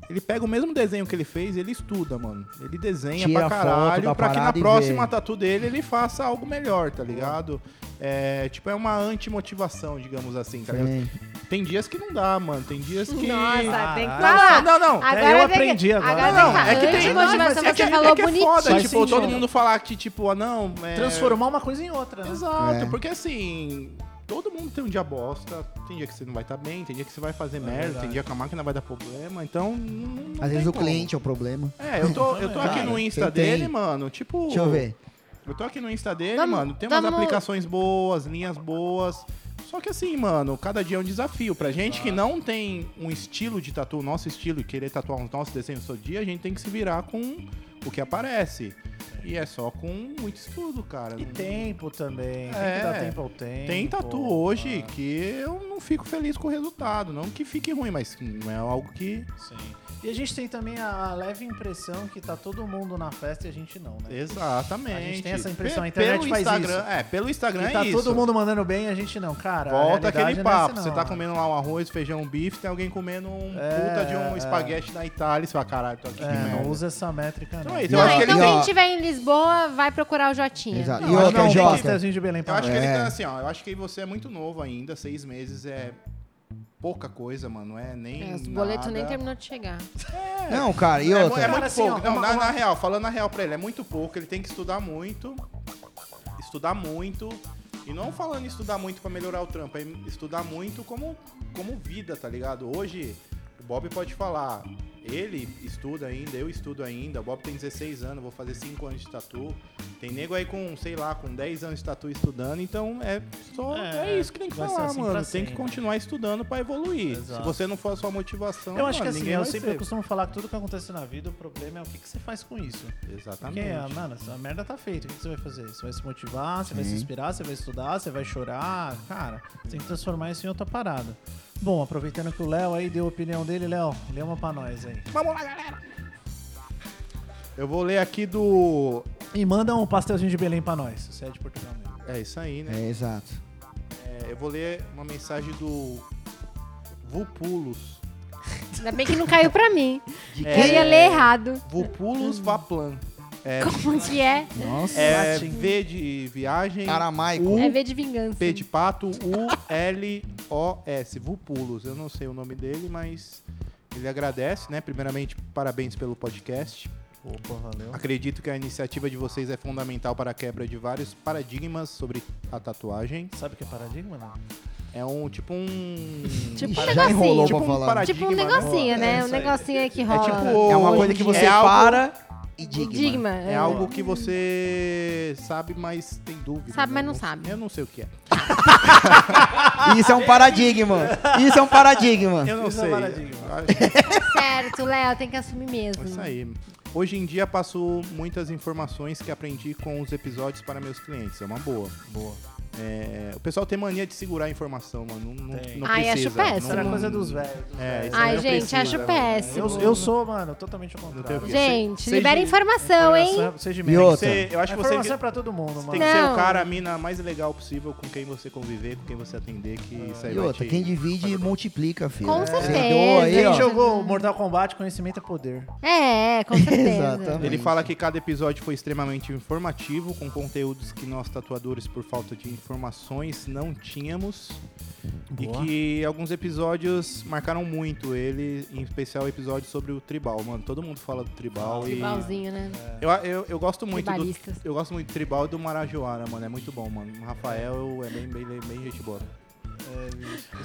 Speaker 4: Ele pega o mesmo desenho que ele fez, ele estuda, mano. Ele desenha
Speaker 3: Tira
Speaker 4: pra
Speaker 3: a foto
Speaker 4: caralho
Speaker 3: da
Speaker 4: pra que na
Speaker 3: parada e
Speaker 4: próxima
Speaker 3: vê.
Speaker 4: tatu dele ele faça algo melhor, tá ligado? É, tipo, é uma antimotivação, digamos assim, tá ligado?
Speaker 3: Sim.
Speaker 4: Tem dias que não dá, mano. Tem dias que.
Speaker 5: Nossa, tem que
Speaker 2: Ah,
Speaker 5: falar.
Speaker 4: Não, não, não.
Speaker 5: Agora
Speaker 2: eu
Speaker 5: tem que-
Speaker 2: aprendi agora.
Speaker 5: Agora
Speaker 4: Não,
Speaker 5: tem
Speaker 4: é que
Speaker 5: que
Speaker 4: tem-
Speaker 5: falar. Antes
Speaker 4: É
Speaker 5: motivação,
Speaker 4: que,
Speaker 5: você
Speaker 4: é
Speaker 5: falou
Speaker 4: que é foda,
Speaker 5: bonitinho.
Speaker 2: Faz
Speaker 4: tipo, todo
Speaker 2: sentido.
Speaker 4: mundo falar que, tipo, ah, não. É...
Speaker 2: Transformar uma coisa em outra, né?
Speaker 4: Exato,
Speaker 3: É.
Speaker 4: porque assim, todo mundo tem um dia bosta, tem dia que você não vai estar bem, tem dia que você vai fazer merda,
Speaker 2: É verdade.
Speaker 4: tem dia que a máquina vai dar problema, então. Não, não
Speaker 3: Às
Speaker 4: tem
Speaker 3: vezes o
Speaker 4: como.
Speaker 3: cliente é o problema.
Speaker 4: É, eu tô, eu tô aqui
Speaker 3: Cara,
Speaker 4: no Insta
Speaker 3: quem tem?
Speaker 4: dele, mano, tipo.
Speaker 3: Deixa eu ver.
Speaker 4: Eu tô aqui no Insta dele,
Speaker 5: Vamos-
Speaker 4: mano, tem umas
Speaker 5: vamos-
Speaker 4: aplicações boas, linhas boas. Só que assim, mano, cada dia é um desafio. Pra gente que não tem um estilo de tatu, o nosso estilo, e querer tatuar os nossos desenhos todo dia, a gente tem que se virar com o que aparece. E é só com muito estudo, cara.
Speaker 2: E
Speaker 4: Não-
Speaker 2: tempo também. Tem
Speaker 4: É.
Speaker 2: que dar tempo ao tempo.
Speaker 4: Tem tatu hoje que eu não fico feliz com o resultado. Não que fique ruim, mas não é algo que.
Speaker 2: Sim. E a gente tem também a a leve impressão que tá todo mundo na festa e a gente não, né?
Speaker 4: Exatamente.
Speaker 2: A gente tem essa impressão,
Speaker 4: Pe-
Speaker 2: a internet
Speaker 4: pelo
Speaker 2: faz
Speaker 4: Instagram,
Speaker 2: isso.
Speaker 4: É, pelo Instagram
Speaker 2: Que tá
Speaker 4: é isso.
Speaker 2: todo mundo mandando bem e a gente não. Cara, a
Speaker 4: Volta
Speaker 2: realidade
Speaker 4: aquele
Speaker 2: não é essa
Speaker 4: papo.
Speaker 2: não,
Speaker 4: você tá
Speaker 2: né?
Speaker 4: comendo lá um arroz, feijão, um bife, tem alguém comendo um
Speaker 2: É,
Speaker 4: puta de um
Speaker 2: é.
Speaker 4: espaguete da Itália. Você fala, caralho, tô aqui que
Speaker 2: É,
Speaker 4: merda.
Speaker 2: não usa essa métrica, não.
Speaker 4: Então é isso, eu
Speaker 5: Não,
Speaker 4: acho que
Speaker 5: então
Speaker 4: ele-
Speaker 5: quem
Speaker 3: ó.
Speaker 5: estiver em Lisboa, vai procurar o Jotinha.
Speaker 3: Exato.
Speaker 2: Não,
Speaker 3: e
Speaker 2: acho
Speaker 3: outra,
Speaker 2: que é um bom
Speaker 3: Jota.
Speaker 2: critériozinho de Belém
Speaker 4: Eu
Speaker 2: pra
Speaker 4: acho
Speaker 2: lá.
Speaker 4: que ele
Speaker 3: É.
Speaker 4: tá assim, ó. Eu acho que você é muito novo ainda. Seis meses é pouca coisa, mano. Não é nem.
Speaker 5: É, os boletos nem
Speaker 4: nada.
Speaker 5: terminou de chegar.
Speaker 3: Não, cara, e
Speaker 4: É, mu-
Speaker 3: outra?
Speaker 4: é muito
Speaker 2: Cara, assim,
Speaker 4: pouco.
Speaker 2: ó,
Speaker 4: não,
Speaker 2: uma-
Speaker 4: na,
Speaker 2: uma-
Speaker 4: na real, falando na real pra ele, é muito pouco. Ele tem que estudar muito. Estudar muito. E não falando em estudar muito pra melhorar o trampo, é estudar muito como, como vida, tá ligado? Hoje, o Bob pode falar. Ele estuda ainda, eu estudo ainda. O Bob tem 16 anos, vou fazer 5 anos de tatu. Tem nego aí com, sei lá, com 10 anos de tatu estudando. Então é só. É,
Speaker 2: É,
Speaker 4: isso que tem que
Speaker 2: vai ser
Speaker 4: falar,
Speaker 2: assim pra
Speaker 4: mano. Tem
Speaker 2: sempre.
Speaker 4: que continuar estudando pra evoluir.
Speaker 2: Exato.
Speaker 4: Se você não for a sua motivação,
Speaker 2: Eu acho que
Speaker 4: mano,
Speaker 2: assim,
Speaker 4: ninguém
Speaker 2: eu
Speaker 4: é vai
Speaker 2: sempre eu
Speaker 4: ser.
Speaker 2: costumo falar que tudo que acontece na vida, o problema é o que, que você faz com isso. Porque,
Speaker 4: Exatamente.
Speaker 2: mano, a merda tá feita. O que que você vai fazer? Você vai se motivar, você vai se inspirar, você vai estudar, você vai chorar. Cara, você tem que transformar isso em outra parada. Bom, aproveitando que o Léo aí deu a opinião dele, Léo, lê uma pra nós aí.
Speaker 4: Vamos lá, galera! Eu vou ler aqui do.
Speaker 2: E manda um pastelzinho de Belém pra nós, se você é de Portugal mesmo.
Speaker 4: É isso aí, né?
Speaker 3: É, exato.
Speaker 4: É, eu vou ler uma mensagem do. Vupulos.
Speaker 5: Ainda bem que não caiu pra mim.
Speaker 3: De
Speaker 5: Eu ia ler errado.
Speaker 4: Vupulos Vaplan. É,
Speaker 5: Como que Hum. é?
Speaker 3: Nossa. Uh,
Speaker 4: é V de viagem,
Speaker 3: Aramaico.
Speaker 5: É V de vingança.
Speaker 4: P de pato, U, L, O, S. Vupulos. Eu não sei o nome dele, mas ele agradece, né? Primeiramente, parabéns pelo podcast.
Speaker 2: Opa, valeu.
Speaker 4: Acredito que a iniciativa de vocês é fundamental para a quebra de vários paradigmas sobre a tatuagem.
Speaker 2: Sabe o que é paradigma, não?
Speaker 4: É um tipo um.
Speaker 5: Tipo
Speaker 3: Ixi,
Speaker 5: um
Speaker 3: já enrolou
Speaker 5: negocinho.
Speaker 3: pra falar. né?
Speaker 5: Tipo um
Speaker 4: paradigma,
Speaker 5: negocinho,
Speaker 2: né? É
Speaker 5: né? Um
Speaker 2: isso aí.
Speaker 5: negocinho aí que
Speaker 4: É
Speaker 5: rola.
Speaker 4: tipo.
Speaker 3: É uma coisa que
Speaker 4: hoje-
Speaker 3: você
Speaker 4: é algo-
Speaker 3: para e digma.
Speaker 5: Digma.
Speaker 4: É algo que você sabe, mas tem dúvida.
Speaker 5: Sabe,
Speaker 4: né?
Speaker 5: mas não sabe.
Speaker 4: Eu não sei o que é.
Speaker 3: Isso é um paradigma. Isso é um paradigma.
Speaker 4: Eu não
Speaker 2: Isso é
Speaker 4: sei.
Speaker 2: paradigma.
Speaker 4: Ah,
Speaker 5: Certo, Léo, tem que assumir mesmo.
Speaker 4: É isso aí. Hoje em dia passo muitas informações que aprendi com os episódios para meus clientes. É uma boa. Boa. É, o pessoal tem mania de segurar a informação, mano. Não, não,
Speaker 2: Tem.
Speaker 4: não
Speaker 5: Ai, acho
Speaker 4: precisa.
Speaker 5: péssimo.
Speaker 2: Isso era coisa dos velhos.
Speaker 4: Não, é, isso aí
Speaker 5: Ai,
Speaker 4: não
Speaker 5: gente,
Speaker 4: precisa,
Speaker 5: acho
Speaker 4: né?
Speaker 5: péssimo.
Speaker 2: Eu, eu sou, mano, totalmente ao contrário.
Speaker 4: Não
Speaker 5: Gente,
Speaker 4: é. Seja-
Speaker 5: libera informação, Então, hein?
Speaker 2: Informação- Seja é de
Speaker 3: E
Speaker 2: menos.
Speaker 3: outra?
Speaker 4: Você- eu acho
Speaker 2: A
Speaker 4: que você
Speaker 2: informação é pra todo mundo,
Speaker 4: tem
Speaker 2: mano.
Speaker 4: que ser
Speaker 5: Não.
Speaker 4: o cara, a mina mais legal possível com quem você conviver, com quem você atender, que isso aí
Speaker 3: E
Speaker 4: vai
Speaker 3: outra,
Speaker 4: te-
Speaker 3: quem divide multiplica, filho.
Speaker 5: Com
Speaker 3: Você
Speaker 5: certeza.
Speaker 3: doa aí,
Speaker 2: Quem
Speaker 5: Gente,
Speaker 3: ó.
Speaker 2: jogou Mortal Kombat, conhecimento é poder.
Speaker 5: É, com certeza.
Speaker 3: Exatamente.
Speaker 4: Ele fala que cada episódio foi extremamente informativo, com conteúdos que nós tatuadores, por falta de informações, não tínhamos.
Speaker 2: Boa.
Speaker 4: E que alguns episódios marcaram muito ele, em especial o episódio sobre o tribal, mano. Todo mundo fala do tribal e.
Speaker 5: Tribalzinho, né?
Speaker 4: Eu, eu, eu gosto muito do.
Speaker 5: Tribalistas.
Speaker 4: Eu gosto muito do tribal e do Marajoara, mano. É muito bom, mano. O Rafael é bem, bem, bem, bem gente boa.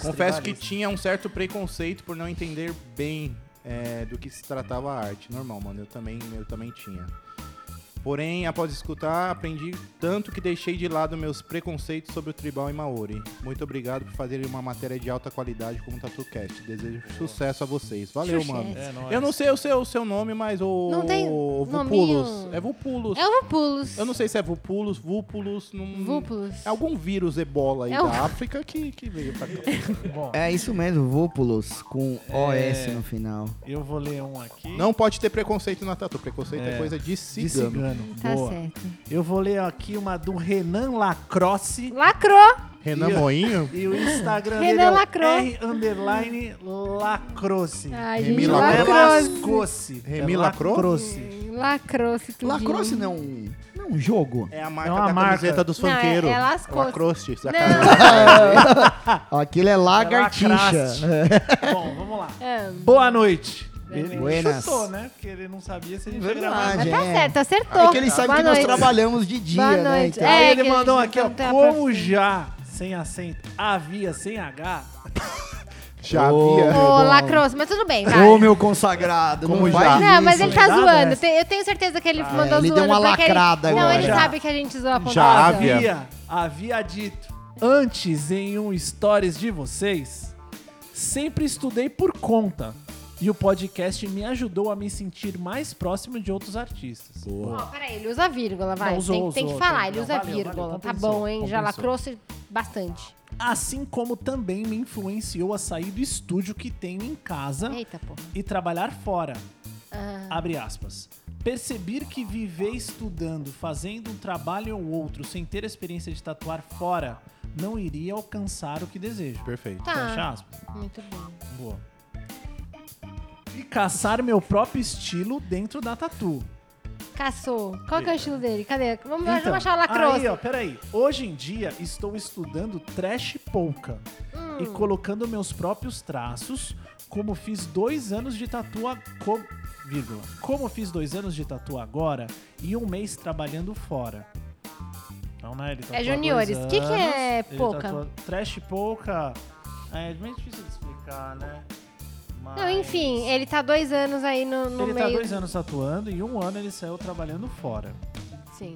Speaker 4: Confesso que tinha um certo preconceito por não entender bem é, do que se tratava a arte. Normal, mano. Eu também, eu também tinha. Porém, após escutar, aprendi tanto que deixei de lado meus preconceitos sobre o tribal e Maori. Muito obrigado por fazerem uma matéria de alta qualidade como o TatuCast. Desejo sucesso a vocês. Valeu,
Speaker 5: Sucesso.
Speaker 4: mano.
Speaker 2: É,
Speaker 4: Eu não sei o seu, o seu nome, mas o.
Speaker 5: Não tem
Speaker 4: o
Speaker 5: nominho?
Speaker 4: Vupulos. É Vupulos.
Speaker 5: É o Pulos.
Speaker 4: Eu não sei se é Vupulos, Vúpulos. Não...
Speaker 5: Vúpulos.
Speaker 4: É algum vírus ebola aí
Speaker 5: É o-
Speaker 4: da África que, que veio pra cá.
Speaker 2: Bom,
Speaker 3: É isso mesmo, Vúpulos, com OS
Speaker 2: É.
Speaker 3: no final.
Speaker 2: eu vou ler um aqui.
Speaker 4: Não pode ter preconceito na tatu. Preconceito é,
Speaker 2: É.
Speaker 4: coisa de
Speaker 2: de
Speaker 4: cigano.
Speaker 2: cigano.
Speaker 5: Tá
Speaker 2: Boa.
Speaker 5: certo.
Speaker 2: Eu vou ler aqui uma do Renan Lacrosse.
Speaker 5: Lacrou.
Speaker 4: Renan
Speaker 2: Ia.
Speaker 4: Moinho?
Speaker 2: E o Instagram
Speaker 5: Renan
Speaker 2: dele é o
Speaker 5: Lacrou.
Speaker 2: R underline Lacrosse.
Speaker 5: Ai,
Speaker 4: Remi
Speaker 5: gente,
Speaker 2: Não é
Speaker 4: Lacrosse.
Speaker 5: lacrou.
Speaker 2: Lascou-se.
Speaker 4: Remi
Speaker 2: é
Speaker 4: Lacrou?
Speaker 2: Lacrosse.
Speaker 5: Lacrou se tudo.
Speaker 3: Lacrosse não é um, não é um jogo.
Speaker 4: É a marca
Speaker 2: É uma
Speaker 4: da
Speaker 2: marca.
Speaker 4: camiseta dos
Speaker 5: Não, é-
Speaker 4: funkeiros.
Speaker 5: é lascou.
Speaker 4: Lacroste.
Speaker 3: Aquilo é lagartixa.
Speaker 4: né?
Speaker 2: Bom, vamos lá.
Speaker 5: É.
Speaker 2: Boa noite. Ele
Speaker 3: Buenas.
Speaker 2: chutou, né? Porque ele não sabia se a gente ia
Speaker 3: Verdade.
Speaker 2: gravar.
Speaker 5: Mas
Speaker 3: Gente.
Speaker 5: tá certo, acertou.
Speaker 3: É que eles sabem
Speaker 5: Boa
Speaker 3: que nós
Speaker 5: noite.
Speaker 3: trabalhamos de dia,
Speaker 5: Boa
Speaker 3: né?
Speaker 5: noite.
Speaker 3: Então,
Speaker 5: É,
Speaker 2: Aí
Speaker 5: que
Speaker 2: ele
Speaker 5: a
Speaker 2: mandou
Speaker 5: gente
Speaker 2: aqui, ó.
Speaker 5: não tá tem a
Speaker 2: Como
Speaker 5: profissão.
Speaker 2: já, sem acento, havia sem H,
Speaker 4: Já
Speaker 3: Ô,
Speaker 4: havia.
Speaker 5: Ô,
Speaker 3: bom.
Speaker 5: lacrou mas tudo bem, vai.
Speaker 3: Ô, meu consagrado,
Speaker 4: Como
Speaker 3: não
Speaker 4: já.
Speaker 3: faz
Speaker 5: Não,
Speaker 3: isso.
Speaker 5: mas ele tá
Speaker 2: Nada, Ah,
Speaker 5: zoando.
Speaker 2: é.
Speaker 5: Te- Eu tenho certeza que ele mandou
Speaker 3: ele
Speaker 5: zoando.
Speaker 3: deu uma
Speaker 5: porque
Speaker 3: lacrada
Speaker 5: ele... Não,
Speaker 3: agora.
Speaker 5: ele
Speaker 2: Já. ah,
Speaker 5: sabe que a gente zoa a ponta
Speaker 4: Já
Speaker 5: do
Speaker 4: havia.
Speaker 2: havia, havia dito antes em um stories de vocês, sempre estudei por conta. E o podcast me ajudou a me sentir mais próximo de outros artistas.
Speaker 5: Ó, peraí, ele usa vírgula, vai.
Speaker 2: Não,
Speaker 5: tem,
Speaker 2: usou,
Speaker 5: tem que
Speaker 2: usou,
Speaker 5: falar,
Speaker 2: tem-
Speaker 5: ele
Speaker 2: não,
Speaker 5: usa
Speaker 2: valeu,
Speaker 5: vírgula.
Speaker 2: valeu,
Speaker 5: tá
Speaker 2: compensou,
Speaker 5: bom, hein? Já
Speaker 2: compensou.
Speaker 5: lacrou se bastante.
Speaker 2: Assim como também me influenciou a sair do estúdio que tenho em casa
Speaker 5: Eita, porra.
Speaker 2: e trabalhar fora.
Speaker 5: Ah,
Speaker 2: Abre aspas. Perceber que viver estudando, fazendo um trabalho ou outro sem ter a experiência de tatuar fora, não iria alcançar o que desejo.
Speaker 4: Perfeito.
Speaker 5: tá,
Speaker 2: Fecha aspas.
Speaker 5: muito bom.
Speaker 2: Boa. E caçar meu próprio estilo dentro da tatu.
Speaker 5: Caçou. Qual que é o estilo dele? Cadê? Vamos,
Speaker 2: Então,
Speaker 5: vamos achar o lacrosse.
Speaker 2: Aí, ó, peraí. Hoje em dia estou estudando trash polka
Speaker 5: Hum.
Speaker 2: e colocando meus próprios traços, como fiz dois anos de tatu a- com- vírgula. Como fiz dois anos de tatu agora e um mês trabalhando fora. Então, né, ele tatua
Speaker 5: É juniores.
Speaker 2: dois
Speaker 5: Que que é
Speaker 2: anos, ele
Speaker 5: polka?
Speaker 2: tatua- Trash polka é meio difícil de explicar, né?
Speaker 5: Não,
Speaker 2: Mas-
Speaker 5: enfim, ele tá dois anos aí no, no
Speaker 2: Ele
Speaker 5: meio.
Speaker 2: tá dois anos tatuando e um ano ele saiu trabalhando fora.
Speaker 5: Sim.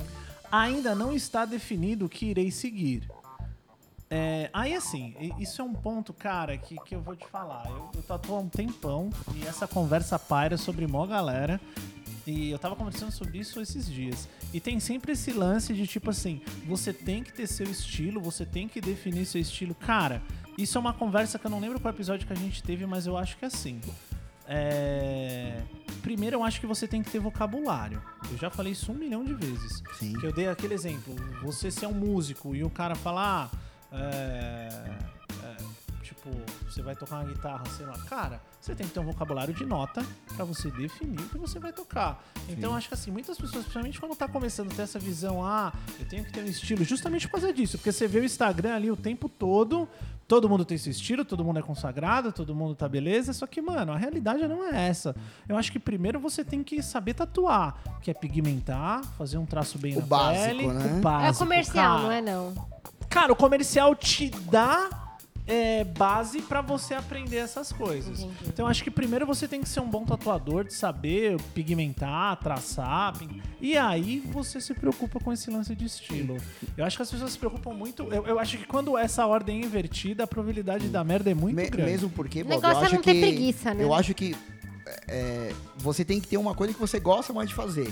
Speaker 2: Ainda não está definido o que irei seguir. É, aí assim, i- isso é um ponto, cara, que, que eu vou te falar. Eu, eu tatuo há um tempão e essa conversa paira sobre mó galera. E eu tava conversando sobre isso esses dias. E tem sempre esse lance de tipo assim, você tem que ter seu estilo, você tem que definir seu estilo. Cara, isso é uma conversa que eu não lembro qual episódio que a gente teve, mas eu acho que é assim. É, Primeiro, eu acho que você tem que ter vocabulário. Eu já falei isso um milhão de vezes.
Speaker 3: Sim.
Speaker 2: Que eu dei aquele exemplo. Você ser um músico e o cara falar. "Ah, é, tipo, você vai tocar uma guitarra, sei lá. Cara, você tem que ter um vocabulário de nota pra você definir o que você vai tocar. Então, acho que assim, muitas pessoas, principalmente quando tá começando a ter essa visão, ah, eu tenho que ter um estilo, justamente por causa disso. Porque você vê o Instagram ali o tempo todo, todo mundo tem seu estilo, todo mundo é consagrado, todo mundo tá beleza. Só que, mano, a realidade não é essa. Eu acho que primeiro você tem que saber tatuar, que é pigmentar, fazer um traço bem
Speaker 3: O
Speaker 2: na
Speaker 3: básico,
Speaker 2: pele.
Speaker 3: né?
Speaker 2: O básico,
Speaker 5: é o comercial,
Speaker 2: cara.
Speaker 5: não é não.
Speaker 2: Cara, o comercial te dá é, base pra você aprender essas coisas.
Speaker 5: Entendi.
Speaker 2: Então acho que primeiro você tem que ser um bom tatuador, de saber pigmentar, traçar, pin- e aí você se preocupa com esse lance de estilo. Eu acho que as pessoas se preocupam muito. Eu, eu acho que quando essa ordem é invertida, a probabilidade da merda é muito
Speaker 3: Me-
Speaker 2: grande.
Speaker 3: Mesmo porque,
Speaker 5: O
Speaker 3: Bob,
Speaker 5: negócio
Speaker 3: eu
Speaker 5: é
Speaker 3: acho
Speaker 5: não
Speaker 3: que
Speaker 5: ter preguiça, né?
Speaker 3: é, Eu acho que é, você tem que ter uma coisa que você gosta mais de fazer.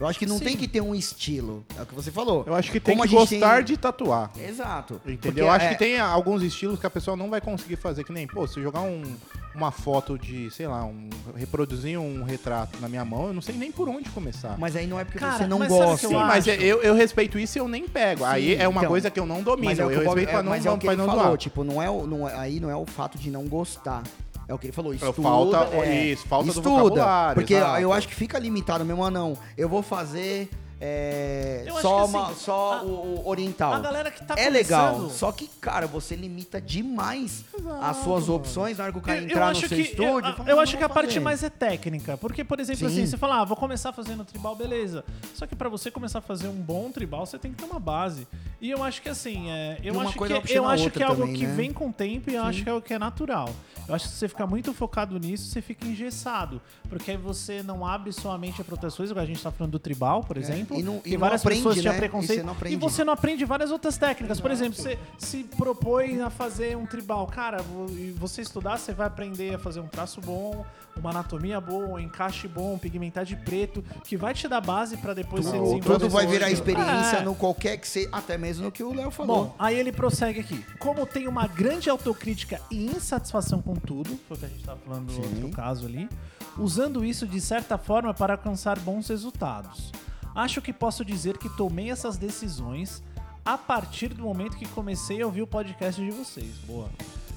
Speaker 3: Eu acho que não
Speaker 6: Sim.
Speaker 3: tem que ter um estilo. É o que você falou.
Speaker 4: Eu acho que tem
Speaker 3: Como
Speaker 4: que
Speaker 3: a gente
Speaker 4: gostar
Speaker 3: tem-
Speaker 4: de tatuar.
Speaker 3: Exato. Porque,
Speaker 4: Entendeu? Eu acho
Speaker 3: é,
Speaker 4: que tem alguns estilos que a pessoa não vai conseguir fazer, que nem, pô, se eu jogar um- uma foto de, sei lá, um, reproduzir um retrato na minha mão, eu não sei nem por onde começar.
Speaker 3: Mas aí não é porque
Speaker 2: Cara,
Speaker 3: você não
Speaker 2: mas sabe o que
Speaker 3: gosta.
Speaker 2: eu
Speaker 4: Sim,
Speaker 2: acho?
Speaker 4: mas eu, eu respeito isso e eu nem pego. Aí é uma
Speaker 3: então.
Speaker 4: coisa que eu não domino.
Speaker 3: Mas é o que
Speaker 4: eu
Speaker 3: o Bob,
Speaker 4: respeito pra
Speaker 3: é,
Speaker 4: não,
Speaker 3: mas é o que
Speaker 4: pra
Speaker 3: ele
Speaker 4: não
Speaker 3: falou,
Speaker 4: zoar.
Speaker 3: tipo, não é, o- não é- aí não é o fato de não gostar. É o que ele falou, estuda.
Speaker 4: falta-
Speaker 3: é,
Speaker 4: isso, falta do
Speaker 3: estuda,
Speaker 4: vocabulário,
Speaker 3: Porque
Speaker 4: exato.
Speaker 3: eu acho que fica limitado mesmo a não. Eu vou fazer é,
Speaker 2: Eu acho
Speaker 3: só,
Speaker 2: que assim,
Speaker 3: uma- só
Speaker 2: a-
Speaker 3: o, o oriental.
Speaker 2: A galera que tá
Speaker 3: é legal,
Speaker 2: começando-
Speaker 3: só que, cara, você limita demais as suas opções na hora que o cara
Speaker 2: Eu-
Speaker 3: entrar
Speaker 2: eu
Speaker 3: no
Speaker 2: acho
Speaker 3: seu
Speaker 2: que,
Speaker 3: estúdio.
Speaker 2: Eu,
Speaker 3: e
Speaker 2: eu
Speaker 3: falar, "Não,
Speaker 2: acho que a
Speaker 3: vou
Speaker 2: parte
Speaker 3: fazer".
Speaker 2: mais é técnica. Porque, por exemplo,
Speaker 3: Sim.
Speaker 2: assim, você fala, ah, vou começar fazendo tribal, beleza. Só que pra você começar a fazer um bom tribal, você tem que ter uma base. E eu acho que assim, é, eu
Speaker 3: E uma
Speaker 2: acho
Speaker 3: coisa
Speaker 2: que
Speaker 3: puxando
Speaker 2: eu
Speaker 3: a
Speaker 2: acho
Speaker 3: outra
Speaker 2: que é algo
Speaker 3: também,
Speaker 2: que
Speaker 3: né?
Speaker 2: vem com o tempo e eu acho que é o que é natural. Eu acho que se você ficar muito focado nisso, você fica engessado. Porque aí você não abre sua mente para outras coisas, igual a gente tá falando do tribal, por exemplo.
Speaker 3: É. e não- e
Speaker 2: que
Speaker 3: não
Speaker 2: várias
Speaker 3: aprende,
Speaker 2: pessoas tinham
Speaker 3: né? E
Speaker 2: preconceito.
Speaker 3: você não aprende.
Speaker 2: E você não aprende várias outras técnicas. Por exemplo, você se propõe a fazer um tribal. Cara, vo- e você estudar, você vai aprender a fazer um traço bom, uma anatomia boa, um encaixe bom, pigmentar de preto, que vai te dar base pra depois você
Speaker 3: Tudo,
Speaker 2: desenvolver.
Speaker 3: tudo vai
Speaker 2: isso.
Speaker 3: virar experiência
Speaker 2: É.
Speaker 3: no qualquer que seja, até mesmo no que o Léo falou.
Speaker 2: Bom, aí ele prossegue aqui. Como tem uma grande autocrítica e insatisfação com tudo, foi o que a gente estava falando no outro caso ali, usando isso de certa forma para alcançar bons resultados. Acho que posso dizer que tomei essas decisões a partir do momento que comecei a ouvir o podcast de vocês. Boa.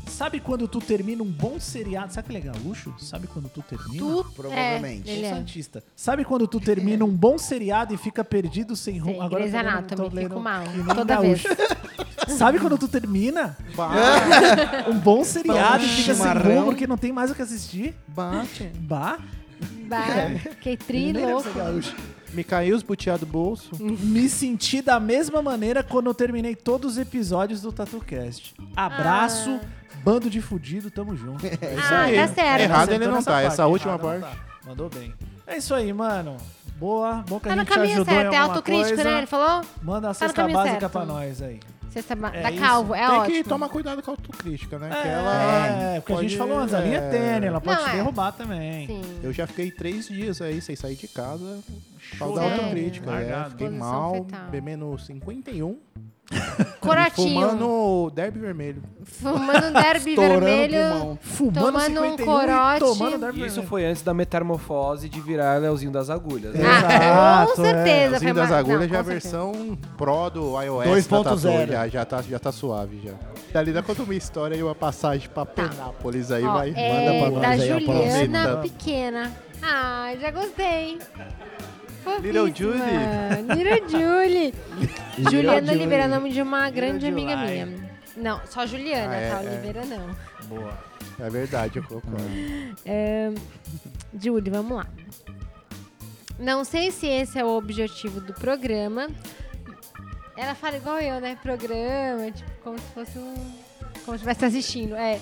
Speaker 2: Sabe quando tu termina um bom seriado? Sabe que ele é gaúcho? Sabe quando tu termina?
Speaker 5: Tu?
Speaker 3: Provavelmente.
Speaker 5: É, ele
Speaker 2: Sou
Speaker 5: é.
Speaker 2: Santista. Sabe quando tu termina um bom seriado e fica perdido sem rumo?
Speaker 5: Sim, Grey's
Speaker 2: eu tô lendo-
Speaker 5: Anatomy,
Speaker 2: tô
Speaker 5: fico
Speaker 2: lendo
Speaker 5: mal,
Speaker 2: que nem
Speaker 5: toda
Speaker 2: gaúcho. Sabe quando tu termina um bom seriado e fica sem
Speaker 3: chimarrão.
Speaker 2: rumo porque não tem mais o que assistir?
Speaker 4: Bate.
Speaker 3: É,
Speaker 2: Bah, É.
Speaker 5: Bah, fiquei tri louco.
Speaker 4: Me caiu os butiá do bolso.
Speaker 2: me senti da mesma maneira quando eu terminei todos os episódios do TatuCast. Abraço, bando de fudido, tamo junto.
Speaker 5: Ah, tá certo.
Speaker 4: É Errado ele
Speaker 2: Acertou
Speaker 4: não
Speaker 2: nessa
Speaker 4: tá,
Speaker 2: parte,
Speaker 4: essa última
Speaker 2: errado não
Speaker 4: parte.
Speaker 2: tá. Mandou bem. É isso aí, mano. Boa, bom que a
Speaker 5: Tá no
Speaker 2: gente te
Speaker 5: caminho
Speaker 2: ajudou
Speaker 5: certo,
Speaker 2: em
Speaker 5: é
Speaker 2: alguma
Speaker 5: autocrítico,
Speaker 2: coisa.
Speaker 5: né? Ele falou?
Speaker 2: Manda a
Speaker 5: Tá no
Speaker 2: cesta
Speaker 5: caminho
Speaker 2: básica
Speaker 5: certo.
Speaker 2: pra nós aí.
Speaker 5: Sexta ba...
Speaker 2: É
Speaker 5: da
Speaker 2: isso.
Speaker 5: calvo, é
Speaker 4: Tem
Speaker 5: ótimo.
Speaker 4: que tomar cuidado com a autocrítica, né? que ela
Speaker 2: É, porque a
Speaker 4: pode-
Speaker 2: gente falou antes, a linha é tênue, ela pode
Speaker 5: Não,
Speaker 2: te
Speaker 5: é.
Speaker 2: derrubar também.
Speaker 5: Sim.
Speaker 4: Eu já fiquei três dias aí sem sair de casa, pau da
Speaker 5: Chorando,
Speaker 4: autocrítica.
Speaker 2: largado.
Speaker 4: É, fiquei
Speaker 5: Posição
Speaker 4: mal,
Speaker 5: fetal.
Speaker 4: bebendo 51
Speaker 5: Corotinho. Fumando,
Speaker 4: fumando derby vermelho.
Speaker 5: um derby vermelho.
Speaker 3: pulmão.
Speaker 2: Fumando
Speaker 5: Tomando um
Speaker 2: 51
Speaker 5: corote.
Speaker 2: e tomando Dark
Speaker 6: E isso
Speaker 2: Vermelho.
Speaker 6: foi antes da metamorfose de virar Leozinho das Agulhas. né?
Speaker 5: Ah,
Speaker 2: Exato,
Speaker 5: com
Speaker 2: é.
Speaker 5: certeza.
Speaker 4: Assim
Speaker 5: Foi
Speaker 4: das
Speaker 5: ma-
Speaker 4: agulhas
Speaker 5: não,
Speaker 4: já é a
Speaker 5: com certeza.
Speaker 4: versão pro do iOS.
Speaker 3: 2.0.
Speaker 4: da Tatu, Já, já, tá, já tá suave já. Dalida, conta uma história e uma passagem pra Penápolis aí,
Speaker 5: Tá. Ó,
Speaker 4: vai.
Speaker 5: é
Speaker 4: manda pra
Speaker 5: da
Speaker 4: nós aí a
Speaker 5: Juliana
Speaker 4: próxima.
Speaker 5: Pequena. Ai, já gostei. Fofíssima.
Speaker 4: Little Julie.
Speaker 5: Little Julie. Juliana
Speaker 3: Julie.
Speaker 5: Oliveira, é nome de uma grande
Speaker 2: July.
Speaker 5: amiga minha. Não, só Juliana,
Speaker 4: Ah, é,
Speaker 5: tá?
Speaker 4: é.
Speaker 5: Oliveira não.
Speaker 4: É verdade, eu concordo.
Speaker 5: É, Julie, vamos lá. Não sei se esse é o objetivo do programa. Ela fala igual eu, né? Programa, tipo, como se fosse um. Como se estivesse assistindo. É.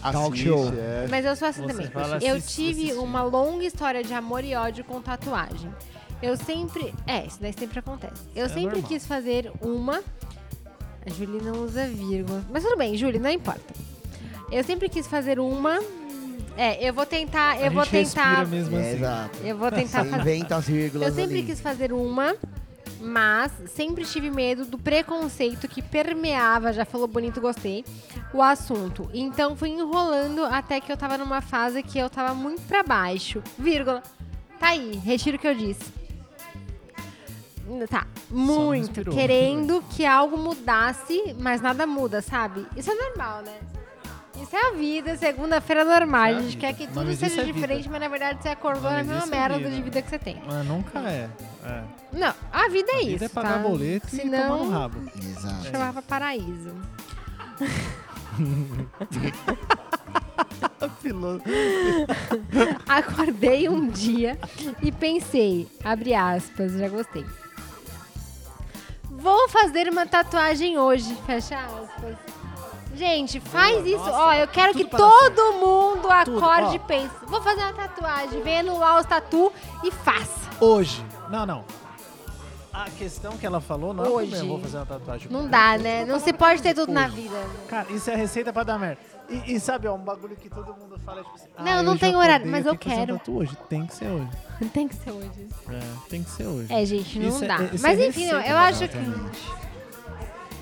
Speaker 3: Talk
Speaker 4: Assiste,
Speaker 3: show.
Speaker 4: é.
Speaker 5: Mas eu sou assim
Speaker 2: Você
Speaker 5: também.
Speaker 2: fala
Speaker 5: Eu
Speaker 2: assist-
Speaker 5: tive
Speaker 2: assistindo.
Speaker 5: uma longa história de amor e ódio com tatuagem. Eu sempre. É, isso daí sempre acontece. Eu sempre
Speaker 2: É normal.
Speaker 5: quis fazer uma. A Julie não usa vírgula. Mas tudo bem, Julie, não importa. Eu sempre quis fazer uma. É, eu vou tentar. Eu
Speaker 2: a
Speaker 5: vou
Speaker 2: gente respira
Speaker 5: tentar.
Speaker 2: mesmo
Speaker 3: É,
Speaker 2: assim.
Speaker 3: exato.
Speaker 5: Eu vou tentar
Speaker 3: Você
Speaker 5: fazer.
Speaker 3: inventa as vírgulas
Speaker 5: Tá, Eu sempre
Speaker 3: ali.
Speaker 5: quis fazer uma, mas sempre tive medo do preconceito que permeava, já falou bonito, gostei, o assunto. Então fui enrolando até que eu tava numa fase que eu tava muito pra baixo. Vírgula. Tá aí, retiro o que eu disse. Tá, muito.
Speaker 2: inspirou.
Speaker 5: Querendo que algo mudasse, mas nada muda, sabe? Isso é normal, né? Isso é a vida, segunda-feira é normal. a gente quer que
Speaker 2: O
Speaker 5: tudo
Speaker 2: nome disso
Speaker 5: seja
Speaker 2: é vida.
Speaker 5: diferente, mas na verdade você acordou
Speaker 2: O
Speaker 5: na
Speaker 2: nome
Speaker 5: mesma
Speaker 2: disso é
Speaker 5: merda
Speaker 2: vida.
Speaker 5: de vida que você tem.
Speaker 2: Mas nunca é. é.
Speaker 5: Não, a vida é
Speaker 2: A
Speaker 5: isso.
Speaker 2: vida é pagar
Speaker 5: tá?
Speaker 2: boleto
Speaker 5: Se
Speaker 2: e tomar no
Speaker 5: não,
Speaker 2: rabo. É
Speaker 3: Exato.
Speaker 5: chamava paraíso. Acordei um dia e pensei, abre aspas, já gostei. Vou fazer uma tatuagem hoje, fecha aspas. Gente, faz isso. ó, eu quero que
Speaker 2: tudo pra dar
Speaker 5: todo mundo acorde
Speaker 2: ó.
Speaker 5: e pense. Vou fazer uma tatuagem, vem anular os tatu e faça.
Speaker 2: Hoje. Não, não. A questão que ela falou, não
Speaker 5: Hoje.
Speaker 2: é como eu vou fazer uma tatuagem.
Speaker 5: Não dá, né? Não se pode ter tudo na vida.
Speaker 2: Cara, isso é receita pra dar merda. E, e sabe, ó, um bagulho que todo mundo fala, tipo assim...
Speaker 5: Não,
Speaker 2: ah,
Speaker 5: não
Speaker 2: hoje
Speaker 5: tem
Speaker 2: eu
Speaker 5: horário,
Speaker 2: acordei,
Speaker 5: mas eu
Speaker 2: tenho que fazer um
Speaker 5: quero.
Speaker 2: tatu hoje. Tem que ser hoje.
Speaker 5: Tem que ser hoje.
Speaker 2: É, tem que ser hoje.
Speaker 5: É, gente, não
Speaker 2: Isso é-
Speaker 5: dá.
Speaker 2: isso é
Speaker 5: mas enfim, eu,
Speaker 2: receita,
Speaker 5: eu
Speaker 2: né,
Speaker 5: acho que.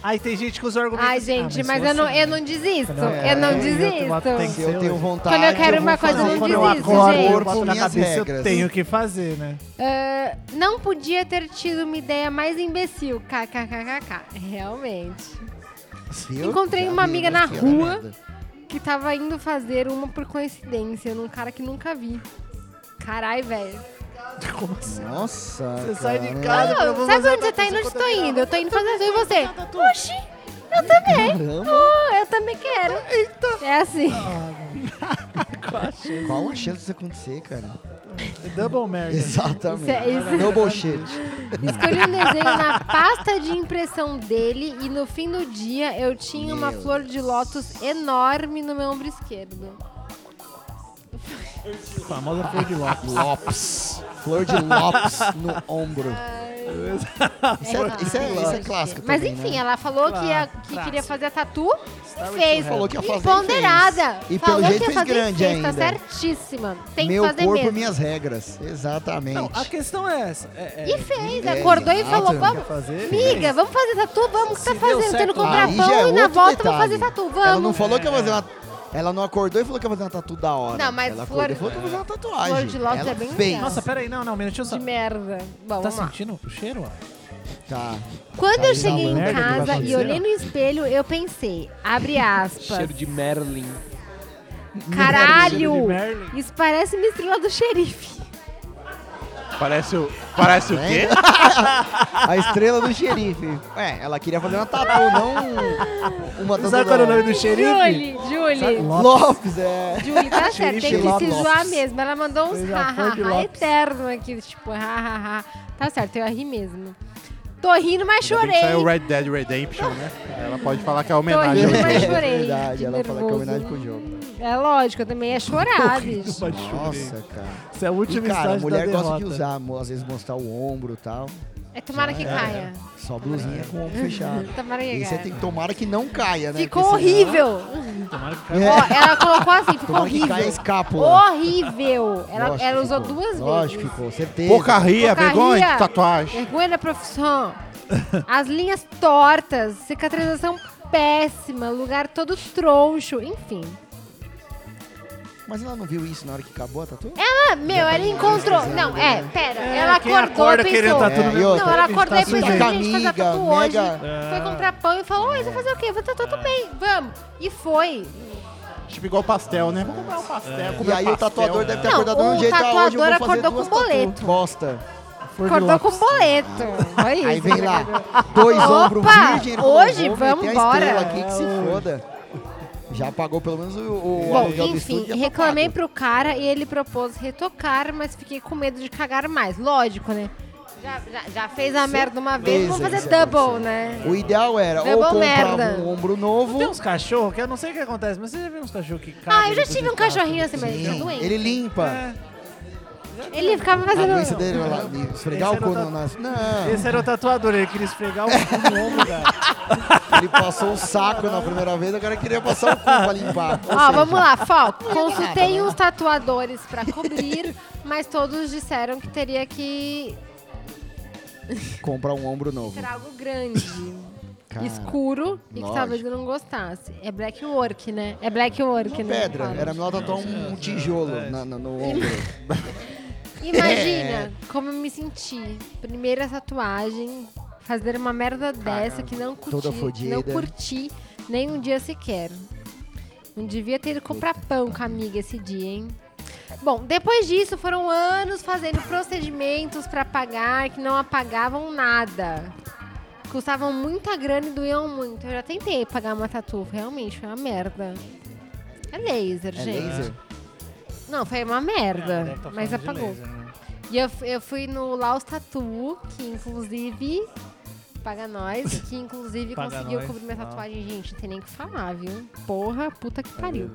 Speaker 2: Aí tem gente que usa o argumento
Speaker 5: Ai,
Speaker 2: assim, ah,
Speaker 5: gente,
Speaker 2: se
Speaker 5: mas eu
Speaker 2: você-
Speaker 5: não, eu não desisto.
Speaker 3: É,
Speaker 5: eu não
Speaker 2: é, tem
Speaker 3: Se
Speaker 5: desisto.
Speaker 2: que- um-
Speaker 3: eu tenho vontade.
Speaker 5: Quando eu
Speaker 2: né?
Speaker 5: quero uma
Speaker 3: vou
Speaker 5: coisa,
Speaker 3: fazer.
Speaker 5: eu não
Speaker 3: Quando eu
Speaker 5: desisto,
Speaker 3: acordo,
Speaker 5: gente.
Speaker 3: eu
Speaker 2: Boto
Speaker 3: corpo
Speaker 2: na
Speaker 3: minhas
Speaker 2: cabeça, eu
Speaker 3: regras.
Speaker 2: tenho que fazer, né?
Speaker 5: Ah, não podia ter tido uma ideia mais imbecil. KKKKK. Realmente.
Speaker 3: Se eu-
Speaker 5: Encontrei
Speaker 3: Já
Speaker 5: uma
Speaker 3: vi,
Speaker 5: amiga
Speaker 3: né,
Speaker 5: na
Speaker 3: filha da
Speaker 5: rua.
Speaker 3: merda.
Speaker 5: Que tava indo fazer uma por coincidência num cara que nunca vi. Carai, velho.
Speaker 2: Como assim?
Speaker 3: Nossa.
Speaker 2: Você sai de
Speaker 3: cara.
Speaker 2: casa pra
Speaker 5: Não,
Speaker 2: você
Speaker 5: sabe
Speaker 2: fazer
Speaker 5: onde você tá
Speaker 2: tatu,
Speaker 5: indo? Onde eu tô
Speaker 2: tá
Speaker 5: indo? Eu tô indo fazer tatu e você.
Speaker 2: tatu.
Speaker 5: Oxi, eu também.
Speaker 3: Caramba,
Speaker 5: Oh, eu também quero. É assim.
Speaker 3: qual a chance disso acontecer, cara?
Speaker 2: É Double merda.
Speaker 3: Exatamente.
Speaker 5: Isso é- isso-
Speaker 3: No bullshit.
Speaker 5: Escolhi um desenho na pasta de impressão dele e no fim do dia eu tinha uma
Speaker 3: Meu
Speaker 5: flor de lótus enorme no meu ombro esquerdo.
Speaker 2: Famosa flor de lótus.
Speaker 3: Lopes. Flor de Lopes no ombro. Isso é, isso é, isso é clássico
Speaker 5: Mas
Speaker 3: também,
Speaker 5: enfim,
Speaker 3: né?
Speaker 5: ela falou que, ia-
Speaker 2: Claro,
Speaker 5: que
Speaker 2: clássico.
Speaker 5: queria fazer a tatu, fez.
Speaker 3: Falou que ia fazer e
Speaker 5: Ponderada.
Speaker 3: fez. E
Speaker 5: falou
Speaker 3: pelo
Speaker 5: que
Speaker 3: jeito
Speaker 5: ia
Speaker 3: fez
Speaker 5: fazer e
Speaker 3: grande
Speaker 5: fez, Tá
Speaker 3: ainda.
Speaker 5: certíssima. Tem
Speaker 3: Meu
Speaker 5: que fazer
Speaker 3: corpo,
Speaker 5: mesmo.
Speaker 3: minhas regras. Exatamente.
Speaker 2: Não, a questão é essa. É, é,
Speaker 5: E fez,
Speaker 3: É,
Speaker 5: acordou e
Speaker 3: exato.
Speaker 5: falou,
Speaker 2: Quer
Speaker 5: vamos.
Speaker 2: fazer?
Speaker 5: Amiga, vamos fazer tatu? Vamos, o que tá
Speaker 2: Se deu
Speaker 5: fazendo? Tô indo
Speaker 2: certo lá.
Speaker 5: comprar
Speaker 3: Aí já
Speaker 5: pão
Speaker 3: é
Speaker 5: e na
Speaker 3: outro
Speaker 5: volta vamos
Speaker 3: detalhe.
Speaker 5: fazer tatu,
Speaker 3: Ela não
Speaker 5: vamos. É.
Speaker 3: falou que ia fazer uma... Ela não acordou e falou que ia fazer uma tatu da hora.
Speaker 5: Não, mas
Speaker 3: ela
Speaker 5: flor-
Speaker 3: acordou e falou que ia fazer uma tatuagem.
Speaker 5: flor de lótus
Speaker 3: ela
Speaker 5: é bem
Speaker 3: fez.
Speaker 5: legal.
Speaker 2: Nossa, peraí, não, não, minutinho só.
Speaker 5: De merda. Bom,
Speaker 2: Tá
Speaker 5: vamos lá.
Speaker 2: sentindo o cheiro? ó?
Speaker 3: Tá.
Speaker 5: Quando eu
Speaker 3: Aí
Speaker 5: cheguei
Speaker 3: dá
Speaker 5: em
Speaker 2: merda que vai
Speaker 5: casa e
Speaker 2: acontecer,
Speaker 5: olhei no espelho, eu pensei, abre
Speaker 6: Cheiro
Speaker 3: É.
Speaker 5: aspas,
Speaker 6: de Merlin.
Speaker 5: caralho,
Speaker 2: Cheiro de Merlin.
Speaker 5: isso parece uma estrela do xerife.
Speaker 4: Parece o. Parece o quê?
Speaker 3: A estrela do xerife. Ué, ela queria fazer uma tatu, não uma tatu
Speaker 2: Sabe qual
Speaker 3: da
Speaker 2: é o nome
Speaker 3: hora.
Speaker 2: do xerife?
Speaker 5: Julie, Julie,
Speaker 3: Lopes, é.
Speaker 5: Julie, tá certo, tem que
Speaker 3: Lopes.
Speaker 5: se zoar mesmo. Ela mandou uns
Speaker 2: Fez a flor de
Speaker 5: ha-ha-ha
Speaker 2: Lopes.
Speaker 5: eterno aqui, tipo, ha-ha-ha. Tá certo, eu ri mesmo. Tô rindo, mas
Speaker 4: Ainda bem que
Speaker 5: chorei.
Speaker 4: Saiu Red Dead Redemption, né? Ela pode falar que é
Speaker 5: Tô
Speaker 4: homenagem. ao
Speaker 5: rindo, mas
Speaker 4: jogo.
Speaker 5: chorei.
Speaker 3: É verdade,
Speaker 5: de
Speaker 3: ela fala que é
Speaker 5: nervoso.
Speaker 3: homenagem pro jogo.
Speaker 5: É lógico, eu também ia chorar, ah, bicho.
Speaker 2: Mas chorei.
Speaker 3: Nossa, cara.
Speaker 2: Isso é o
Speaker 3: E,
Speaker 2: último
Speaker 3: cara, a
Speaker 2: estágio da
Speaker 3: mulher
Speaker 2: derrota.
Speaker 3: gosta de usar, mo- às vezes mostrar o ombro e tal.
Speaker 5: É tomara que caia.
Speaker 3: Só blusinha com o ombro fechado.
Speaker 5: Tomara que
Speaker 3: E você
Speaker 5: caia.
Speaker 3: tem que tomara que não caia, né?
Speaker 5: Tá Ficou
Speaker 3: Porque senão-
Speaker 5: horrível.
Speaker 2: Tomara que
Speaker 5: Ó,
Speaker 2: caia.
Speaker 5: ela colocou assim, ficou
Speaker 3: Tomara que
Speaker 5: horrível.
Speaker 3: caia a escápula.
Speaker 5: Horrível. Ela,
Speaker 3: Lógico
Speaker 5: ela
Speaker 3: que
Speaker 5: usou
Speaker 3: ficou.
Speaker 5: duas
Speaker 3: Lógico,
Speaker 5: vezes.
Speaker 3: ficou, certeza.
Speaker 4: Pouca
Speaker 5: Porcaria.
Speaker 4: ria, vergonha de tatuagem.
Speaker 5: Vergonha da profissão. As linhas tortas, cicatrização péssima, lugar todo troncho, enfim.
Speaker 3: Mas ela não viu isso na hora que acabou a tatu?
Speaker 5: Ah, meu, ela
Speaker 3: tá
Speaker 5: encontrou. Não, é,
Speaker 3: né?
Speaker 5: pera.
Speaker 2: É,
Speaker 5: ela
Speaker 2: quem
Speaker 5: acordou
Speaker 2: acorda
Speaker 5: e pensou.
Speaker 2: querendo tatu
Speaker 3: no
Speaker 5: não,
Speaker 3: mesmo tempo,
Speaker 5: ela
Speaker 2: a gente tá
Speaker 5: acordou e pensou,
Speaker 2: sujeito.
Speaker 5: gente, fazer tatu
Speaker 3: Amiga,
Speaker 5: hoje.
Speaker 3: mega- Ah.
Speaker 5: Foi comprar pão e falou, oi, vou fazer o quê? Vou tatu também. Vamos. E foi.
Speaker 4: Tipo igual pastel, né? Vou comprar um pastel.
Speaker 3: É. E
Speaker 4: comer
Speaker 3: aí o
Speaker 4: pastel. né?
Speaker 3: tatuador deve ter
Speaker 5: Não,
Speaker 3: acordado de
Speaker 5: o
Speaker 3: um jeito ah, hoje eu
Speaker 5: tatuador
Speaker 3: vou fazer
Speaker 5: acordou
Speaker 3: duas
Speaker 5: com
Speaker 3: tatu.
Speaker 5: boleto.
Speaker 3: Bosta.
Speaker 5: Acordou com boleto. Olha isso.
Speaker 3: Ah. Aí vem lá, dois
Speaker 5: Opa,
Speaker 3: ombros virgem. ele falou,
Speaker 5: hoje
Speaker 3: vou
Speaker 5: vamos
Speaker 3: meter a
Speaker 5: embora.
Speaker 3: estrela aqui que se foda. Já pagou pelo menos o, o
Speaker 5: Bom,
Speaker 3: aluguel do
Speaker 5: enfim,
Speaker 3: estúdio. já tá
Speaker 5: reclamei
Speaker 3: pago.
Speaker 5: pro cara e ele propôs retocar, mas fiquei com medo de cagar mais. Lógico, né? Já, já- já fez a merda uma vez, vamos
Speaker 3: Certeza
Speaker 5: fazer
Speaker 3: que isso
Speaker 5: double,
Speaker 3: aconteceu.
Speaker 5: né?
Speaker 3: O ideal era
Speaker 5: Deu
Speaker 3: ou
Speaker 5: bom
Speaker 3: comprava
Speaker 5: merda.
Speaker 3: um ombro novo.
Speaker 2: Tem uns cachorros que eu não sei o que acontece, mas você já viu uns cachorros que cagam?
Speaker 5: Ah, eu já
Speaker 2: depois
Speaker 5: tive
Speaker 2: de
Speaker 5: um cachorrinho assim, mas ele tá
Speaker 3: Sim,
Speaker 5: doente.
Speaker 3: ele limpa.
Speaker 5: Ele ficava
Speaker 3: A
Speaker 5: fazendo.
Speaker 3: doença dele lá, de esfregar
Speaker 2: Esse
Speaker 3: o cu
Speaker 2: era o
Speaker 3: no nas... Não,
Speaker 2: Esse era o tatuador, ele queria esfregar o cu no ombro, cara.
Speaker 3: ele passou o saco na primeira vez, agora queria passar o cu pra limpar.
Speaker 5: Ó,
Speaker 3: Ou seja,
Speaker 5: Ah, vamos lá, foco.
Speaker 3: nada,
Speaker 5: Consultei
Speaker 3: né?
Speaker 5: uns tatuadores pra cobrir, mas todos disseram que teria que
Speaker 3: Comprar um ombro novo.
Speaker 5: ser algo grande,
Speaker 3: Cara,
Speaker 5: escuro e que
Speaker 3: lógico.
Speaker 5: talvez eu não gostasse. É black work, né? É black work, né?
Speaker 3: Pedra,
Speaker 5: Fala.
Speaker 3: era melhor tatuar um tijolo na- na- no ombro. É.
Speaker 5: Imagina como eu me senti. Primeira tatuagem, fazer uma merda dessa que não curti,
Speaker 3: toda fodida.
Speaker 5: não curti nem um dia sequer. Não devia ter ido comprar pão com a amiga esse dia, hein? Bom, depois disso foram anos fazendo procedimentos pra pagar que não apagavam nada. Custavam muita grana e doíam muito. Eu já tentei pagar uma tatu, realmente foi uma merda. É laser,
Speaker 3: É
Speaker 5: gente.
Speaker 3: laser?
Speaker 5: Não, foi uma
Speaker 2: Ah,
Speaker 5: merda,
Speaker 2: tá
Speaker 5: mas apagou.
Speaker 2: né?
Speaker 5: E eu, fu- eu fui no Laos Tatu, que inclusive paga nós, que inclusive
Speaker 2: Paga
Speaker 5: conseguiu
Speaker 2: nós,
Speaker 5: cobrir minha
Speaker 2: Laos.
Speaker 5: tatuagem, gente, não tem nem o que falar, viu? Porra, puta que pariu.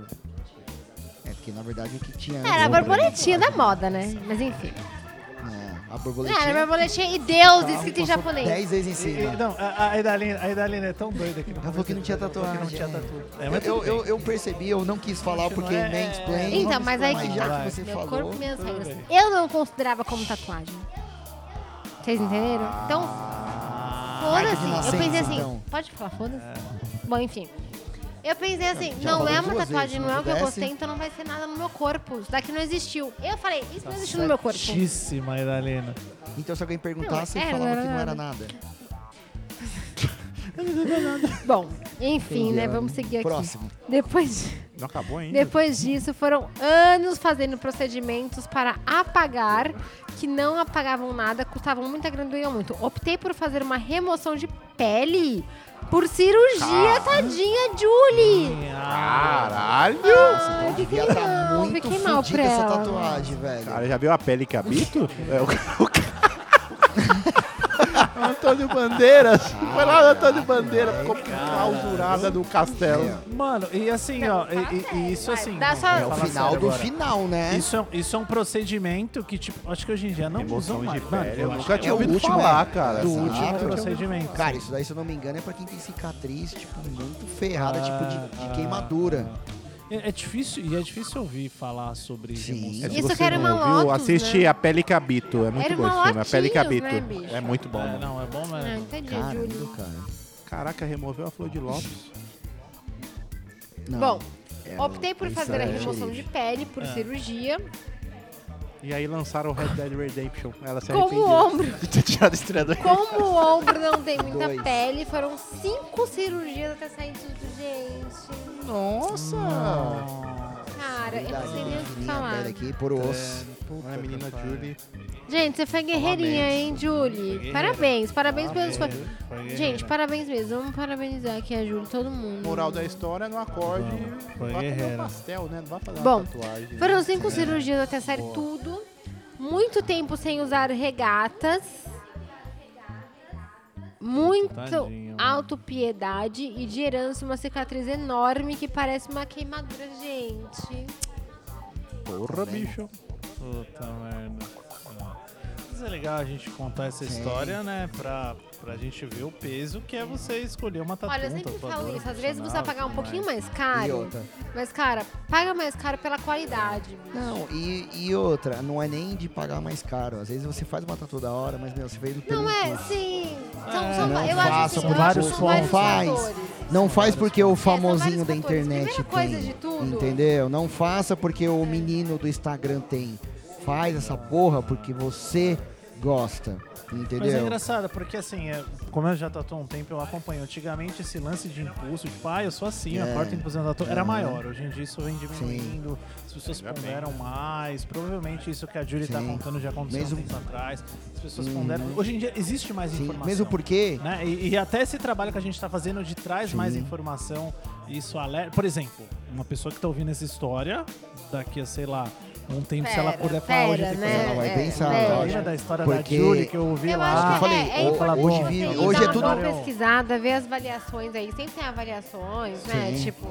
Speaker 3: É porque na verdade o que tinha. antes
Speaker 5: Era a
Speaker 3: era um
Speaker 5: borboletinha da moda, né? Mas enfim.
Speaker 3: branco, né? a
Speaker 5: Ah,
Speaker 3: borboletinha.
Speaker 5: era minha boletinha. E Deus,
Speaker 3: Passou
Speaker 5: escrito em japonês.
Speaker 3: Dez vezes em
Speaker 2: E- e-
Speaker 3: cima.
Speaker 2: Não, a, a Idalina, a Idalina é tão doida que não
Speaker 3: Ela falou que não tinha tatuagem.
Speaker 2: Não tinha tatuagem. É, mas
Speaker 3: eu,
Speaker 2: tudo
Speaker 3: eu, eu percebi, eu não quis falar porque
Speaker 2: É,
Speaker 3: nem explain.
Speaker 5: Então, mas aí
Speaker 3: Mas
Speaker 5: que
Speaker 3: já
Speaker 5: tá.
Speaker 3: que você
Speaker 5: Meu
Speaker 3: falou,
Speaker 5: corpo, minhas
Speaker 2: tudo
Speaker 5: regras.
Speaker 2: bem.
Speaker 5: Eu não considerava como tatuagem. Vocês entenderam? Então,
Speaker 3: Marca Ah, de
Speaker 5: foda-se. Eu
Speaker 3: nascença,
Speaker 5: pensei assim,
Speaker 3: então.
Speaker 5: pode falar, foda-se? Bom, enfim. Eu pensei assim,
Speaker 3: Já
Speaker 5: não
Speaker 3: falou
Speaker 5: é uma
Speaker 3: duas
Speaker 5: tatuagem,
Speaker 3: vezes,
Speaker 5: não é
Speaker 3: não
Speaker 5: o que eu
Speaker 3: pudesse.
Speaker 5: gostei, então não vai ser nada no meu corpo. Isso daqui não existiu. Eu falei,
Speaker 3: Tá
Speaker 5: isso não existiu no meu corpo.
Speaker 2: Certíssima, Idalina.
Speaker 3: Então, se alguém perguntasse,
Speaker 5: Não,
Speaker 3: eu
Speaker 5: era,
Speaker 3: falava
Speaker 5: era
Speaker 3: que não era
Speaker 5: nada.
Speaker 3: nada.
Speaker 5: Bom, enfim, né?
Speaker 3: Entendeu?
Speaker 5: Vamos seguir aqui.
Speaker 3: Próximo.
Speaker 5: Depois de...
Speaker 4: Não acabou ainda?
Speaker 5: Depois disso, foram anos fazendo procedimentos para apagar, que não apagavam nada, custavam muita grana, doiam muito. Optei por fazer uma remoção de pele por cirurgia, tadinha, Julie!
Speaker 2: Ah,
Speaker 4: Caralho!
Speaker 5: Ai,
Speaker 3: então Devia
Speaker 5: fiquei
Speaker 3: estar
Speaker 5: mal,
Speaker 3: muito
Speaker 5: fiquei mal pra
Speaker 3: fodida essa
Speaker 5: ela.
Speaker 3: tatuagem, velho.
Speaker 4: Cara, já viu a pele que habito? É, o- o cara- Antônio Bandeiras. Foi lá no Antônio Bandeiras, ficou clausurada no castelo.
Speaker 2: Mano, e assim, ó, e, e- e isso
Speaker 5: Vai,
Speaker 2: assim.
Speaker 5: dá
Speaker 2: vamos
Speaker 5: só-
Speaker 3: é o
Speaker 2: falar
Speaker 3: final
Speaker 2: sério
Speaker 3: do
Speaker 2: agora.
Speaker 3: final, né?
Speaker 2: Isso é, um- isso é um procedimento que, tipo, acho que hoje em dia não
Speaker 4: Remoção
Speaker 2: usam
Speaker 4: de
Speaker 2: mais. Mano,
Speaker 4: pele, eu
Speaker 2: acho
Speaker 4: nunca
Speaker 2: que
Speaker 4: tinha
Speaker 3: é o
Speaker 4: ouvido
Speaker 3: último,
Speaker 4: falar,
Speaker 3: é.
Speaker 4: cara.
Speaker 2: do último
Speaker 3: Exato.
Speaker 2: procedimento.
Speaker 3: Cara, isso daí, se eu não me engano, é pra quem tem cicatriz, tipo, muito ferrada, tipo, de, de queimadura.
Speaker 2: É, é difícil, e é difícil ouvir falar sobre
Speaker 3: Sim.
Speaker 2: remoção.
Speaker 4: É, se
Speaker 5: Isso
Speaker 4: você
Speaker 5: que era
Speaker 4: não
Speaker 5: uma
Speaker 4: ouviu,
Speaker 5: Lotus,
Speaker 4: assiste
Speaker 5: né?
Speaker 4: A Pele que Habito. É muito
Speaker 5: Era
Speaker 4: bom esse
Speaker 5: uma
Speaker 4: filme. A Pele que
Speaker 5: Lotinhos, né,
Speaker 4: Habito.
Speaker 5: bicho?
Speaker 4: é muito bom,
Speaker 2: É,
Speaker 4: mano.
Speaker 2: não, é bom, mas.
Speaker 5: Não, Ah, entendi, Julie.
Speaker 3: Caramba, cara.
Speaker 4: Caraca, removeu a flor de lótus.
Speaker 3: Não,
Speaker 5: Bom,
Speaker 3: é
Speaker 5: optei por
Speaker 3: um-
Speaker 5: fazer a
Speaker 3: isso é
Speaker 5: remoção de
Speaker 3: xerife.
Speaker 5: pele por cirurgia,
Speaker 4: E aí lançaram o Red Dead Redemption. Ela se
Speaker 5: como o ombro.
Speaker 4: arrependeu
Speaker 3: tá
Speaker 4: de ter tirado esse treinador.
Speaker 5: Como o ombro não tem muita
Speaker 3: Dois.
Speaker 5: pele, foram cinco cirurgias até sair tudo, gente.
Speaker 4: Nossa!
Speaker 5: Cara, eu não sei nem o que
Speaker 3: Fininha,
Speaker 5: falar.
Speaker 3: velha aqui, por osso. é
Speaker 4: a menina Julie.
Speaker 5: Gente, você foi guerreirinha, hein, Julie? Parabéns, parabéns pelos. É, Gente, parabéns mesmo. Vamos parabenizar aqui a Julie, todo mundo.
Speaker 4: Moral da história, no acorde,
Speaker 2: Foi
Speaker 4: vai comer um
Speaker 2: guerreira.
Speaker 4: pastel, né? Não vai fazer
Speaker 5: Bom,
Speaker 4: uma tatuagem. É.
Speaker 5: Foram cinco cirurgias até sair tudo. Muito tempo sem usar regatas. Muito
Speaker 2: Tadinha, mano.
Speaker 5: autopiedade e de herança uma cicatriz enorme que parece uma queimadura, gente.
Speaker 4: Porra, bicho.
Speaker 2: Puta merda. É. Mas é legal a gente contar essa história, né? Pra, pra gente ver o peso que é você escolher uma um tatuagem.
Speaker 5: Olha, eu sempre falo isso. Às vezes você vai pagar um pouquinho mais caro.
Speaker 3: E outra.
Speaker 5: Mas, cara, paga mais caro pela qualidade. bicho.
Speaker 3: Não, e, e outra, não é nem de pagar mais caro. Às vezes você faz uma tatu da hora, mas, meu, você veio pelo
Speaker 5: Não é,
Speaker 3: impulso.
Speaker 5: sim. São, são,
Speaker 3: não
Speaker 5: eu
Speaker 3: faça
Speaker 5: acho assim,
Speaker 3: por
Speaker 5: eu acho
Speaker 2: vários
Speaker 5: que são
Speaker 2: pontos.
Speaker 5: vários
Speaker 3: Faz.
Speaker 5: fatores.
Speaker 3: Não faz porque o famosinho
Speaker 5: vários
Speaker 3: da
Speaker 5: fatores.
Speaker 3: internet
Speaker 5: Primeira coisa
Speaker 3: tem.
Speaker 5: de tudo.
Speaker 3: Entendeu? Não faça porque o menino do Instagram tem. Faz essa porra porque você gosta.
Speaker 2: Mas é
Speaker 3: Entendeu?
Speaker 2: engraçado, porque assim, é, como eu já tatuo há um tempo, eu acompanho. Antigamente esse lance de impulso, tipo, ah, eu sou assim,
Speaker 3: É.
Speaker 2: a porta tem que fazer um tatu, era maior. Hoje em dia isso vem diminuindo, as pessoas ponderam mais. Provavelmente isso que a Julie tá
Speaker 3: Sim.
Speaker 2: contando já aconteceu há um
Speaker 3: Mesmo- Uhum.
Speaker 2: tempo atrás. As pessoas ponderam. Hoje em dia existe mais
Speaker 3: Sim,
Speaker 2: informação.
Speaker 3: mesmo porque
Speaker 2: né? E, e até esse trabalho que a gente está fazendo de traz mais informação, isso alerta. Por exemplo, uma pessoa que está ouvindo essa história, daqui a sei lá, um tempo, se ela
Speaker 5: Pera,
Speaker 2: puder falar hoje,
Speaker 5: pera,
Speaker 2: tem que
Speaker 5: né?
Speaker 2: fazer
Speaker 3: ela vai
Speaker 5: É,
Speaker 3: pensar,
Speaker 5: é.
Speaker 2: uma
Speaker 3: lógico.
Speaker 2: da história
Speaker 3: Porque-
Speaker 2: da Julie que eu ouvi
Speaker 5: Eu
Speaker 2: lá.
Speaker 5: acho que
Speaker 3: falei,
Speaker 5: é, é
Speaker 3: ho-
Speaker 5: importante
Speaker 3: hoje
Speaker 5: você
Speaker 3: vi-
Speaker 5: ir
Speaker 3: hoje
Speaker 5: dar
Speaker 3: é tudo-
Speaker 5: uma pesquisada, ver as avaliações aí. Sempre tem avaliações, né?
Speaker 3: Sim.
Speaker 5: Tipo,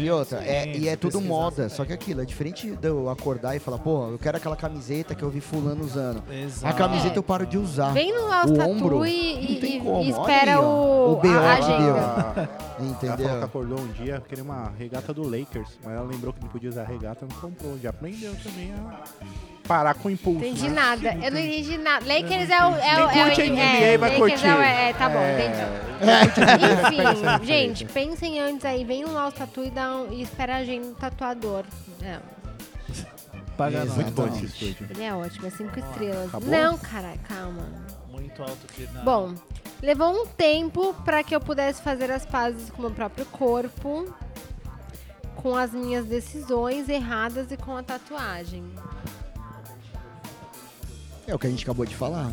Speaker 3: E outra, é,
Speaker 2: Sim,
Speaker 3: e é
Speaker 2: se
Speaker 3: tudo
Speaker 2: pesquisar,
Speaker 3: moda,
Speaker 2: você
Speaker 3: só que aquilo, é diferente de eu acordar e falar, pô, eu quero aquela camiseta que eu vi fulano usando. A
Speaker 2: Exato.
Speaker 3: camiseta eu paro de usar.
Speaker 5: vem no
Speaker 3: Ah. O
Speaker 5: All Tatu
Speaker 3: ombro,
Speaker 5: e,
Speaker 3: não tem
Speaker 5: e- e
Speaker 3: como. Olha
Speaker 5: espera
Speaker 3: aí, ó.
Speaker 5: o,
Speaker 3: O BO
Speaker 5: a
Speaker 3: que
Speaker 5: agenda.
Speaker 4: Ah, Ela, ela falou que
Speaker 3: Entendeu?
Speaker 4: acordou um dia, queria uma regata do Lakers, mas ela lembrou que não podia usar regata, não comprou. Já aprendeu também a parar com o impulso.
Speaker 5: Entendi
Speaker 4: né?
Speaker 5: nada. Eu não entendi nada. Lakers é o. É, o-
Speaker 4: Quem
Speaker 5: é,
Speaker 4: curte
Speaker 5: o-
Speaker 4: NBA
Speaker 5: é,
Speaker 4: vai
Speaker 5: Lakers é o-
Speaker 4: curtir.
Speaker 5: É, tá bom, entendi. Enfim, gente, pensem antes aí. Vem no Laos Tatu e, dá um, e espera a agenda do tatuador. É,
Speaker 2: Paga nós.
Speaker 4: É Muito bom esse
Speaker 3: Exatamente.
Speaker 4: estúdio.
Speaker 5: ele é ótimo, é cinco estrelas.
Speaker 4: Ah, acabou?
Speaker 5: Não, caralho, calma.
Speaker 2: Muito alto que na-
Speaker 5: Bom, levou um tempo pra que eu pudesse fazer as pazes com o meu próprio corpo, com as minhas decisões erradas e com a tatuagem.
Speaker 3: É o que a gente acabou de falar.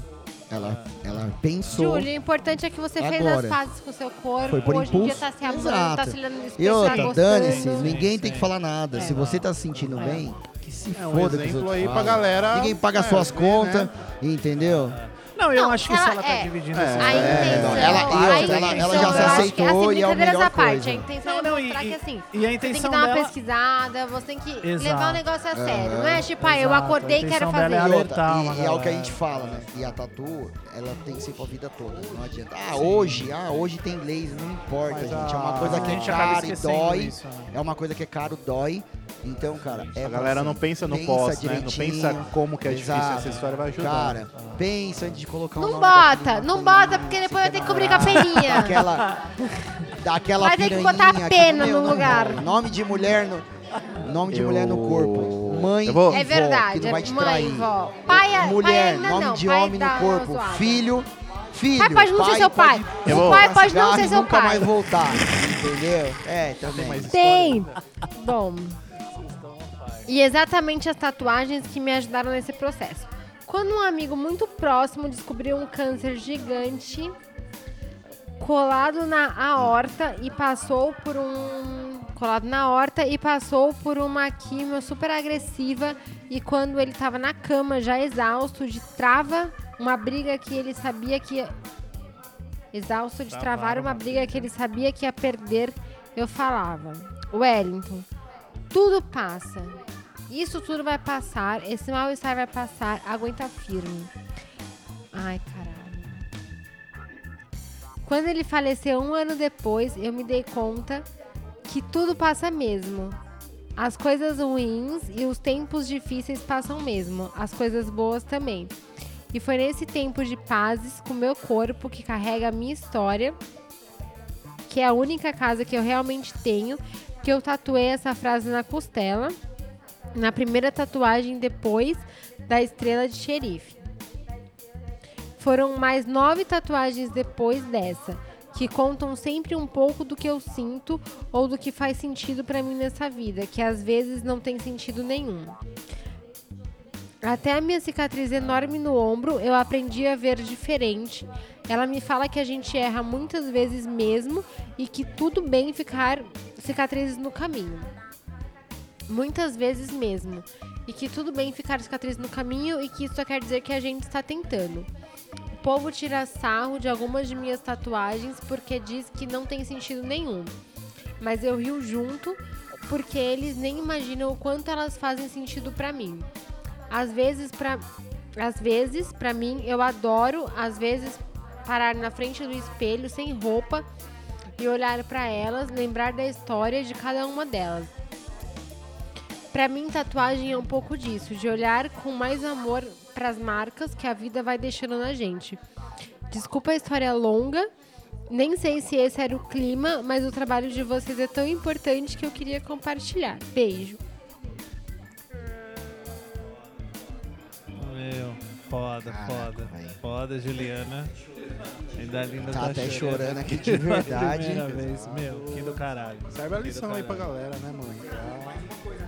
Speaker 3: Ela, ela pensou.
Speaker 5: Júlio, o importante é que você fez as
Speaker 3: Agora.
Speaker 5: pazes com o seu corpo.
Speaker 3: Foi por
Speaker 5: Hoje em dia
Speaker 3: impulso.
Speaker 5: tá se amando,
Speaker 3: Exato.
Speaker 5: tá se olhando no
Speaker 3: E
Speaker 5: espelho, tá
Speaker 3: outra,
Speaker 5: gostando. É.
Speaker 3: dane-se,
Speaker 2: Sim,
Speaker 3: ninguém tem
Speaker 2: sim.
Speaker 3: que falar nada. se você tá se sentindo bem, que se
Speaker 4: É um
Speaker 3: foda que os
Speaker 4: exemplo
Speaker 3: outros
Speaker 4: aí pra
Speaker 3: falam.
Speaker 4: galera,
Speaker 3: Ninguém paga
Speaker 4: é,
Speaker 3: suas
Speaker 4: ver,
Speaker 3: contas, entendeu?
Speaker 2: Não, eu
Speaker 5: Não,
Speaker 2: acho que se
Speaker 5: ela
Speaker 2: ela tá
Speaker 5: é-
Speaker 2: dividindo
Speaker 4: É,
Speaker 2: essa
Speaker 5: A intenção, a
Speaker 3: não, ela- eu- ela- ela
Speaker 5: intenção,
Speaker 3: já se
Speaker 5: eu acho que,
Speaker 3: aceitou e é o
Speaker 5: assim, brincadeiras
Speaker 3: melhor
Speaker 5: à parte,
Speaker 3: coisa.
Speaker 5: A intenção
Speaker 2: Não,
Speaker 5: é
Speaker 2: não, e-
Speaker 5: mostrar
Speaker 2: e-
Speaker 5: que assim,
Speaker 2: e a
Speaker 5: você tem que
Speaker 2: intenção
Speaker 5: dar uma
Speaker 2: dela-
Speaker 5: pesquisada, você tem que levar
Speaker 2: Exato.
Speaker 5: o negócio a sério. Não é tipo, ah, eu
Speaker 2: Exato, a
Speaker 5: acordei e quero
Speaker 2: intenção dela
Speaker 5: fazer.
Speaker 2: é
Speaker 3: E, outra,
Speaker 2: alertar uma
Speaker 3: e- e é o que a
Speaker 2: galera.
Speaker 3: gente fala, né? E a tatu, ela tem que ser pra vida toda. Não adianta. Ah, hoje, ah, hoje tem leis, não importa,
Speaker 2: Mas
Speaker 3: gente. É
Speaker 2: a-
Speaker 3: uma coisa que
Speaker 2: Ah, a
Speaker 3: é
Speaker 2: gente acaba
Speaker 3: cara e
Speaker 2: esquecendo
Speaker 3: dói.
Speaker 2: isso, né?
Speaker 3: É uma coisa que é caro, dói. Então, cara, é
Speaker 4: A galera
Speaker 3: assim,
Speaker 4: não pensa no
Speaker 3: pensa
Speaker 4: pós, né? Não
Speaker 3: direitinho.
Speaker 4: pensa como que é difícil
Speaker 3: Exato.
Speaker 4: essa história vai ajudar.
Speaker 3: Cara, pensa antes de colocar um
Speaker 5: Não
Speaker 3: nome
Speaker 5: bota,
Speaker 3: daquele
Speaker 5: não
Speaker 3: maconheiro,
Speaker 5: bota, porque
Speaker 3: você
Speaker 5: depois eu
Speaker 3: quer
Speaker 5: tenho que cobrir com a
Speaker 3: namorar,
Speaker 5: peninha.
Speaker 3: Daquela, daquela
Speaker 5: Mas tem que botar
Speaker 3: piranhinha
Speaker 5: a
Speaker 3: que não-
Speaker 5: pena
Speaker 3: meu,
Speaker 5: no
Speaker 3: não,
Speaker 5: lugar.
Speaker 3: não. Nome de mulher no, nome de mulher no
Speaker 4: Eu-
Speaker 3: corpo. Mãe
Speaker 4: Eu vou-
Speaker 3: e
Speaker 5: É
Speaker 3: vó, que
Speaker 5: verdade,
Speaker 3: não vai
Speaker 5: é
Speaker 3: te
Speaker 5: mãe,
Speaker 3: trair.
Speaker 5: vó. Pai, é- pai
Speaker 3: mulher,
Speaker 5: ainda
Speaker 3: nome
Speaker 5: não,
Speaker 3: de
Speaker 5: pai
Speaker 3: homem
Speaker 5: dá
Speaker 3: no
Speaker 5: uma
Speaker 3: corpo.
Speaker 5: zoada.
Speaker 3: Filho, filho.
Speaker 5: Pai pode não ser seu pai.
Speaker 3: pode
Speaker 4: Eu vou-
Speaker 5: Pai pode não
Speaker 3: cigarro
Speaker 5: ser
Speaker 3: e
Speaker 5: seu
Speaker 3: nunca
Speaker 5: pai.
Speaker 3: mais voltar, entendeu? É, também.
Speaker 5: Tem! Bom. E exatamente as tatuagens que me ajudaram nesse processo. Quando um amigo muito próximo descobriu um câncer gigante colado na aorta e passou por um colado na aorta e passou por uma quimio super agressiva e quando ele estava na cama já exausto de trava uma briga que ele sabia que exausto de travar uma briga que ele sabia que ia perder eu falava Wellington tudo passa isso tudo vai passar esse mal estar vai passar aguenta firme ai caralho quando ele faleceu um ano depois, eu me dei conta que tudo passa mesmo. As coisas ruins e os tempos difíceis passam mesmo, as coisas boas também. E foi nesse tempo de pazes com meu corpo que carrega a minha história, que é a única casa que eu realmente tenho, que eu tatuei essa frase na costela, na primeira tatuagem depois da estrela de xerife. Foram mais nove tatuagens depois dessa, que contam sempre um pouco do que eu sinto ou do que faz sentido pra mim nessa vida, que às vezes não tem sentido nenhum. Até a minha cicatriz enorme no ombro, eu aprendi a ver diferente. Ela me fala que a gente erra muitas vezes mesmo e que tudo bem ficar cicatrizes no caminho. Muitas vezes mesmo. E que tudo bem ficar cicatrizes no caminho e que isso só quer dizer que a gente está tentando. O povo tira sarro de algumas de minhas tatuagens porque diz que não tem sentido nenhum. Mas eu rio junto porque eles nem imaginam o quanto elas fazem sentido pra mim. Às vezes pra às vezes para mim eu adoro, às vezes parar na frente do espelho sem roupa e olhar pra elas, lembrar da história de cada uma delas. Pra mim, tatuagem é um pouco disso, de olhar com mais amor pras marcas que a vida vai deixando na gente. Desculpa a história longa, nem sei se esse era o clima, mas o trabalho de vocês é tão importante que eu queria compartilhar. Beijo.
Speaker 2: Meu, foda,
Speaker 3: Caraca,
Speaker 2: foda.
Speaker 3: velho.
Speaker 2: Foda, Juliana. Ainda a linda
Speaker 3: Tá
Speaker 2: tá,
Speaker 3: até chorando aqui de
Speaker 2: pela
Speaker 3: verdade.
Speaker 2: primeira vez, meu, que do caralho.
Speaker 4: Serve a lição aí pra galera, né, mano?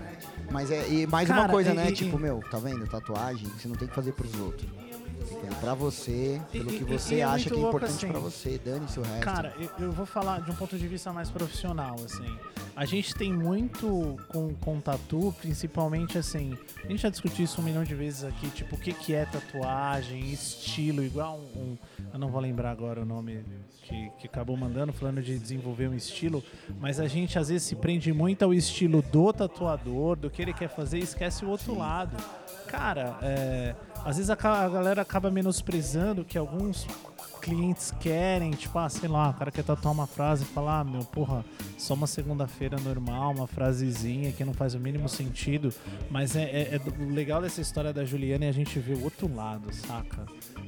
Speaker 3: Mas é, e mais uma
Speaker 2: Cara,
Speaker 3: coisa,
Speaker 2: e-
Speaker 3: né?
Speaker 2: e-
Speaker 3: tipo, meu, tá vendo? Tatuagem, você não tem que fazer pros outros. Você tem que fazer pra você, pelo
Speaker 2: e-
Speaker 3: que
Speaker 2: e-
Speaker 3: você
Speaker 2: e é
Speaker 3: acha
Speaker 2: muito
Speaker 3: que é
Speaker 2: louco,
Speaker 3: importante
Speaker 2: assim.
Speaker 3: pra você. Dane-se o resto.
Speaker 2: Cara, eu, eu vou falar de um ponto de vista mais profissional, assim. A gente tem muito com, com tatu, principalmente assim. A gente já discutiu isso um milhão de vezes aqui, tipo, o que, que é tatuagem, estilo, igual um, um- Eu não vou lembrar agora o nome que, que acabou mandando, falando de desenvolver um estilo, mas a gente às vezes se prende muito ao estilo do tatuador, do que ele quer fazer e esquece o outro lado. Cara, é, às vezes a, ca- a galera acaba menosprezando que alguns clientes querem, tipo, ah, sei lá, o cara quer tatuar uma frase e falar, ah, meu, porra, só uma segunda-feira normal, uma frasezinha que não faz o mínimo sentido. Mas é, é- é do- o legal dessa história da Juliana é a gente ver o outro lado, saca?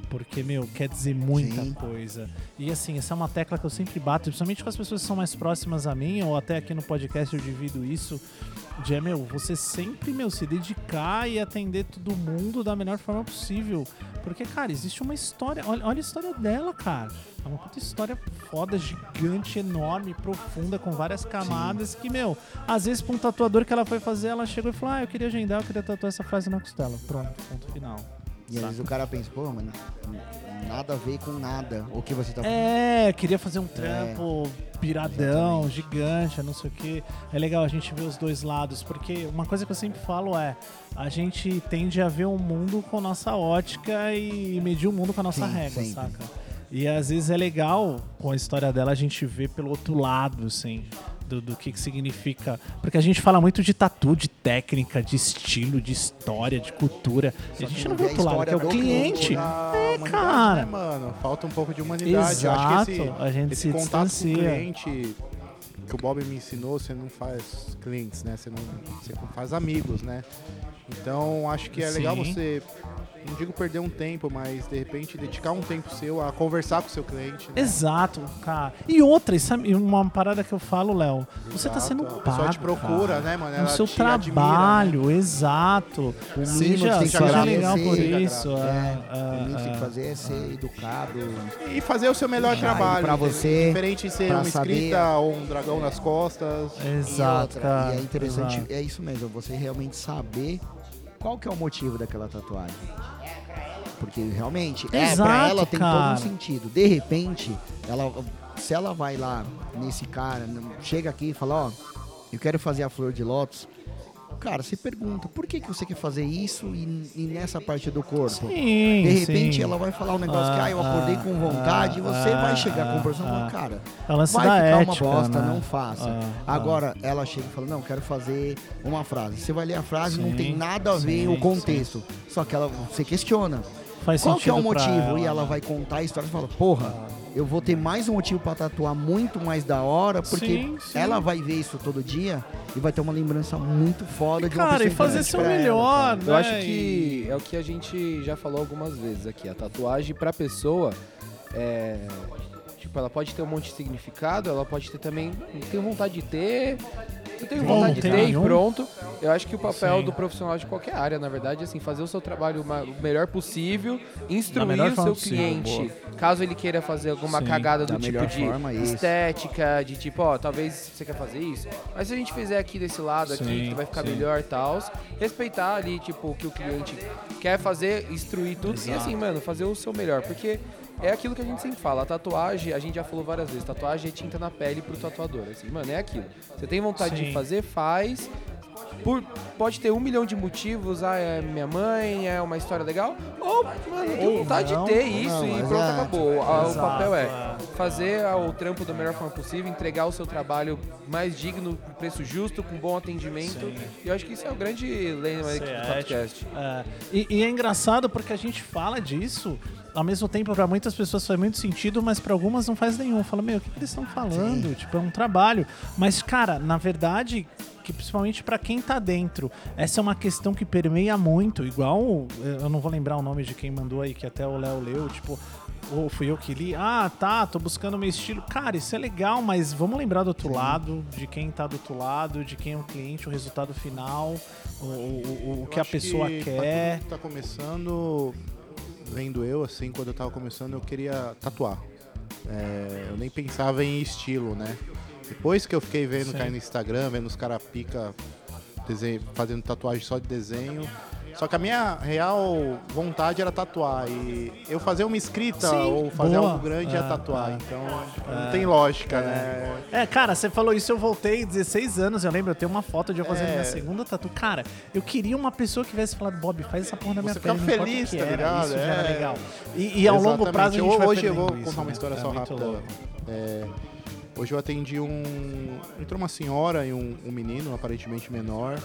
Speaker 2: Porque, meu, quer dizer muita
Speaker 3: Sim.
Speaker 2: coisa. E assim, essa é uma tecla que eu sempre bato, principalmente com as pessoas que são mais próximas a mim, ou até aqui no podcast eu divido isso. De, é, meu, você sempre, meu, se dedicar e atender todo mundo da melhor forma possível. Porque, cara, existe uma história. Olha, olha a história dela, cara. É uma puta história foda, gigante, enorme, profunda, com várias camadas. Que, meu, às vezes pra um tatuador que ela foi fazer, ela chegou e falou: Ah, eu queria agendar, eu queria tatuar essa frase na costela. Pronto, ponto final.
Speaker 3: e às vezes o cara pensa, pô, mano, nada a ver com nada o que você tá falando.
Speaker 2: É, queria fazer um trampo piradão, gigante, não sei o quê. É legal a gente ver os dois lados, porque uma coisa que eu sempre falo é: a gente tende a ver o mundo com a nossa ótica e medir o mundo com a nossa
Speaker 3: Sim,
Speaker 2: régua,
Speaker 3: sempre.
Speaker 2: saca? E às vezes é legal, com a história dela, a gente ver pelo outro lado, assim, do, do que, que significa. Porque a gente fala muito de tatu, de técnica, de estilo, de história, de cultura. E a
Speaker 3: que
Speaker 2: gente
Speaker 3: não
Speaker 2: não
Speaker 3: vê
Speaker 2: vê o outro
Speaker 3: a
Speaker 2: lado, que é
Speaker 3: história
Speaker 2: o
Speaker 3: do né?
Speaker 2: cliente.
Speaker 4: Da humanidade,
Speaker 2: cara.
Speaker 4: né, mano, falta um pouco de humanidade. Eu acho que esse,
Speaker 2: Exato, a gente
Speaker 4: esse
Speaker 2: se
Speaker 4: contato com o
Speaker 2: distancia.
Speaker 4: cliente que o Bob me ensinou, você não faz clientes, né? Você não, você não faz amigos, né? Então acho que é legal
Speaker 2: Sim.
Speaker 4: você, não digo perder um tempo, mas de repente dedicar um tempo seu a conversar com o seu cliente. Né?
Speaker 2: Exato, cara. E outra, sabe, uma parada que eu falo, Léo, você tá
Speaker 4: Exato.
Speaker 2: sendo
Speaker 4: A
Speaker 2: pago.
Speaker 4: pessoa te procura,
Speaker 2: cara.
Speaker 4: né, mano?
Speaker 2: No
Speaker 4: Ela
Speaker 2: seu
Speaker 4: te
Speaker 2: trabalho, exato.
Speaker 3: O mínimo que
Speaker 2: Seja,
Speaker 3: tem que
Speaker 2: seja
Speaker 4: agradecer,
Speaker 2: legal por
Speaker 4: seja
Speaker 2: isso. é, é,
Speaker 3: o mínimo que tem que
Speaker 2: é.
Speaker 3: fazer é ser educado.
Speaker 4: E fazer o seu melhor
Speaker 3: Já, e
Speaker 4: trabalho.
Speaker 3: pra você,
Speaker 4: Diferente de ser
Speaker 3: pra
Speaker 4: uma escrita
Speaker 3: saber.
Speaker 4: ou um dragão nas costas.
Speaker 2: É.
Speaker 3: e,
Speaker 2: Exato,
Speaker 3: outra,
Speaker 2: cara.
Speaker 3: e é interessante,
Speaker 2: exato.
Speaker 3: é isso mesmo, você realmente saber qual que é o motivo daquela tatuagem. Porque realmente, é, pra
Speaker 2: Exato,
Speaker 3: ela tem
Speaker 2: cara.
Speaker 3: todo um sentido. De repente, ela, se ela vai lá nesse cara, não- chega aqui e fala, ó, eu quero fazer a flor de lótus. Cara, se pergunta, por que, que você quer fazer isso e, e nessa parte do corpo?
Speaker 2: Sim,
Speaker 3: De repente
Speaker 2: sim.
Speaker 3: ela vai falar um negócio que,
Speaker 2: Ah,
Speaker 3: ah, eu acordei com
Speaker 2: ah,
Speaker 3: vontade, e você
Speaker 2: ah,
Speaker 3: vai chegar com o profissional
Speaker 2: ah,
Speaker 3: e falar, cara,
Speaker 2: É o lance
Speaker 3: vai
Speaker 2: da
Speaker 3: ficar
Speaker 2: ética,
Speaker 3: uma bosta,
Speaker 2: né?
Speaker 3: não faça.
Speaker 2: Ah, ah.
Speaker 3: Agora, ela chega e fala, não, quero fazer uma frase. Você vai ler a frase,
Speaker 2: Sim,
Speaker 3: não tem nada a ver
Speaker 2: sim,
Speaker 3: o contexto. Só que ela, você questiona.
Speaker 2: Faz
Speaker 3: Qual que é o
Speaker 2: sentido pra
Speaker 3: motivo?
Speaker 2: ela, né? Ah.
Speaker 3: e ela vai contar a história e fala, porra, eu vou ter mais um motivo pra tatuar muito mais da hora, porque
Speaker 2: Sim, sim.
Speaker 3: ela vai ver isso todo dia e vai ter uma lembrança muito foda de uma
Speaker 2: Cara, e
Speaker 3: pessoa
Speaker 2: fazer
Speaker 3: importante
Speaker 2: seu
Speaker 3: pra ela, é,
Speaker 2: melhor,
Speaker 3: cara.
Speaker 2: né?
Speaker 6: Eu acho
Speaker 2: E-
Speaker 6: que é o que a gente já falou algumas vezes aqui. A tatuagem pra pessoa é. Tipo, ela pode ter um monte de significado, ela pode ter também. Não tenho vontade de ter. Eu tenho
Speaker 2: Bom,
Speaker 6: vontade de
Speaker 2: tem
Speaker 6: ter e
Speaker 2: nenhum.
Speaker 6: pronto. Eu acho que o papel
Speaker 2: um? Sim.
Speaker 6: do profissional de qualquer área, na verdade, é assim, fazer o seu trabalho ma- o melhor possível,
Speaker 2: melhor
Speaker 6: instruir o
Speaker 2: forma
Speaker 6: seu
Speaker 2: possível,
Speaker 6: cliente, caso ele queira fazer alguma
Speaker 2: Sim,
Speaker 6: cagada
Speaker 3: da
Speaker 6: do tipo
Speaker 3: melhor
Speaker 6: de
Speaker 3: forma, isso.
Speaker 6: estética, de tipo, ó, talvez você quer fazer isso, mas se a gente fizer aqui desse lado
Speaker 2: Sim,
Speaker 6: aqui, que vai ficar
Speaker 2: sim.
Speaker 6: melhor melhor tal. Respeitar ali, tipo, o que o cliente quer fazer, instruir tudo. E assim, mano, fazer o seu melhor. Porque é aquilo que a gente sempre fala. A tatuagem, a gente já falou várias vezes, tatuagem é tinta na pele pro tatuador. Assim, mano, é aquilo. Você tem vontade
Speaker 2: Sim.
Speaker 6: de fazer, faz. Por, pode ter um milhão de motivos, ah, é minha mãe, é uma história legal. Ou, mano, tem vontade
Speaker 2: não, é.
Speaker 6: de ter isso
Speaker 3: não,
Speaker 6: e pronto,
Speaker 3: exato.
Speaker 6: acabou. Ah, O
Speaker 2: Exato,
Speaker 6: papel é
Speaker 2: é.
Speaker 6: fazer ah, o trampo da melhor forma possível, entregar o seu trabalho mais digno, com preço justo, com bom atendimento. E eu acho que isso é o grande lema aqui
Speaker 2: Ser
Speaker 6: do
Speaker 2: ético.
Speaker 6: podcast.
Speaker 2: É, e, e é engraçado porque a gente fala disso, ao mesmo tempo para muitas pessoas faz muito sentido, mas para algumas não faz nenhum. Fala, meu, o que, que eles estão falando? Tipo, é um trabalho. Mas, cara, na verdade, que principalmente para quem tá dentro, essa é uma questão que permeia muito. Igual, eu eu não vou lembrar o nome de quem mandou aí, que até o Léo leu, tipo. Ou fui eu que li, ah, tá, tô buscando meu estilo. Cara, isso é legal, mas vamos lembrar do outro lado, de quem tá do outro lado, de quem é o cliente, o resultado final, o, o- o- o
Speaker 4: Eu
Speaker 2: que a
Speaker 4: acho
Speaker 2: pessoa
Speaker 4: que pra todo
Speaker 2: quer.
Speaker 4: mundo que tá começando, vendo eu, assim, quando eu tava começando, eu queria tatuar. É, eu nem pensava em estilo, né? Depois que eu fiquei vendo cair no Instagram, vendo os caras pica desenho- fazendo tatuagem só de desenho. Só que a minha real vontade era tatuar. E eu fazer uma escrita
Speaker 2: Sim.
Speaker 4: ou fazer
Speaker 2: Boa.
Speaker 4: algo grande é
Speaker 2: Ah,
Speaker 4: tatuar.
Speaker 2: ah.
Speaker 4: então não tem lógica, né?
Speaker 2: É, cara, você falou isso, eu voltei 16 anos, eu lembro, eu tenho uma foto de eu fazendo
Speaker 4: É.
Speaker 2: minha segunda tatu. Cara, eu queria uma pessoa que tivesse falado, Bob, faz essa porra na minha
Speaker 4: Você
Speaker 2: pele,
Speaker 4: fica
Speaker 2: não importa o
Speaker 4: feliz,
Speaker 2: que
Speaker 4: tá
Speaker 2: era,
Speaker 4: ligado?
Speaker 2: isso já era
Speaker 4: É.
Speaker 2: legal. E, e ao longo
Speaker 4: Exatamente.
Speaker 2: prazo a gente
Speaker 4: Eu-
Speaker 2: vai
Speaker 4: Hoje eu vou
Speaker 2: perdendo isso,
Speaker 4: contar uma
Speaker 2: né?
Speaker 4: história
Speaker 2: É
Speaker 4: só
Speaker 2: muito
Speaker 4: rápida.
Speaker 2: louco.
Speaker 4: É, hoje eu atendi um. Entrou uma senhora e um, um menino, aparentemente menor.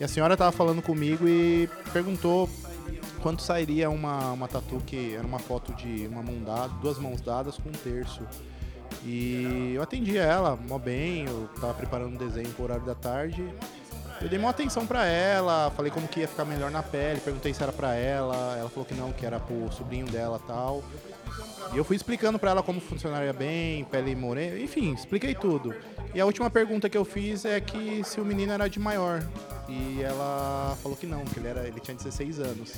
Speaker 4: E a senhora tava falando comigo e perguntou quanto sairia uma, uma tatu que era uma foto de uma mão dada, duas mãos dadas com um terço. E eu atendi ela, mó bem, eu tava preparando o desenho pro horário da tarde. Eu dei uma atenção pra ela, falei como que ia ficar melhor na pele, perguntei se era pra ela, ela falou que não, que era pro sobrinho dela e tal. E eu fui explicando pra ela como funcionaria bem, pele morena, enfim, expliquei tudo. E a última pergunta que eu fiz é que se o menino era de maior. E ela falou que não, que ele, era, ele tinha 16 anos.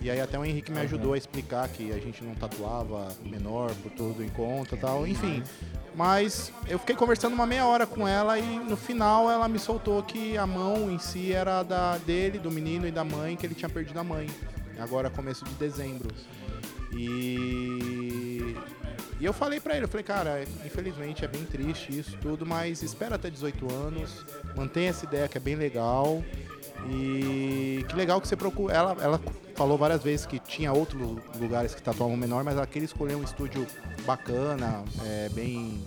Speaker 4: E aí até o Henrique me ajudou a explicar que a gente não tatuava menor por todo em conta e tal, enfim. Mas eu fiquei conversando uma meia hora com ela e no final ela me soltou que a mão em si era da dele, do menino e da mãe, que ele tinha perdido a mãe. Agora começo de dezembro. E, e eu falei pra ele, eu falei, cara, infelizmente é bem triste isso tudo, mas espera até 18 anos, mantenha essa ideia que é bem legal. E que legal que você procura. Ela, ela falou várias vezes que tinha outros lu- lugares que tatuavam menor, mas ela queria escolher um estúdio bacana, é, bem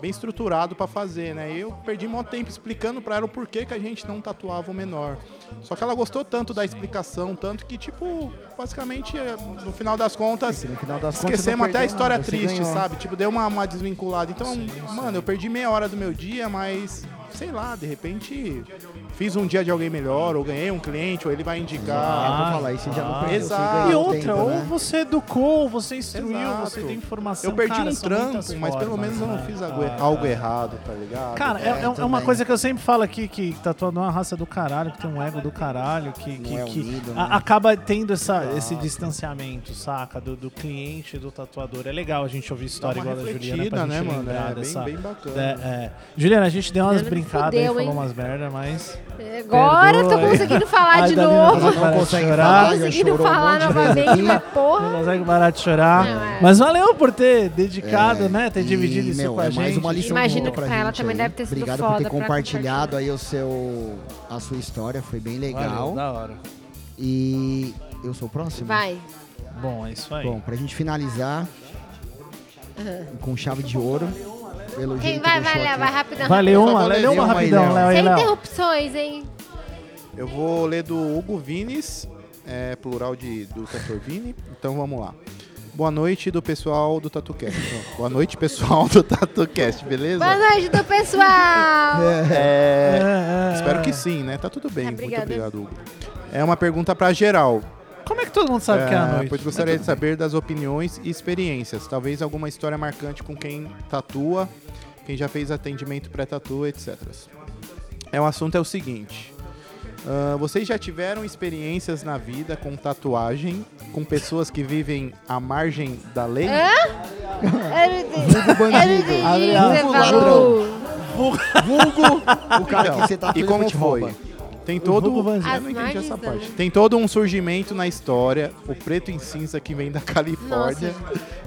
Speaker 4: bem estruturado pra fazer, né? E eu perdi mó tempo explicando pra ela o porquê que a gente não tatuava o menor. Só que ela gostou tanto da explicação, tanto que, tipo, basicamente, eh, no final das contas,
Speaker 3: Assim, No final das contas,
Speaker 4: esquecemos
Speaker 3: você não
Speaker 4: até a
Speaker 3: perdeu
Speaker 4: história
Speaker 3: nada, você
Speaker 4: triste,
Speaker 3: ganhou.
Speaker 4: sabe? Tipo, deu uma, uma desvinculada. Então, mano, eu perdi meia hora do meu dia, mas sei lá, de repente fiz um dia de alguém melhor, ou ganhei um cliente, ou ele vai
Speaker 3: Ah, eu
Speaker 4: indicar.
Speaker 3: vou falar, isso já não perdeu, você ganhou
Speaker 4: Exato.
Speaker 2: Ah. E
Speaker 4: Ah,
Speaker 2: outra,
Speaker 3: tempo,
Speaker 2: ou
Speaker 3: né?
Speaker 2: você educou, você instruiu,
Speaker 4: Exato.
Speaker 2: você tem informação.
Speaker 4: Eu perdi
Speaker 2: Cara,
Speaker 4: um
Speaker 2: são muitas
Speaker 4: trampo, mas pelo
Speaker 2: formas,
Speaker 4: menos eu não
Speaker 2: né?
Speaker 4: fiz algo, algo errado, tá ligado?
Speaker 2: Cara, é, é- é uma
Speaker 3: também.
Speaker 2: coisa que eu sempre falo aqui, que tatuador é uma raça do caralho, que tem um ego do caralho, que, que,
Speaker 3: é
Speaker 2: que
Speaker 3: unido,
Speaker 2: a-
Speaker 3: né?
Speaker 2: acaba tendo essa, esse distanciamento, saca? Do, do cliente e do tatuador. É legal a gente ouvir
Speaker 4: Dá
Speaker 2: história
Speaker 4: uma
Speaker 2: igual da Juliana pra
Speaker 4: refletida,
Speaker 2: gente
Speaker 4: né,
Speaker 2: lembrar
Speaker 4: mano? É bem,
Speaker 2: dessa...
Speaker 4: bem bacana.
Speaker 2: É, é. Juliana, a gente deu umas
Speaker 5: Juliana me
Speaker 2: brincadas
Speaker 5: fudeu,
Speaker 2: aí, falou
Speaker 5: hein?
Speaker 2: umas merda, mas.
Speaker 5: Agora eu tô
Speaker 2: Perdoa,
Speaker 5: conseguindo falar
Speaker 2: Ai,
Speaker 5: de
Speaker 2: Dalina,
Speaker 5: novo.
Speaker 2: você não consegue
Speaker 5: Tô
Speaker 2: parar.
Speaker 3: Ai, eu
Speaker 5: conseguindo
Speaker 3: chorou um
Speaker 5: falar
Speaker 3: monte de vezes
Speaker 5: novamente,
Speaker 2: é
Speaker 3: aqui.
Speaker 5: mas
Speaker 2: Não
Speaker 5: porra.
Speaker 2: consegue parar de chorar.
Speaker 5: Não, é.
Speaker 2: Mas valeu por ter dedicado, né? Ter dividido
Speaker 3: É, e,
Speaker 2: isso
Speaker 3: meu,
Speaker 2: com a
Speaker 3: é
Speaker 2: gente.
Speaker 3: mais uma lição
Speaker 5: Imagino
Speaker 3: boa
Speaker 5: que
Speaker 3: pra
Speaker 5: pra ela
Speaker 3: gente
Speaker 5: também
Speaker 3: aí.
Speaker 5: deve ter sido
Speaker 3: Obrigado
Speaker 5: foda
Speaker 3: por ter
Speaker 5: pra
Speaker 3: compartilhado
Speaker 5: compartilhar.
Speaker 3: aí o seu, a sua história, foi bem
Speaker 2: Valeu,
Speaker 3: legal.
Speaker 2: da hora.
Speaker 3: e eu sou o próximo?
Speaker 5: Vai.
Speaker 2: Bom, é isso aí.
Speaker 3: Bom, pra gente finalizar com chave de ouro. Pelo
Speaker 5: Quem
Speaker 3: jeito,
Speaker 5: vai,
Speaker 3: deixou
Speaker 5: vai, Léo,
Speaker 3: aqui.
Speaker 5: vai rapidão.
Speaker 2: Valeu
Speaker 4: só
Speaker 2: uma,
Speaker 4: vou ler
Speaker 2: valeu uma
Speaker 4: uma aí,
Speaker 2: rapidão,
Speaker 4: Léo.
Speaker 2: Léo. É. aí,
Speaker 5: Sem
Speaker 2: Léo.
Speaker 5: interrupções, hein?
Speaker 4: Eu vou ler do Hugo Vines, é, plural de, do Dr. Vini. Então vamos lá. Boa noite do pessoal do TatuCast. Não, Boa noite, pessoal do TatuCast, beleza?
Speaker 5: Boa noite do pessoal.
Speaker 4: É,
Speaker 2: É, é,
Speaker 4: espero
Speaker 2: é.
Speaker 4: que sim, né? Tá tudo bem.
Speaker 5: Ah,
Speaker 4: Muito
Speaker 5: obrigada.
Speaker 4: obrigado, Hugo. É uma pergunta pra geral.
Speaker 2: Como é que todo mundo sabe que é a
Speaker 4: É,
Speaker 2: noite?
Speaker 4: Pois gostaria de saber das opiniões e experiências. Talvez alguma história marcante com quem tatua, quem já fez atendimento pré-tatua, etc. É, o assunto é o seguinte. Ah, vocês já tiveram experiências na vida com tatuagem, com pessoas que vivem à margem da lei?
Speaker 5: Eu não entendi. Eu não entendi o que você
Speaker 3: Vulgo
Speaker 5: falou.
Speaker 3: O cara
Speaker 2: Então,
Speaker 3: que você tá
Speaker 4: Então, e como foi? Tem todo um
Speaker 2: Vulgo Vanzina.
Speaker 4: Eu não entendi
Speaker 5: As
Speaker 4: essa
Speaker 5: margens da
Speaker 4: parte.
Speaker 5: lei.
Speaker 4: Tem todo um surgimento na história, o preto em cinza que vem da Califórnia.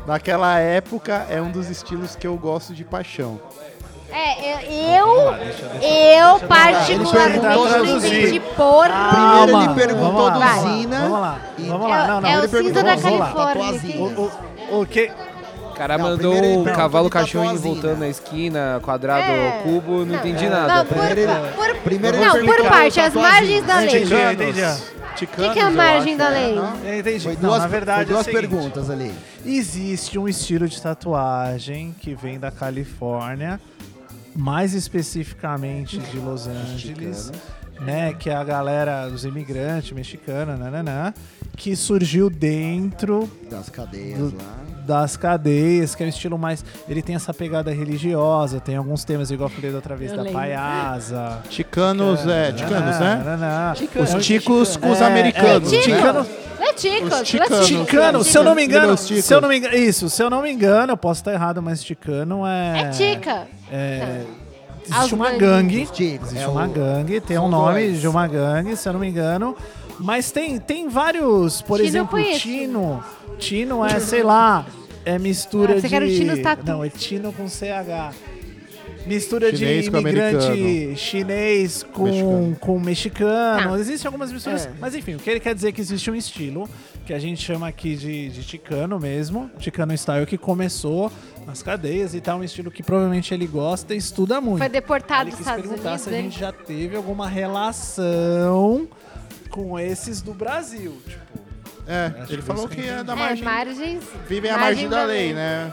Speaker 4: Naquela época é um dos estilos que eu gosto de paixão.
Speaker 5: É, eu, eu, eu particularmente
Speaker 2: perguntou
Speaker 5: não
Speaker 2: traduzir.
Speaker 5: entendi porra.
Speaker 3: Ah, Primeiro ele
Speaker 2: Calma,
Speaker 3: perguntou
Speaker 2: vamos lá,
Speaker 3: do Zina.
Speaker 2: Vamos lá,
Speaker 3: e-
Speaker 2: vamos lá. Não, não,
Speaker 5: É o
Speaker 2: ele perguntou,
Speaker 5: cinza da
Speaker 2: vamos lá.
Speaker 5: Califórnia. que
Speaker 3: Tatuazinha.
Speaker 5: isso?
Speaker 2: O, o que...
Speaker 6: O cara
Speaker 3: Não,
Speaker 6: mandou
Speaker 3: primeiro ele tá
Speaker 6: o
Speaker 3: perguntou
Speaker 6: cavalo
Speaker 3: de
Speaker 6: cachorro
Speaker 3: tatuazinho.
Speaker 6: voltando na esquina, quadrado,
Speaker 5: É.
Speaker 6: cubo, não entendi
Speaker 5: Não,
Speaker 6: nada.
Speaker 5: por,
Speaker 3: Primeiro ele-
Speaker 5: por,
Speaker 3: primeiro ele
Speaker 5: não,
Speaker 3: perguntou
Speaker 5: por
Speaker 3: da
Speaker 5: parte, as
Speaker 3: tatuagem.
Speaker 5: margens da lei.
Speaker 2: Entendi,
Speaker 5: O
Speaker 2: entendi.
Speaker 4: Ticanos,
Speaker 5: que, que é a
Speaker 4: eu
Speaker 5: margem
Speaker 4: acho,
Speaker 5: da
Speaker 4: né?
Speaker 5: lei?
Speaker 2: Eu Entendi.
Speaker 3: Foi
Speaker 2: não,
Speaker 3: duas,
Speaker 2: na verdade,
Speaker 3: foi duas
Speaker 2: é o seguinte,
Speaker 3: perguntas ali.
Speaker 2: Existe um estilo de tatuagem que vem da Califórnia, mais especificamente de Los Angeles, né? Que é a galera dos imigrantes mexicanos, nananã, que surgiu dentro
Speaker 3: Das cadeias
Speaker 2: Do-
Speaker 3: lá.
Speaker 2: das cadeias, que é um estilo mais. Ele tem essa pegada religiosa, tem alguns temas, igual eu falei da outra vez,
Speaker 5: Eu
Speaker 2: da
Speaker 5: lembro.
Speaker 2: paiasa.
Speaker 4: Ticanos, é, ticanos, né?
Speaker 2: né?
Speaker 4: Os
Speaker 3: É,
Speaker 4: ticos com os americanos,
Speaker 5: Ticos.
Speaker 4: né?
Speaker 2: Ticanos,
Speaker 5: Não é Ticos,
Speaker 4: Os
Speaker 5: não é
Speaker 4: ticanos.
Speaker 5: Ticos.
Speaker 2: ticano, se eu não me engano,
Speaker 4: Lembra os ticos?
Speaker 2: se eu não me engano, isso, se eu não me engano, eu posso estar errado, mas ticano é
Speaker 5: É Tica.
Speaker 2: é,
Speaker 5: Aos
Speaker 2: existe uma
Speaker 5: gangues.
Speaker 2: gangue,
Speaker 3: Os ticos,
Speaker 2: existe
Speaker 3: é
Speaker 2: uma
Speaker 3: o-
Speaker 2: gangue, tem
Speaker 3: são
Speaker 2: um nome
Speaker 3: dois.
Speaker 2: de uma gangue, se eu não me engano, mas tem tem vários, por
Speaker 5: Tino eu
Speaker 2: exemplo,
Speaker 5: conheço.
Speaker 2: Tino, Tino é, sei lá, é mistura
Speaker 5: Ah, você
Speaker 2: de
Speaker 5: quer o Tino Tatu.
Speaker 2: Não, é Tino com CH. Mistura
Speaker 4: Chinês
Speaker 2: de
Speaker 4: com
Speaker 2: imigrante
Speaker 4: americano.
Speaker 2: chinês com mexicano.
Speaker 4: Mexicano.
Speaker 2: com mexicano.
Speaker 5: Tá.
Speaker 2: Existem algumas misturas. Mas enfim, o que ele quer dizer é que existe um estilo que a gente chama aqui de, de ticano mesmo. Ticano style que começou nas cadeias e tal. Um estilo que provavelmente ele gosta e estuda muito.
Speaker 5: Foi deportado
Speaker 2: Ele
Speaker 5: dos
Speaker 2: quis
Speaker 5: Estados
Speaker 2: perguntar
Speaker 5: Unidos.
Speaker 2: se a
Speaker 5: hein?
Speaker 2: gente já teve alguma relação com esses do Brasil. Tipo,
Speaker 4: É, ele falou que é
Speaker 2: tá
Speaker 4: da
Speaker 5: É,
Speaker 4: margem.
Speaker 5: margens.
Speaker 4: Vivem à margem da lei, né?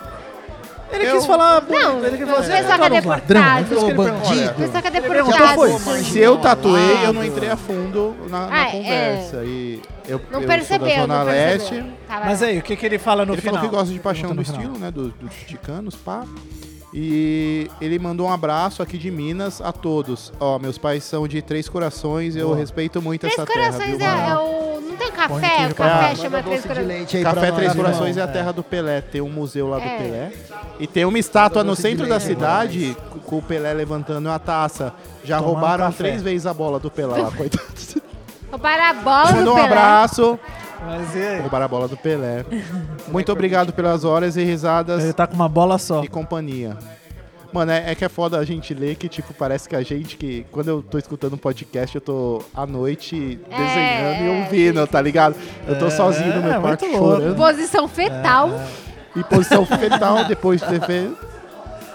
Speaker 2: ele
Speaker 4: Eu-
Speaker 2: quis falar.
Speaker 5: Não,
Speaker 2: ele quis falar assim,
Speaker 5: o pessoal
Speaker 2: "Ah,
Speaker 5: que é
Speaker 2: vamos lá, drama".
Speaker 5: deportado.
Speaker 3: Ô, bandido.
Speaker 5: O pessoal que é
Speaker 2: Já
Speaker 5: deportado.
Speaker 2: foi.
Speaker 4: Se eu tatuei, eu não entrei a fundo na, na
Speaker 5: Ah, é.
Speaker 4: conversa. E eu,
Speaker 5: Não
Speaker 4: eu
Speaker 5: percebeu,
Speaker 4: sou da Zona
Speaker 5: não
Speaker 4: Leste.
Speaker 5: percebeu. Tá, vai.
Speaker 2: Mas é aí, o que, que ele fala no
Speaker 4: ele
Speaker 2: final?
Speaker 4: falou que gosta de paixão do
Speaker 2: Pergunta no final.
Speaker 4: estilo, né? do- Dos ticanos, pá. E ele mandou um abraço aqui de Minas a todos. Ó, meus pais são de Três Corações, eu respeito muito
Speaker 5: Três
Speaker 4: essa terra.
Speaker 5: Corações
Speaker 4: Viu,
Speaker 5: é, é
Speaker 4: mano?
Speaker 5: o. Não tem
Speaker 2: Põe
Speaker 5: café?
Speaker 2: tudo
Speaker 5: O café
Speaker 3: Ah,
Speaker 4: pra-
Speaker 5: chama Três Corações.
Speaker 3: leite aí pra
Speaker 4: Café
Speaker 3: nós,
Speaker 4: Três
Speaker 2: né?
Speaker 3: irmão.
Speaker 4: Corações é a terra do Pelé. Tem um museu lá do
Speaker 5: É.
Speaker 4: Pelé. E tem uma estátua no
Speaker 3: Doce de
Speaker 4: centro da
Speaker 3: leite,
Speaker 4: cidade com- com o Pelé levantando a taça. Já
Speaker 2: né? Tomando
Speaker 4: roubaram
Speaker 2: café.
Speaker 4: três vezes a bola do Pelé lá, coitado.
Speaker 5: Roubaram a bola do
Speaker 4: Mandou um
Speaker 5: Pelé.
Speaker 4: abraço.
Speaker 2: Mas e aí?
Speaker 4: Roubar a bola do Pelé. Muito obrigado pelas horas e risadas
Speaker 2: Ele tá com uma bola só.
Speaker 4: e companhia. Mano, é, é que é foda a gente ler que, tipo, parece que a gente que. Quando eu tô escutando um podcast, eu tô à noite desenhando e
Speaker 5: é,
Speaker 4: ouvindo, tá ligado? Eu tô sozinho no
Speaker 2: é
Speaker 4: meu
Speaker 2: muito
Speaker 4: quarto
Speaker 2: louco.
Speaker 4: chorando.
Speaker 5: Posição fetal.
Speaker 4: E posição fetal depois de ter feito.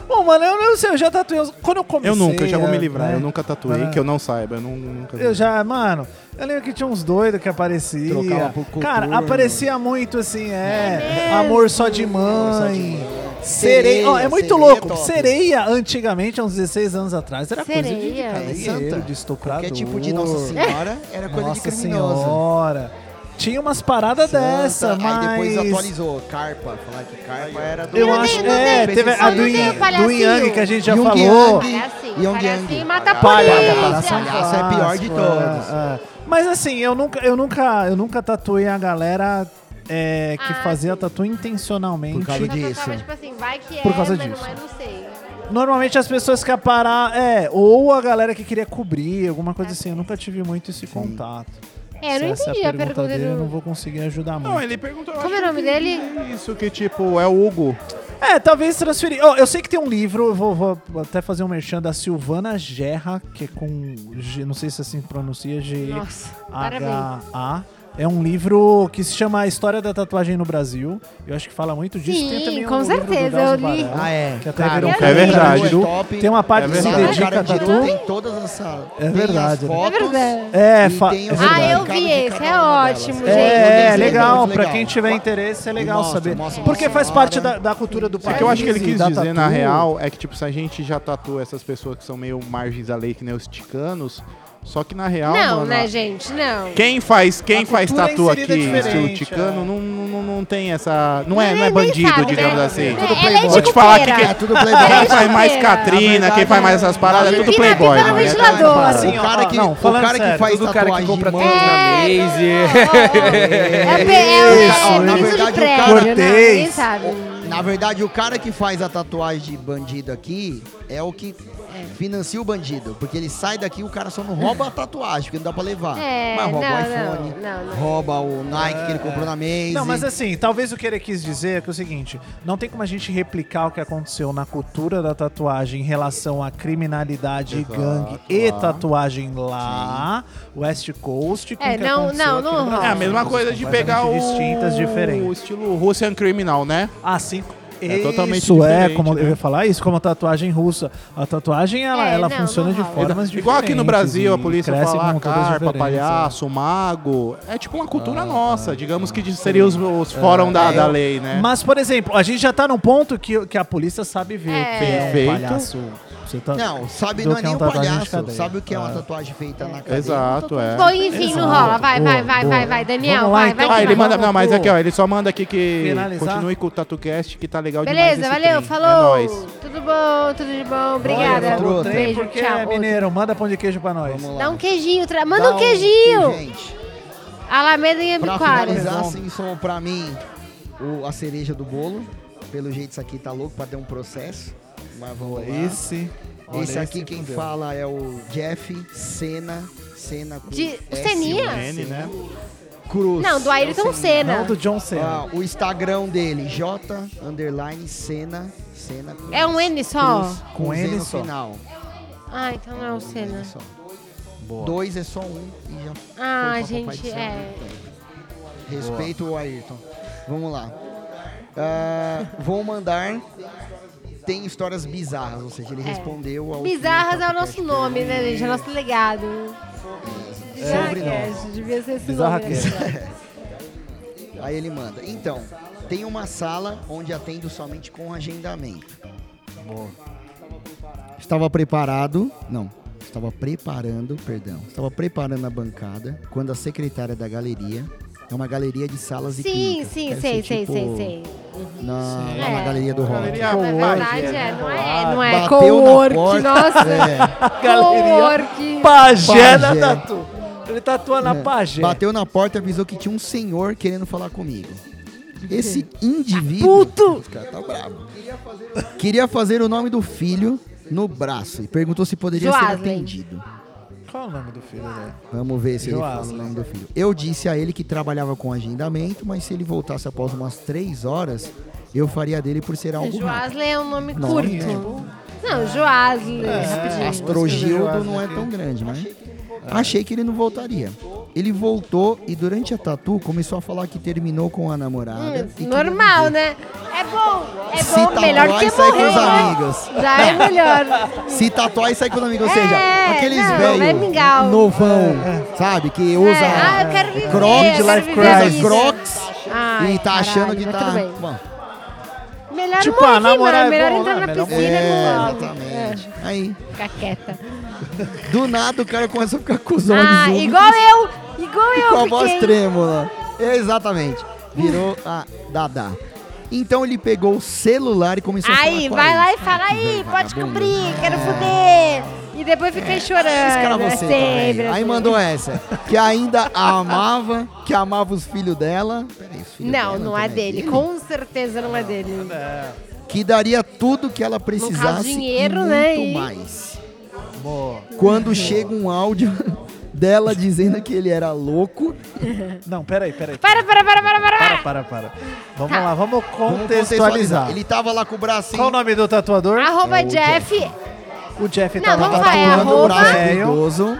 Speaker 2: Bom, mano, eu não sei, eu já tatuei. os- Quando eu comecei.
Speaker 4: Eu nunca, já vou me
Speaker 2: a-
Speaker 4: livrar.
Speaker 2: né?
Speaker 4: Eu nunca tatuei, que eu não saiba. é, Eu nu- nunca.
Speaker 2: Eu já, mano, eu lembro que tinha uns doidos que apareciam.
Speaker 3: Trocava por cultura,
Speaker 2: Cara, aparecia muito assim, é. amor só de mãe. Sereia.
Speaker 3: Sereia,
Speaker 2: Ó, é muito
Speaker 3: sereia
Speaker 2: louco.
Speaker 3: é top.
Speaker 2: Sereia, antigamente, há uns 16 anos atrás, era coisa de,
Speaker 5: Sereia.
Speaker 2: de
Speaker 3: Santa.
Speaker 2: santa, de estuprador.
Speaker 3: Qualquer tipo de Nossa Senhora era coisa
Speaker 2: é Nossa
Speaker 3: de criminosa.
Speaker 2: Senhora. Tinha umas paradas dessa,
Speaker 3: Aí
Speaker 2: mas.
Speaker 3: depois atualizou. Carpa. Falar que carpa era do...
Speaker 2: Eu
Speaker 5: Não
Speaker 2: acho.
Speaker 5: tem, não
Speaker 2: é,
Speaker 5: tem.
Speaker 2: teve
Speaker 5: Só
Speaker 2: a
Speaker 5: não
Speaker 2: do,
Speaker 5: tem o
Speaker 2: Yin- do
Speaker 5: palhacinho.
Speaker 2: Yang que a gente já
Speaker 3: Yung
Speaker 2: falou.
Speaker 3: Yang.
Speaker 5: Palhacinho,
Speaker 3: Yang
Speaker 5: palhacinho
Speaker 3: Yang.
Speaker 5: assim, mata a
Speaker 3: Palhaço,
Speaker 5: polícia.
Speaker 3: Ah, palhaço, palhaço é pior de
Speaker 2: clássico,
Speaker 3: todos.
Speaker 2: é, é. Mas assim, eu nunca, eu nunca, eu nunca tatuei a galera é, que
Speaker 5: Ah,
Speaker 2: fazia tatu intencionalmente.
Speaker 3: Por causa
Speaker 5: Só que eu tava,
Speaker 3: disso.
Speaker 5: tipo assim, vai que é,
Speaker 2: Por causa
Speaker 5: mas não
Speaker 2: disso.
Speaker 5: é, não sei.
Speaker 2: Normalmente as pessoas que aparar, é, ou a galera que queria cobrir, alguma coisa assim. Eu nunca tive muito esse contato.
Speaker 5: Ah, É, eu não
Speaker 2: Se essa é
Speaker 5: entendi
Speaker 2: a
Speaker 5: a
Speaker 2: pergunta
Speaker 5: pergunta
Speaker 2: dele, eu não
Speaker 5: do...
Speaker 2: vou conseguir ajudar muito.
Speaker 4: Não, ele perguntou. eu
Speaker 5: Como
Speaker 4: acho
Speaker 5: é o nome
Speaker 4: que
Speaker 5: dele?
Speaker 4: é Isso que, tipo, é o Hugo.
Speaker 2: É, talvez transferir. Ó, eu sei que tem um livro, eu vou, vou até fazer um merchan da Silvana Gerra, que é com. G, não sei se assim pronuncia, G.
Speaker 5: Nossa, parabéns.
Speaker 2: HA. É um livro que se chama A História da Tatuagem no Brasil. Eu acho que fala muito disso.
Speaker 5: Sim,
Speaker 2: tem também
Speaker 5: com
Speaker 2: um
Speaker 5: certeza,
Speaker 2: livro do
Speaker 5: eu
Speaker 2: Drauzio
Speaker 5: li.
Speaker 2: Varela,
Speaker 3: Ah, é.
Speaker 2: Que até
Speaker 3: Cara,
Speaker 2: virou
Speaker 3: o
Speaker 2: um
Speaker 3: cara
Speaker 4: É verdade.
Speaker 3: do
Speaker 2: Giru.
Speaker 3: top.
Speaker 2: Tem uma parte
Speaker 4: É
Speaker 2: que se
Speaker 4: verdade.
Speaker 2: dedica a
Speaker 3: de Giru
Speaker 2: tatu.
Speaker 3: Tem todas as salas.
Speaker 2: É verdade, né?
Speaker 3: Tem as
Speaker 5: É
Speaker 3: fotos,
Speaker 5: verdade.
Speaker 2: É,
Speaker 3: e
Speaker 2: fa-
Speaker 3: tem os
Speaker 2: é
Speaker 5: Ah, eu
Speaker 3: significados
Speaker 5: vi
Speaker 3: de
Speaker 5: esse,
Speaker 3: cada
Speaker 5: é
Speaker 3: uma delas.
Speaker 5: ótimo, gente.
Speaker 2: É,
Speaker 3: Tem
Speaker 2: legal.
Speaker 3: muito
Speaker 2: Pra
Speaker 3: legal.
Speaker 2: quem tiver interesse, é legal
Speaker 3: mostra,
Speaker 2: saber.
Speaker 3: mostra uma
Speaker 2: Porque faz
Speaker 3: senhora.
Speaker 2: parte da, da cultura do
Speaker 4: É
Speaker 2: país.
Speaker 4: que eu acho que ele quis
Speaker 2: da
Speaker 4: dizer, na
Speaker 2: tatu.
Speaker 4: real, é que, tipo, se a gente já tatua essas pessoas que são meio margens da lei, que nem os ticanos, só que na real,
Speaker 5: Não,
Speaker 4: mano,
Speaker 5: né, gente? Não.
Speaker 4: Quem é? faz,
Speaker 2: A
Speaker 4: quem faz
Speaker 2: cultura
Speaker 4: tatu
Speaker 2: inserida
Speaker 4: aqui,
Speaker 2: é
Speaker 4: estilo
Speaker 2: diferente,
Speaker 4: ticano,
Speaker 2: é.
Speaker 4: não, não, não tem essa. Não é, não é
Speaker 5: Nem- nem
Speaker 4: bandido,
Speaker 5: sabe,
Speaker 4: digamos
Speaker 5: né?
Speaker 4: assim.
Speaker 5: É, é leite
Speaker 4: Vou te falar que
Speaker 5: com
Speaker 4: quem,
Speaker 5: pera.
Speaker 3: Tudo
Speaker 4: quem
Speaker 3: playboy.
Speaker 4: faz mais
Speaker 5: Na
Speaker 4: Catrina,
Speaker 3: verdade,
Speaker 4: quem faz mais essas paradas, é
Speaker 3: na
Speaker 4: tudo
Speaker 5: verdade,
Speaker 4: playboy,
Speaker 5: na
Speaker 4: mano.
Speaker 5: tá
Speaker 4: É
Speaker 5: ventilador.
Speaker 4: doido, mano.
Speaker 2: Assim,
Speaker 3: o cara
Speaker 2: ó,
Speaker 3: que,
Speaker 2: Tá não,
Speaker 3: o
Speaker 2: falando
Speaker 3: cara que
Speaker 2: sério,
Speaker 3: faz
Speaker 6: Todo cara que
Speaker 3: tatuagem
Speaker 6: compra
Speaker 3: de
Speaker 6: tênis
Speaker 3: mão-
Speaker 6: na
Speaker 5: É, não,
Speaker 6: Maze.
Speaker 5: É, pe- é,
Speaker 3: Isso,
Speaker 5: é,
Speaker 3: na
Speaker 5: piso de
Speaker 3: verdade, o
Speaker 5: prédio,
Speaker 3: cara-
Speaker 5: não, ninguém sabe.
Speaker 3: Na verdade, o cara que faz a tatuagem de bandido aqui é o que financia o bandido. Porque ele sai daqui o cara só não rouba a tatuagem, porque não dá pra levar.
Speaker 5: É,
Speaker 3: mas rouba o
Speaker 5: não,
Speaker 3: iPhone,
Speaker 5: não, não, não.
Speaker 3: rouba o Nike que ele comprou na Maze.
Speaker 2: É, Não, mas assim, talvez o que ele quis dizer é que é o seguinte: não tem como a gente replicar o que aconteceu na cultura da tatuagem em relação à criminalidade,
Speaker 4: Exato,
Speaker 2: gangue e
Speaker 4: lá.
Speaker 2: tatuagem lá, West Coast. Com
Speaker 5: É,
Speaker 2: o que
Speaker 5: não,
Speaker 2: aconteceu
Speaker 5: não,
Speaker 2: aqui
Speaker 5: não
Speaker 2: no Brasil.
Speaker 5: rola.
Speaker 4: É a mesma
Speaker 2: São
Speaker 4: coisa de pegar o,
Speaker 2: completamente distintas,
Speaker 4: o
Speaker 2: diferentes.
Speaker 4: estilo Russian Criminal, né?
Speaker 2: Assim.
Speaker 4: É totalmente
Speaker 2: isso é,
Speaker 4: diferente,
Speaker 2: como
Speaker 4: né?
Speaker 2: eu ia falar isso, como a tatuagem russa. A tatuagem ela,
Speaker 5: É,
Speaker 2: ela
Speaker 5: não,
Speaker 2: funciona
Speaker 5: não
Speaker 2: de
Speaker 5: rola.
Speaker 2: formas diferentes.
Speaker 4: Igual aqui no Brasil, a
Speaker 2: e
Speaker 4: polícia
Speaker 2: cresce
Speaker 4: fala "Ah,
Speaker 2: com todas as
Speaker 4: carpa,
Speaker 2: diferenças.
Speaker 4: palhaço, mago. É tipo uma cultura
Speaker 2: Ah,
Speaker 4: nossa, digamos que seria os, os fórum da, da lei,
Speaker 3: É.
Speaker 4: né?
Speaker 2: É. Mas, por exemplo, a gente já tá num ponto que, que a polícia sabe ver o que é um
Speaker 4: Perfeito.
Speaker 2: palhaço. Você tá-
Speaker 3: Não, sabe,
Speaker 2: Do
Speaker 3: não é
Speaker 2: que é
Speaker 3: nem
Speaker 2: um
Speaker 3: o
Speaker 2: tatuagem de
Speaker 3: palhaço.
Speaker 2: cadeia.
Speaker 3: Sabe o que é uma
Speaker 2: É.
Speaker 3: tatuagem feita na cadeia?
Speaker 4: Exato, é.
Speaker 5: Bom, enfim, não rola. Vai, vai, vai,
Speaker 2: Boa.
Speaker 5: vai, vai. Daniel,
Speaker 2: Vamos lá,
Speaker 5: vai, vai.
Speaker 2: então.
Speaker 4: Ah,
Speaker 5: que
Speaker 4: ele
Speaker 5: vai.
Speaker 4: manda. Não, mas aqui, ó, ele só manda aqui que.
Speaker 2: Finalizar?
Speaker 4: Continue com o TatuCast, que tá legal
Speaker 5: Beleza,
Speaker 4: demais.
Speaker 5: valeu,
Speaker 4: esse trem.
Speaker 5: falou.
Speaker 4: É nóis.
Speaker 5: tudo bom, tudo de bom. Obrigada.
Speaker 2: Olha, falou
Speaker 3: Outro.
Speaker 2: trem
Speaker 5: Beijo,
Speaker 2: porque
Speaker 5: tchau.
Speaker 2: é mineiro, manda pão de queijo pra nós.
Speaker 3: Vamos lá.
Speaker 5: Dá um queijinho, tra- manda
Speaker 3: Dá
Speaker 5: um queijinho.
Speaker 3: gente.
Speaker 5: Alameda e
Speaker 3: Pra
Speaker 5: Ambiquara.
Speaker 3: finalizar, assim, só pra mim, o, a cereja do bolo. Pelo jeito, isso aqui tá louco pra ter um processo. Mas vamos lá.
Speaker 2: Esse. olha,
Speaker 3: Esse aqui quem
Speaker 2: fudeu.
Speaker 3: fala é o Jeff Senna. Senna com
Speaker 5: De- o
Speaker 3: S,
Speaker 5: Seninha?
Speaker 3: um S,
Speaker 4: N, né?
Speaker 3: Cruz. É
Speaker 5: Não, do Ayrton
Speaker 2: Não,
Speaker 5: Senna.
Speaker 2: do John Cena.
Speaker 3: Ah, o Instagram dele, J underline Senna. Senna com
Speaker 5: É um N só?
Speaker 3: Cruz, com,
Speaker 2: Com
Speaker 3: Z
Speaker 2: N
Speaker 3: no
Speaker 2: só.
Speaker 3: final.
Speaker 5: Ah, então não é o Senna.
Speaker 3: Só. Dois é só um e já
Speaker 5: Ah,
Speaker 3: Foi pra Papai do
Speaker 5: gente, é.
Speaker 3: Céu, né? Respeito o Ayrton. Vamos lá. Ah, vou mandar. Tem histórias bizarras, ou seja, ele respondeu ao.
Speaker 5: É. Bizarras
Speaker 3: que
Speaker 5: é o
Speaker 3: Papai
Speaker 5: nosso
Speaker 3: Cast
Speaker 5: nome, né, gente? É o nosso legado.
Speaker 3: É. Sobrenome. é.
Speaker 5: Bizarracast, devia ser esse
Speaker 2: Bizarra
Speaker 5: nome. né?
Speaker 3: perguntou. Aí ele manda. Então, tem uma sala onde atendo somente com agendamento. Estava preparado. Não. Estava preparando, perdão. Estava preparando a bancada quando a secretária da galeria. É uma galeria de salas e
Speaker 5: Sim,
Speaker 3: clínicas.
Speaker 5: sim,
Speaker 3: Deve
Speaker 5: sei,
Speaker 3: ser
Speaker 5: sei,
Speaker 3: tipo
Speaker 5: sei, sei.
Speaker 3: Na,
Speaker 5: Sim.
Speaker 3: Lá na
Speaker 5: É.
Speaker 3: galeria do rock.
Speaker 4: Galeria
Speaker 5: Na verdade,
Speaker 4: Cowork,
Speaker 5: é,
Speaker 4: né?
Speaker 5: não é, não é.
Speaker 3: Bateu na
Speaker 5: Cowork,
Speaker 3: porta.
Speaker 5: nossa.
Speaker 3: É.
Speaker 2: Galeria
Speaker 5: Cowork.
Speaker 2: Pajé da
Speaker 3: Pajé. É.
Speaker 2: Tatu. Ele tatua na Pajé.
Speaker 3: Bateu na porta e avisou que tinha um senhor querendo falar comigo. Esse indivíduo.
Speaker 5: Puto!
Speaker 3: Esse cara tá bravo. Queria fazer o nome do filho no braço e perguntou se poderia ser
Speaker 5: Joasley.
Speaker 3: atendido.
Speaker 2: fala o nome do filho, né?
Speaker 3: Vamos ver se ele
Speaker 2: Joás.
Speaker 3: fala o nome do filho. Eu disse a ele que trabalhava com agendamento, mas se ele voltasse após umas três horas, eu faria dele por ser algo rápido.
Speaker 5: Joasley é um nome
Speaker 3: Nome,
Speaker 5: curto. Não, Joasley.
Speaker 3: É,
Speaker 5: tipo rapidinho.
Speaker 3: Astrogildo não é tão grande, né? Achei que ele não voltaria. Ele voltou e durante a tatu começou a falar que terminou com a namorada. e é, que não
Speaker 5: Hum, Normal, né? É bom, é
Speaker 3: Se
Speaker 5: bom,
Speaker 3: tatuar
Speaker 5: melhor
Speaker 3: e
Speaker 5: que
Speaker 3: sair com
Speaker 5: morrer,
Speaker 3: os
Speaker 5: né?
Speaker 3: amigos.
Speaker 5: Já é melhor.
Speaker 3: Se tatuar e sair com o amigo. Ou seja,
Speaker 5: É,
Speaker 3: aqueles
Speaker 5: não, é mingau.
Speaker 3: velhos novão, sabe? Que usa
Speaker 5: É, ah, eu quero viver,
Speaker 3: crocs,
Speaker 5: eu quero
Speaker 3: usa
Speaker 5: viver a vida.
Speaker 3: crocs
Speaker 5: Ai,
Speaker 3: e tá achando
Speaker 5: caralho,
Speaker 3: que
Speaker 5: mas
Speaker 3: tá...
Speaker 5: tudo bem.
Speaker 3: Bom,
Speaker 5: Melhor
Speaker 2: Tipo,
Speaker 5: morrer,
Speaker 2: ah, namorar é
Speaker 5: mano. melhor
Speaker 2: bom,
Speaker 5: entrar
Speaker 2: né?
Speaker 5: na
Speaker 2: Melhor
Speaker 5: piscina
Speaker 3: é,
Speaker 5: com o
Speaker 3: exatamente. Aí,
Speaker 5: Fica quieta.
Speaker 3: do nada o cara começa a ficar com os olhos
Speaker 5: Ah,
Speaker 3: úmidos
Speaker 5: igual eu, igual eu
Speaker 3: com a
Speaker 5: fiquei.
Speaker 3: voz trêmula. Exatamente. Virou a Dada. Então ele pegou o celular e começou a falar
Speaker 5: Aí,
Speaker 3: com
Speaker 5: vai
Speaker 3: ela.
Speaker 5: lá e fala, aí, pode cumprir,
Speaker 3: É.
Speaker 5: quero fuder. E depois fica aí chorando.
Speaker 3: Escala
Speaker 5: é
Speaker 3: você também.
Speaker 5: sempre
Speaker 3: Aí
Speaker 5: assim.
Speaker 3: mandou essa. Que ainda a amava, que amava os filhos dela. Peraí, os filhos
Speaker 5: Não,
Speaker 3: dela
Speaker 5: não é
Speaker 3: também
Speaker 5: dele. Com certeza não é dele.
Speaker 3: Que daria tudo que ela
Speaker 5: No caso,
Speaker 3: precisasse
Speaker 5: dinheiro,
Speaker 3: e muito
Speaker 5: né, e-
Speaker 3: mais. Quando chega um áudio dela dizendo que ele era louco,
Speaker 2: Não, peraí, peraí.
Speaker 5: Para, para, para, para, para.
Speaker 2: Para,
Speaker 5: para.
Speaker 2: para, para. Vamos
Speaker 5: Tá.
Speaker 2: lá, vamos
Speaker 3: vamos
Speaker 2: contextualizar.
Speaker 3: Ele tava lá com o bracinho.
Speaker 2: Qual o nome do tatuador?
Speaker 5: Arroba Jeff.
Speaker 2: O Jeff
Speaker 5: Não,
Speaker 2: tá
Speaker 5: vamos
Speaker 2: lá
Speaker 5: falar, é
Speaker 2: tatuando o
Speaker 5: arroba-
Speaker 2: velho.
Speaker 3: idoso.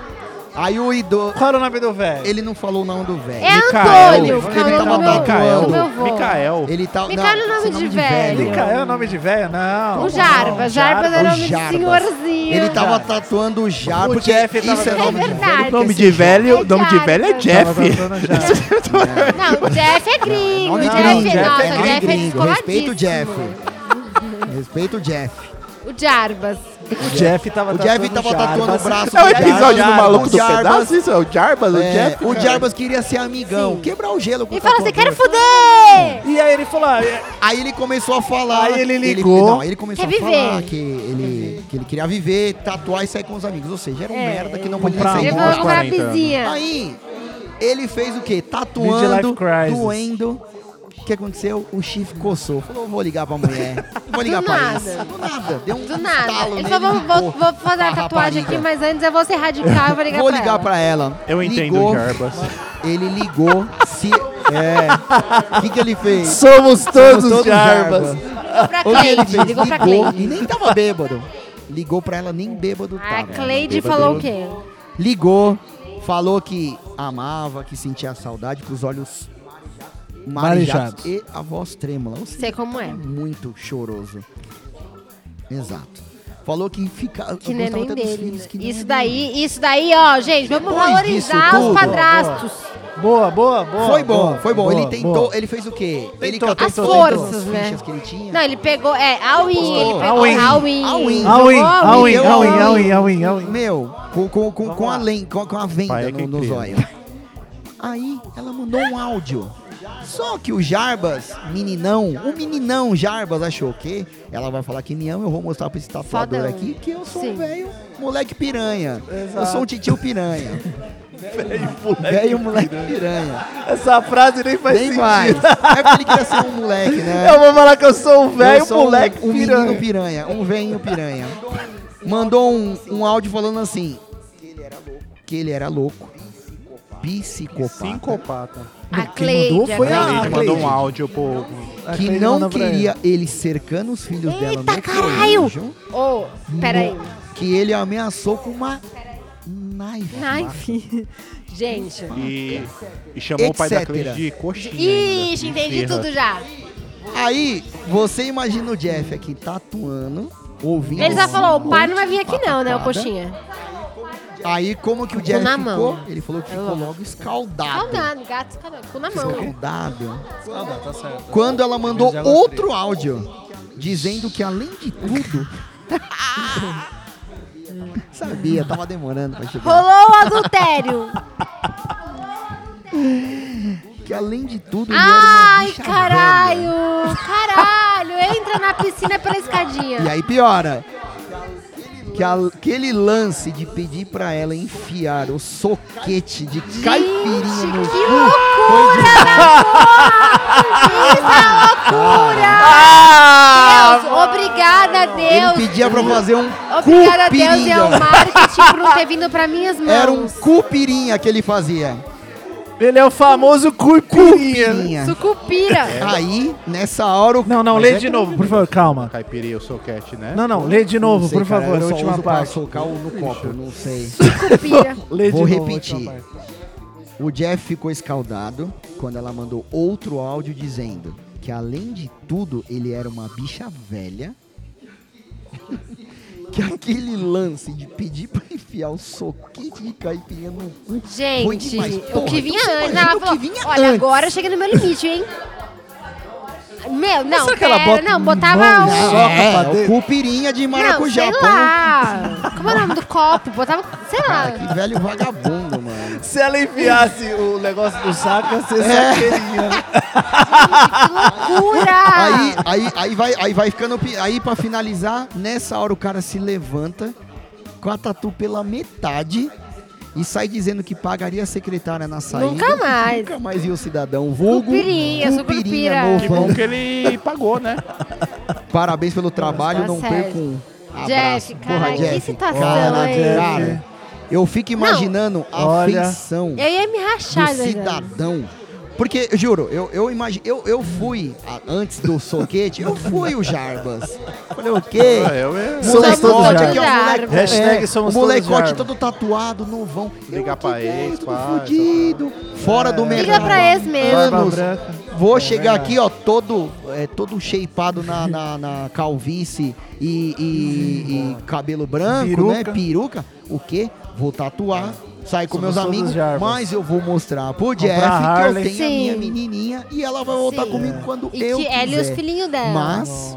Speaker 3: Aí o idoso.
Speaker 2: Qual era o nome do velho?
Speaker 3: Ele não falou o nome do velho.
Speaker 5: É
Speaker 2: Micael. tá
Speaker 5: Antônio.
Speaker 3: Ele
Speaker 5: Calma,
Speaker 3: tava
Speaker 5: o nome
Speaker 3: Micael.
Speaker 5: do meu avô.
Speaker 4: Micael.
Speaker 3: Ele tá.
Speaker 5: Me
Speaker 3: não,
Speaker 5: cala o nome
Speaker 3: esse
Speaker 5: de velho.
Speaker 2: Micael é nome de velho? Não.
Speaker 5: O
Speaker 2: Não,
Speaker 5: Jarbas. Jarbas
Speaker 3: O
Speaker 5: era nome de
Speaker 3: Jarbas.
Speaker 5: senhorzinho.
Speaker 3: Ele tá tava
Speaker 2: Jarbas.
Speaker 3: tatuando o Jarbas.
Speaker 2: O
Speaker 3: porque
Speaker 2: Jeff tava
Speaker 3: isso é
Speaker 2: tatuando
Speaker 5: o
Speaker 3: nome de
Speaker 5: Jarbas.
Speaker 3: velho.
Speaker 5: O nome
Speaker 3: porque
Speaker 4: de
Speaker 3: esse
Speaker 4: velho,
Speaker 5: É
Speaker 4: nome de velho é
Speaker 5: Jarbas.
Speaker 2: Tava
Speaker 4: Jeff.
Speaker 2: tatuando já.
Speaker 5: Não, o Jeff é gringo.
Speaker 3: Nome
Speaker 5: o
Speaker 3: de
Speaker 5: Jeff,
Speaker 3: gringo,
Speaker 5: é,
Speaker 3: Jeff
Speaker 5: nossa,
Speaker 3: é
Speaker 5: o Jeff é
Speaker 3: gringo, respeita o Jeff.
Speaker 5: descoladíssimo.
Speaker 3: Respeita o Jeff.
Speaker 5: O Jarbas.
Speaker 2: O Jeff tava
Speaker 3: O
Speaker 2: Tá tatuando
Speaker 3: Jeff tava
Speaker 2: Jarbas.
Speaker 3: tatuando o braço
Speaker 4: É
Speaker 2: um
Speaker 4: o
Speaker 3: do
Speaker 4: episódio do
Speaker 3: Jarbas,
Speaker 4: maluco
Speaker 3: o
Speaker 4: do
Speaker 3: Jarbas.
Speaker 4: pedaço? Isso é o Jarbas, o
Speaker 3: É,
Speaker 4: Jeff?
Speaker 3: o
Speaker 4: cara?
Speaker 3: Jarbas queria ser amigão, quebrar o gelo com
Speaker 5: E
Speaker 3: o
Speaker 5: fala assim, quero
Speaker 3: tatuador.
Speaker 5: fuder!
Speaker 2: E aí ele falou, ah, é-
Speaker 3: Aí ele começou a falar.
Speaker 2: Aí ele ligou.
Speaker 3: não, aí ele começou
Speaker 5: Quer
Speaker 3: a falar
Speaker 5: viver.
Speaker 3: que ele, que ele queria viver, tatuar e sair com os amigos. Ou seja, era um
Speaker 5: É,
Speaker 3: merda que não
Speaker 2: comprar
Speaker 3: podia
Speaker 5: Ele
Speaker 2: uma
Speaker 3: sair com
Speaker 5: falou
Speaker 3: os
Speaker 5: com uma
Speaker 4: 40 anos.
Speaker 5: vizinha.
Speaker 3: Aí ele fez o quê?
Speaker 2: Midlife
Speaker 3: Tatuando,
Speaker 2: crisis.
Speaker 3: doendo. O que aconteceu? O chifre coçou. Falou, vou ligar pra mulher. Vou ligar
Speaker 5: Do
Speaker 3: pra
Speaker 5: nada.
Speaker 3: eles. Do nada. Deu um
Speaker 5: Do nada.
Speaker 3: estalo
Speaker 5: Ele
Speaker 3: nele,
Speaker 5: falou, vou, vou-
Speaker 3: ligou
Speaker 5: vou fazer
Speaker 3: pra
Speaker 5: a tatuagem
Speaker 3: rapariga.
Speaker 5: aqui, mas antes eu vou ser radical e vou ligar
Speaker 3: Vou
Speaker 5: pra
Speaker 3: ligar
Speaker 5: ela.
Speaker 3: pra ela.
Speaker 4: Eu entendo o
Speaker 3: Ligou,
Speaker 4: Jarbas.
Speaker 3: Ele ligou. se... É. O que, que ele fez?
Speaker 4: Somos
Speaker 3: Botou no
Speaker 5: Ligou pra
Speaker 3: O que ele
Speaker 5: Cleide.
Speaker 3: fez?
Speaker 5: Ligou pra
Speaker 3: Ligou e
Speaker 5: Cleide.
Speaker 3: nem tava bêbado. Ligou pra ela, nem bêbado tava.
Speaker 5: A Cleide falou o quê?
Speaker 3: Ligou, falou que amava, que sentia saudade, com os olhos
Speaker 2: Marejados.
Speaker 3: marejados e a voz trêmula. Ou seja,
Speaker 5: Sei como é.
Speaker 3: muito choroso. Exato. Falou que fica...
Speaker 5: Que
Speaker 3: eu
Speaker 5: não é
Speaker 3: gostava
Speaker 5: nem
Speaker 3: até dos
Speaker 5: dele.
Speaker 3: filhos,
Speaker 5: né?
Speaker 3: que não é
Speaker 5: Isso
Speaker 3: dele.
Speaker 5: daí, isso daí, ó, gente, vamos
Speaker 3: Depois
Speaker 5: valorizar
Speaker 3: disso
Speaker 5: os
Speaker 3: tudo,
Speaker 5: padrastos.
Speaker 2: Boa, boa, boa.
Speaker 3: Foi bom,
Speaker 2: boa,
Speaker 3: foi bom. ele
Speaker 2: boa,
Speaker 3: tentou,
Speaker 2: boa.
Speaker 3: ele fez o quê? ele
Speaker 2: Tentou,
Speaker 3: catou
Speaker 5: As
Speaker 2: tentou, tentou.
Speaker 5: forças,
Speaker 3: as
Speaker 5: né?
Speaker 3: fichas que ele tinha.
Speaker 5: Não, ele pegou, é, a win, ele pegou
Speaker 2: All in.
Speaker 5: a win.
Speaker 3: All in.
Speaker 2: All in,
Speaker 5: Jogou a
Speaker 2: all in,
Speaker 5: win.
Speaker 2: all in, all in, all in, all in.
Speaker 3: Então, Meu, com, com, com, com a, len, com, com a venda
Speaker 4: Pai é
Speaker 3: no,
Speaker 4: quem
Speaker 3: no
Speaker 4: cria.
Speaker 3: zóio. Aí ela mandou um áudio. Só que o Jarbas, meninão, o meninão Jarbas achou que ela vai falar que me ama, eu vou mostrar pra esse tatuador
Speaker 5: Fodão.
Speaker 3: aqui que eu sou
Speaker 5: Sim.
Speaker 3: um velho moleque piranha. Eu
Speaker 2: Exato.
Speaker 3: sou um titio piranha. velho moleque piranha.
Speaker 2: Essa frase nem faz É
Speaker 3: Nem mais. É porque ele queria ser um moleque, né?
Speaker 2: vou falar que eu sou um
Speaker 3: Eu sou um- um, menino piranha, um velhinho piranha. Mandou um, um áudio falando assim que ele era louco, psicopata,
Speaker 4: Sincopata.
Speaker 5: A
Speaker 2: Quem
Speaker 5: Cleide.
Speaker 2: mandou
Speaker 5: a
Speaker 2: foi
Speaker 5: Cleide.
Speaker 2: a
Speaker 4: Ele mandou um
Speaker 2: Cleide.
Speaker 4: áudio pro...
Speaker 2: A
Speaker 3: que
Speaker 2: Cleide
Speaker 3: não
Speaker 2: mandou pra
Speaker 3: queria ele cercando os filhos dela
Speaker 5: Eita,
Speaker 3: no
Speaker 5: caralho!
Speaker 3: colégio,
Speaker 5: Ô, peraí.
Speaker 3: que ele ameaçou com uma knife.
Speaker 5: Knife. Gente.
Speaker 4: E, e chamou o pai da
Speaker 3: Etc.
Speaker 4: Cleide de coxinha. ainda,
Speaker 5: Ixi,
Speaker 4: de
Speaker 5: entendi
Speaker 4: firra.
Speaker 5: tudo já.
Speaker 3: Aí você imagina o Jeff aqui tatuando, ouvindo.
Speaker 5: Ele só
Speaker 3: esse
Speaker 5: falou, o pai
Speaker 3: monte
Speaker 5: não vai vir
Speaker 3: de
Speaker 5: aqui não, né, o
Speaker 3: pataquada.
Speaker 5: coxinha.
Speaker 3: Aí como que o
Speaker 5: Cu
Speaker 3: Jeff
Speaker 5: na
Speaker 3: ficou?
Speaker 5: mão.
Speaker 3: Ele falou que ficou
Speaker 5: Ela-
Speaker 3: logo escaldado.
Speaker 5: Calma, gato, escaldado, cu na mão.
Speaker 3: Escaldado.
Speaker 2: Ah, tá certo.
Speaker 3: quando ela mandou
Speaker 2: Beijava
Speaker 3: outro áudio dizendo que além de tudo sabia, tava demorando pra chegar.
Speaker 5: Rolou o adultério.
Speaker 3: Que além de tudo ele era uma
Speaker 5: Ai,
Speaker 3: bicha
Speaker 5: caralho. Caralho, entra na piscina pela escadinha.
Speaker 3: velha. E aí piora. Que a- aquele lance de pedir pra ela enfiar o soquete de caipirinha no
Speaker 5: Gente,
Speaker 3: cu é.
Speaker 5: que loucura da porra! Que loucura! Deus, obrigada,
Speaker 3: Ele
Speaker 5: Deus!
Speaker 3: pedia pra fazer um
Speaker 5: Obrigada a Deus é e ao
Speaker 3: Cupirinha.
Speaker 5: marketing por não ter vindo para minhas mãos.
Speaker 3: Era um cupirinha que ele fazia.
Speaker 2: Ele é o famoso cuipirinha.
Speaker 3: Cupirinha. um
Speaker 5: Sucupira.
Speaker 3: Aí, nessa hora, o
Speaker 2: Não, não, lê de novo, por favor, calma.
Speaker 4: Caipirinha, eu sou cat, né?
Speaker 2: Não, não, lê de novo,
Speaker 3: É? Não sei,
Speaker 2: por
Speaker 3: cara,
Speaker 2: favor,
Speaker 3: eu
Speaker 2: a
Speaker 3: só
Speaker 2: última
Speaker 3: uso pra
Speaker 2: parte.
Speaker 3: socar o- no copo, não sei.
Speaker 5: Sucupira.
Speaker 2: Lê
Speaker 3: Vou
Speaker 2: de novo a
Speaker 3: repetir.
Speaker 2: última parte.
Speaker 3: O Jeff ficou escaldado quando ela mandou outro áudio dizendo que, além de tudo, ele era uma bicha velha. que aquele lance de pedir pra enfiar o soquete de caipirinha no cu Foi
Speaker 5: Gente,
Speaker 3: demais,
Speaker 5: o
Speaker 3: porra.
Speaker 5: que vinha
Speaker 3: Então,
Speaker 5: antes. Não,
Speaker 3: imagina
Speaker 5: ela
Speaker 3: o que
Speaker 5: falou,
Speaker 3: vinha
Speaker 5: olha,
Speaker 3: antes."
Speaker 5: agora eu cheguei no meu limite, hein? Meu, não,
Speaker 2: será que ela
Speaker 5: pera,
Speaker 2: bota
Speaker 5: não,
Speaker 2: um
Speaker 5: botava
Speaker 2: limão,
Speaker 5: um.
Speaker 2: né?
Speaker 3: Soca
Speaker 2: É,
Speaker 3: pra
Speaker 2: o
Speaker 3: dentro. cupirinha de
Speaker 5: Não,
Speaker 3: maracujá.
Speaker 5: sei lá. Como é o nome do copo? Botava, sei lá.
Speaker 3: Ah, Que velho vagabundo, mano. É.
Speaker 2: Se ela enfiasse o negócio do saco, ia ser saqueirinha. né?
Speaker 5: Loucura!
Speaker 3: Aí, aí, aí, vai, aí vai ficando. pi- Aí pra finalizar, nessa hora o cara se levanta com a tatu pela metade e sai dizendo que pagaria a secretária na saída.
Speaker 5: Nunca mais.
Speaker 3: Nunca mais viu o cidadão. Vulgo.
Speaker 5: Cupirinha, sucupira.
Speaker 4: Que
Speaker 3: novão.
Speaker 4: bom que ele pagou, né?
Speaker 3: Parabéns pelo trabalho,
Speaker 5: Tá
Speaker 3: não
Speaker 5: certo.
Speaker 3: perca um.
Speaker 5: Jeff,
Speaker 3: abraço.
Speaker 5: cara, que
Speaker 3: Jeff.
Speaker 5: situação,
Speaker 3: Cara,
Speaker 5: hein?
Speaker 3: cara, eu fico imaginando a
Speaker 2: Olha.
Speaker 3: afeição.
Speaker 5: Eu ia é me rachar, né,
Speaker 3: do
Speaker 5: Leandro.
Speaker 3: cidadão. Porque, juro, eu, eu imagino. Eu, eu fui, a- antes do soquete, eu fui o Jarbas. Falei, o quê?
Speaker 4: Ah, eu mesmo.
Speaker 2: Somos todos
Speaker 3: Molecote aqui, ó,
Speaker 5: Jarbas.
Speaker 3: moleque-
Speaker 2: Hashtag
Speaker 3: é,
Speaker 2: somos
Speaker 3: o molecote
Speaker 2: todos
Speaker 3: todo tatuado, novão.
Speaker 4: Ligar
Speaker 3: Eu, que
Speaker 4: pra
Speaker 3: velho,
Speaker 4: ex,
Speaker 3: tudo
Speaker 4: pai,
Speaker 3: fudido, fora do mercado.
Speaker 5: Liga pra ex mesmo.
Speaker 2: É. Barba
Speaker 3: Anos.
Speaker 2: branca. É
Speaker 3: Vou chegar aqui, ó, todo, é, todo shapeado na, na, na calvície e, e- e cabelo branco, né?
Speaker 2: Peruca.
Speaker 3: Peruca. O quê? Vou tatuar. Sair com
Speaker 2: Somos
Speaker 3: meus
Speaker 2: todos
Speaker 3: amigos,
Speaker 2: Jarbas.
Speaker 3: mas eu vou mostrar pro Jeff que eu
Speaker 2: Harley.
Speaker 3: tenho a
Speaker 5: Sim.
Speaker 3: minha menininha e ela vai voltar
Speaker 5: Sim.
Speaker 3: comigo quando
Speaker 5: E
Speaker 3: eu
Speaker 5: que ela e os
Speaker 3: quiser.
Speaker 5: filhinhos dela.
Speaker 3: Mas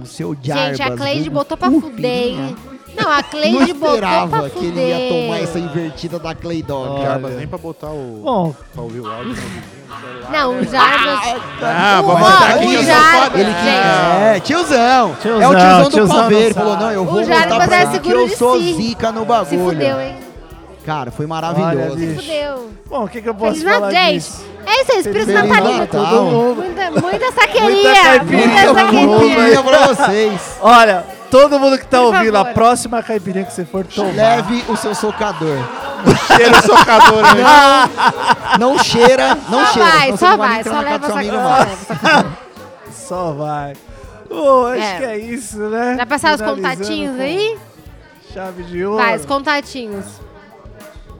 Speaker 3: o seu Jarbas...
Speaker 5: Gente, a Cleide
Speaker 3: vulgo
Speaker 5: botou pra fuder, hein?
Speaker 3: Cupirinha,
Speaker 5: Não, a
Speaker 3: Não
Speaker 5: Cleide botou pra
Speaker 3: esperava que
Speaker 5: fuder.
Speaker 3: ele ia tomar essa invertida da Cleidog.
Speaker 4: Jarbas nem pra botar o.
Speaker 2: Bom,
Speaker 4: pra ouvir o áudio.
Speaker 5: Não, o Jarbas...
Speaker 4: Ah,
Speaker 5: vou mostrar aqui que eu sou
Speaker 4: um
Speaker 5: foda.
Speaker 3: Ele que é, tiozão.
Speaker 2: Tiozão,
Speaker 3: É o tiozão, do
Speaker 2: tiozão
Speaker 3: pavê.
Speaker 2: não
Speaker 3: Ele falou,
Speaker 2: sabe.
Speaker 3: não, eu
Speaker 5: O
Speaker 3: vou
Speaker 5: Jarbas
Speaker 3: mostrar pra
Speaker 5: é
Speaker 3: ele que
Speaker 5: seguro
Speaker 3: eu
Speaker 5: de
Speaker 3: sou
Speaker 5: si.
Speaker 3: zica no
Speaker 5: Se
Speaker 3: bagulho.
Speaker 5: fudeu, hein?
Speaker 3: Cara, foi
Speaker 2: Olha, bicho.
Speaker 3: maravilhoso.
Speaker 5: Fudeu.
Speaker 2: bom, o que, que eu posso
Speaker 5: Feliz
Speaker 2: falar
Speaker 5: Natal, gente.
Speaker 2: disso?
Speaker 5: É isso aí, espírito
Speaker 3: Feliz
Speaker 5: natalino.
Speaker 3: Natal.
Speaker 5: Todo mundo. Muita, muita saqueria.
Speaker 2: caipirinha,
Speaker 5: Muita
Speaker 2: todo mundo aí.
Speaker 5: saqueria.
Speaker 3: Cupirinha pra vocês.
Speaker 2: Olha, todo mundo que tá
Speaker 5: Por
Speaker 2: ouvindo, a
Speaker 5: favor.
Speaker 2: próxima caipirinha que você for tomar,
Speaker 3: Leve o seu socador.
Speaker 4: Cheiro socador né? aí.
Speaker 3: Não cheira, não
Speaker 5: Só
Speaker 3: cheira.
Speaker 5: vai, só
Speaker 3: senão você não
Speaker 5: vai,
Speaker 3: entrar
Speaker 5: só
Speaker 3: na casa do
Speaker 5: leva
Speaker 3: seu
Speaker 5: essa-
Speaker 3: amigo,
Speaker 5: só
Speaker 3: não.
Speaker 5: leva essa coisa.
Speaker 2: só vai. Bom, acho
Speaker 5: É.
Speaker 2: que é isso, né?
Speaker 5: Vai passar os
Speaker 2: Finalizando
Speaker 5: contatinhos
Speaker 2: com
Speaker 5: aí?
Speaker 2: Chave de ouro.
Speaker 5: Vai, os contatinhos.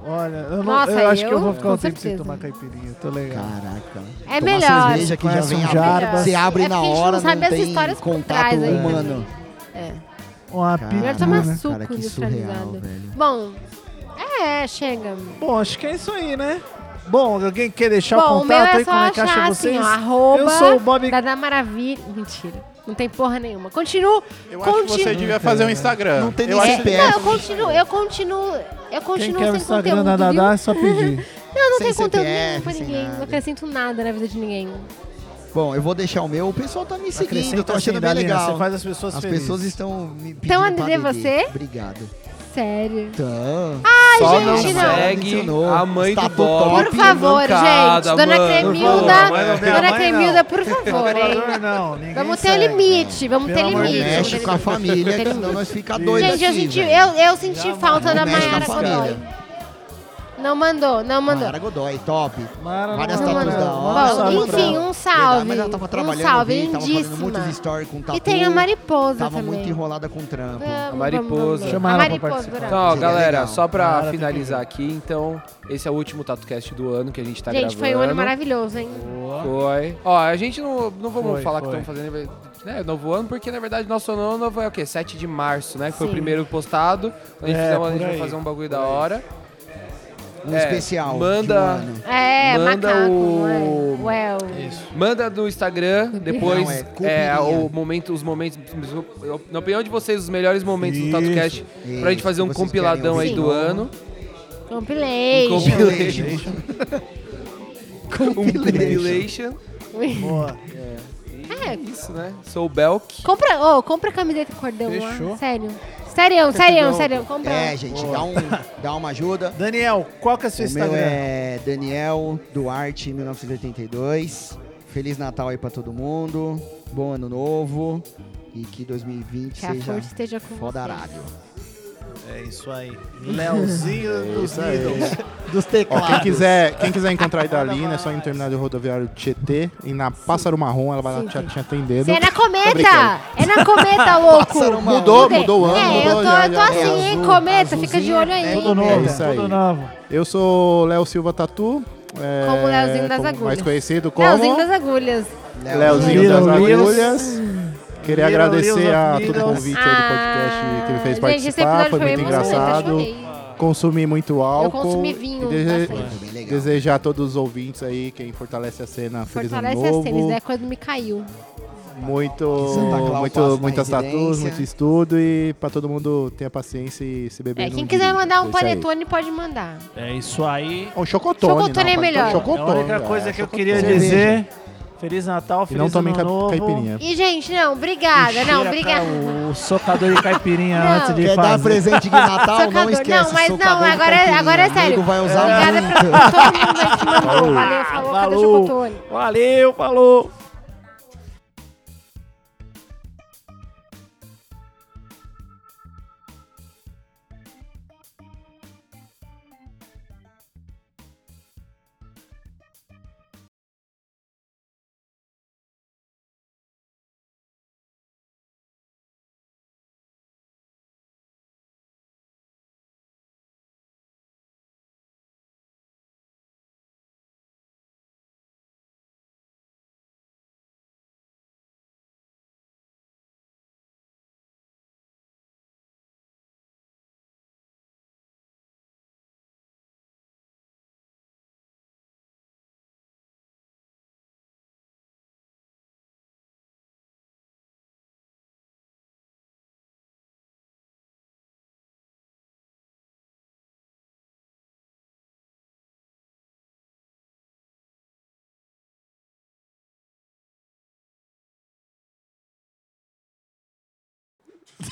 Speaker 2: Olha, eu, não,
Speaker 5: Nossa,
Speaker 2: eu acho que eu
Speaker 5: eu?
Speaker 2: vou ficar um
Speaker 5: Com
Speaker 2: tempo sem
Speaker 5: certeza.
Speaker 2: tomar caipirinha, tô legal.
Speaker 3: Caraca.
Speaker 5: É
Speaker 3: Tomar
Speaker 5: melhor.
Speaker 3: cerveja que já
Speaker 2: Conhece
Speaker 3: vem
Speaker 2: um
Speaker 3: a-
Speaker 2: Jarbas.
Speaker 3: Você abre
Speaker 5: É porque
Speaker 3: na
Speaker 5: a gente não
Speaker 3: hora,
Speaker 5: sabe
Speaker 3: não
Speaker 5: as
Speaker 3: tem
Speaker 5: histórias por
Speaker 3: contato
Speaker 5: trás né? ainda.
Speaker 3: humano.
Speaker 2: Uma
Speaker 5: Melhor
Speaker 3: Caraca,
Speaker 2: pintura.
Speaker 5: tomar
Speaker 3: né? cara,
Speaker 5: suco
Speaker 3: que
Speaker 5: neutralizado.
Speaker 3: surreal, velho.
Speaker 5: Bom, é, chega.
Speaker 2: Bom, acho que é isso aí, né? Bom, alguém quer deixar
Speaker 5: Bom,
Speaker 2: o
Speaker 5: o meu
Speaker 2: contato
Speaker 5: é
Speaker 2: aí?
Speaker 5: só
Speaker 2: Como é que
Speaker 5: achar
Speaker 2: acha
Speaker 5: assim,
Speaker 2: vocês?
Speaker 5: ó, arroba
Speaker 2: eu sou o Bob.
Speaker 5: da, da Maravilha. Mentira, não tem porra nenhuma. Continuo,
Speaker 4: Eu acho que
Speaker 5: continuo.
Speaker 4: você devia fazer um Instagram.
Speaker 3: Não tem
Speaker 4: eu
Speaker 3: nem
Speaker 4: acho
Speaker 3: CPF.
Speaker 5: Não, eu continuo, eu continuo, eu
Speaker 2: Quem
Speaker 5: continuo
Speaker 2: quer o
Speaker 5: sem conteúdo,
Speaker 2: Instagram da Dadá é
Speaker 5: viu?
Speaker 2: só pedir.
Speaker 5: Não, não
Speaker 3: Sem
Speaker 5: tem conteúdo
Speaker 3: CPF,
Speaker 5: nenhum pra
Speaker 3: sem
Speaker 5: ninguém.
Speaker 3: nada.
Speaker 5: Não acrescento nada na vida de ninguém.
Speaker 3: Bom, eu vou deixar o meu. O pessoal tá me seguindo, eu
Speaker 2: Acrescenta
Speaker 3: tô achando
Speaker 2: assim,
Speaker 3: bem
Speaker 2: Dalina,
Speaker 3: legal.
Speaker 2: Você faz as pessoas
Speaker 3: As
Speaker 2: felizes.
Speaker 3: pessoas estão me pedindo
Speaker 5: Então,
Speaker 3: pra
Speaker 5: André,
Speaker 3: beber.
Speaker 5: você?
Speaker 3: Obrigado.
Speaker 5: Sério.
Speaker 3: Então...
Speaker 6: Só
Speaker 5: gente,
Speaker 6: não
Speaker 5: não.
Speaker 6: segue a mãe do
Speaker 3: Status
Speaker 6: Bob.
Speaker 3: top.
Speaker 5: Por favor,
Speaker 6: mancada,
Speaker 5: gente. Dona
Speaker 6: mano.
Speaker 2: Por
Speaker 5: Cremilda,
Speaker 2: favor, mas não minha mãe,
Speaker 5: Dona
Speaker 2: não.
Speaker 5: Cremilda, por favor, hein?
Speaker 2: Controlador Tá não, ninguém
Speaker 5: Vamos ter
Speaker 2: segue.
Speaker 5: limite, vamos ter
Speaker 2: Pelo amor
Speaker 3: Não
Speaker 2: de
Speaker 5: limite.
Speaker 2: Deus.
Speaker 5: vamos ter
Speaker 3: mexe com a
Speaker 5: limite.
Speaker 3: família,
Speaker 5: Pelo
Speaker 3: que
Speaker 5: amor
Speaker 3: senão
Speaker 5: de
Speaker 3: nós fica doido
Speaker 5: Gente, eu
Speaker 3: aqui,
Speaker 5: senti,
Speaker 3: velho.
Speaker 5: eu, eu senti falta da
Speaker 3: Não mexe com a
Speaker 5: Mayara Godoy.
Speaker 3: família.
Speaker 5: Não mandou, não mandou.
Speaker 3: Mara Godoy, top.
Speaker 2: Mara
Speaker 3: Várias
Speaker 2: não
Speaker 3: tatuas
Speaker 2: mandou.
Speaker 3: da
Speaker 2: Manda
Speaker 3: hora.
Speaker 2: um
Speaker 5: Bom,
Speaker 2: salve pra
Speaker 5: enfim,
Speaker 2: ela.
Speaker 5: um salve.
Speaker 3: Verdade, mas ela tava
Speaker 5: um
Speaker 3: trabalhando,
Speaker 5: salve,
Speaker 3: eu vi, tava fazendo
Speaker 5: lindíssima.
Speaker 3: muitos stories com tatu.
Speaker 5: E tem a mariposa
Speaker 3: Tava muito
Speaker 5: também. É.
Speaker 3: enrolada com trampo.
Speaker 5: Vamos, vamos,
Speaker 6: mariposa.
Speaker 5: vamos ver.
Speaker 2: Chama
Speaker 5: a
Speaker 2: ela pra
Speaker 5: mariposa,
Speaker 2: participar.
Speaker 6: Então, ó,
Speaker 3: Seria
Speaker 6: galera,
Speaker 3: legal.
Speaker 6: só pra
Speaker 2: Mara,
Speaker 6: finalizar aqui, então, esse é o último TatuCast do ano que a gente tá
Speaker 5: Gente,
Speaker 6: gravando.
Speaker 5: foi um ano maravilhoso, hein?
Speaker 6: Foi. Ó, a gente não, não vamos
Speaker 2: Foi,
Speaker 6: falar
Speaker 2: foi.
Speaker 6: que estamos fazendo né, novo ano, porque na verdade nosso ano novo é o quê? 7 de março, né? Que foi o
Speaker 5: Sim.
Speaker 6: primeiro postado. A gente,
Speaker 2: É,
Speaker 6: fizemos- a
Speaker 2: por
Speaker 6: gente vai
Speaker 2: aí.
Speaker 6: fazer um bagulho da hora.
Speaker 3: Um
Speaker 6: É,
Speaker 3: especial.
Speaker 6: manda-
Speaker 3: De um ano.
Speaker 5: É,
Speaker 6: Manda
Speaker 5: macaco,
Speaker 6: o-
Speaker 5: não é? Well.
Speaker 6: Manda no Instagram, depois
Speaker 3: Não, é
Speaker 6: é,
Speaker 3: Cupirinha.
Speaker 6: o momento, os momentos, na opinião de vocês, os melhores momentos
Speaker 2: Isso,
Speaker 6: do TatuCast pra gente
Speaker 3: isso,
Speaker 6: fazer um
Speaker 3: vocês
Speaker 6: compiladão
Speaker 3: querem
Speaker 6: aí
Speaker 5: ouvir
Speaker 6: do
Speaker 3: novo.
Speaker 6: ano.
Speaker 5: Compilation.
Speaker 6: Compilation. Um
Speaker 3: Compilation.
Speaker 6: compilation.
Speaker 2: Boa.
Speaker 6: É isso, né? Sou o Belk.
Speaker 5: Compra, ô, compra a camiseta com cordão
Speaker 2: Fechou.
Speaker 5: lá. Sério. Sério, sério, sério. Compra.
Speaker 3: É, gente, dá, um, dá uma ajuda.
Speaker 5: um-
Speaker 2: Daniel, qual que é o seu
Speaker 3: O meu
Speaker 2: Instagram?
Speaker 3: é Daniel Duarte, 1982. Feliz Natal aí pra todo mundo. Bom ano novo.
Speaker 7: E que 2020
Speaker 5: Que a
Speaker 7: seja
Speaker 5: força esteja com
Speaker 7: fodarado.
Speaker 8: É isso aí. Léozinho dos Beatles.
Speaker 7: Dos
Speaker 4: Ó,
Speaker 7: teclados.
Speaker 4: quem quiser, quem quiser encontrar a Idalina, é só ir no terminal de rodoviário Tietê e na Pássaro Marrom ela vai lá
Speaker 5: Sim,
Speaker 4: te
Speaker 5: sim.
Speaker 4: te atender.
Speaker 5: Você é na cometa!
Speaker 4: brincando.
Speaker 5: É na cometa, louco!
Speaker 4: Mudou, mudou o ano,
Speaker 5: É, eu
Speaker 4: mudou,
Speaker 5: tô,
Speaker 4: já,
Speaker 5: eu tô
Speaker 4: já,
Speaker 5: assim,
Speaker 4: é
Speaker 5: hein?
Speaker 7: azul,
Speaker 5: Cometa, fica de
Speaker 7: azulzinha,
Speaker 5: olho aí.
Speaker 7: é
Speaker 2: Tudo
Speaker 4: É
Speaker 2: novo,
Speaker 4: isso aí.
Speaker 2: tudo novo.
Speaker 4: Eu sou Léo Silva Tatu. é,
Speaker 5: Como Leozinho das
Speaker 4: como- Mais
Speaker 5: Agulhas.
Speaker 4: conhecido como
Speaker 5: Leozinho das agulhas.
Speaker 4: Leozinho das
Speaker 2: Little Leos.
Speaker 4: Agulhas. Queria
Speaker 2: Little
Speaker 4: agradecer
Speaker 2: Leos
Speaker 4: a
Speaker 2: of
Speaker 4: todo o
Speaker 2: Needles.
Speaker 4: convite aí do podcast que ele fez
Speaker 5: Ah, gente, esse
Speaker 4: participar.
Speaker 5: episódio
Speaker 4: Foi muito
Speaker 5: emocionante, eu
Speaker 4: engraçado.
Speaker 5: chorei.
Speaker 4: Consumi muito álcool.
Speaker 5: consumi vinho
Speaker 4: E dese-
Speaker 5: bastante.
Speaker 7: Bem legal.
Speaker 4: Desejar a todos os ouvintes aí, quem fortalece a cena, feliz ano
Speaker 5: Fortalece
Speaker 4: novo.
Speaker 5: as tênis, né? Quando me caiu.
Speaker 4: Muito,
Speaker 7: Santa Claus
Speaker 4: muito
Speaker 7: faça
Speaker 4: muitas
Speaker 7: na
Speaker 4: tatuas,
Speaker 7: residência.
Speaker 4: muito estudo e pra todo mundo tenha paciência e se beber.
Speaker 5: É,
Speaker 4: não
Speaker 5: quem quiser
Speaker 4: dirige.
Speaker 5: mandar um
Speaker 4: É isso aí.
Speaker 5: panetone pode mandar.
Speaker 8: É isso aí.
Speaker 4: Um chocotone.
Speaker 5: Chocotone é
Speaker 4: não,
Speaker 5: melhor.
Speaker 4: Chocotone,
Speaker 2: a única
Speaker 4: é,
Speaker 2: coisa que eu
Speaker 4: chocotone.
Speaker 2: queria
Speaker 4: Cerveja.
Speaker 2: dizer. Feliz Natal,
Speaker 4: E
Speaker 2: feliz
Speaker 4: não tomem
Speaker 2: ano
Speaker 4: cap-
Speaker 2: novo.
Speaker 4: caipirinha.
Speaker 5: E, gente, não, obrigada. Não,
Speaker 2: Cheira
Speaker 5: obrigada.
Speaker 2: pra O socador de caipirinha
Speaker 5: Não.
Speaker 2: antes de
Speaker 7: Quer dar
Speaker 2: fazer.
Speaker 7: presente de Natal?
Speaker 5: Socador.
Speaker 7: não esquece.
Speaker 5: Não, mas não,
Speaker 7: socador de
Speaker 5: agora-
Speaker 7: caipirinha.
Speaker 5: agora é
Speaker 7: O nego
Speaker 5: sério.
Speaker 7: vai usar
Speaker 5: Obrigada
Speaker 7: muito.
Speaker 5: pra todo mundo aí que mandou. um Valeu, falou, cadê o
Speaker 2: Falou.
Speaker 5: chocotone?
Speaker 2: Valeu, falou.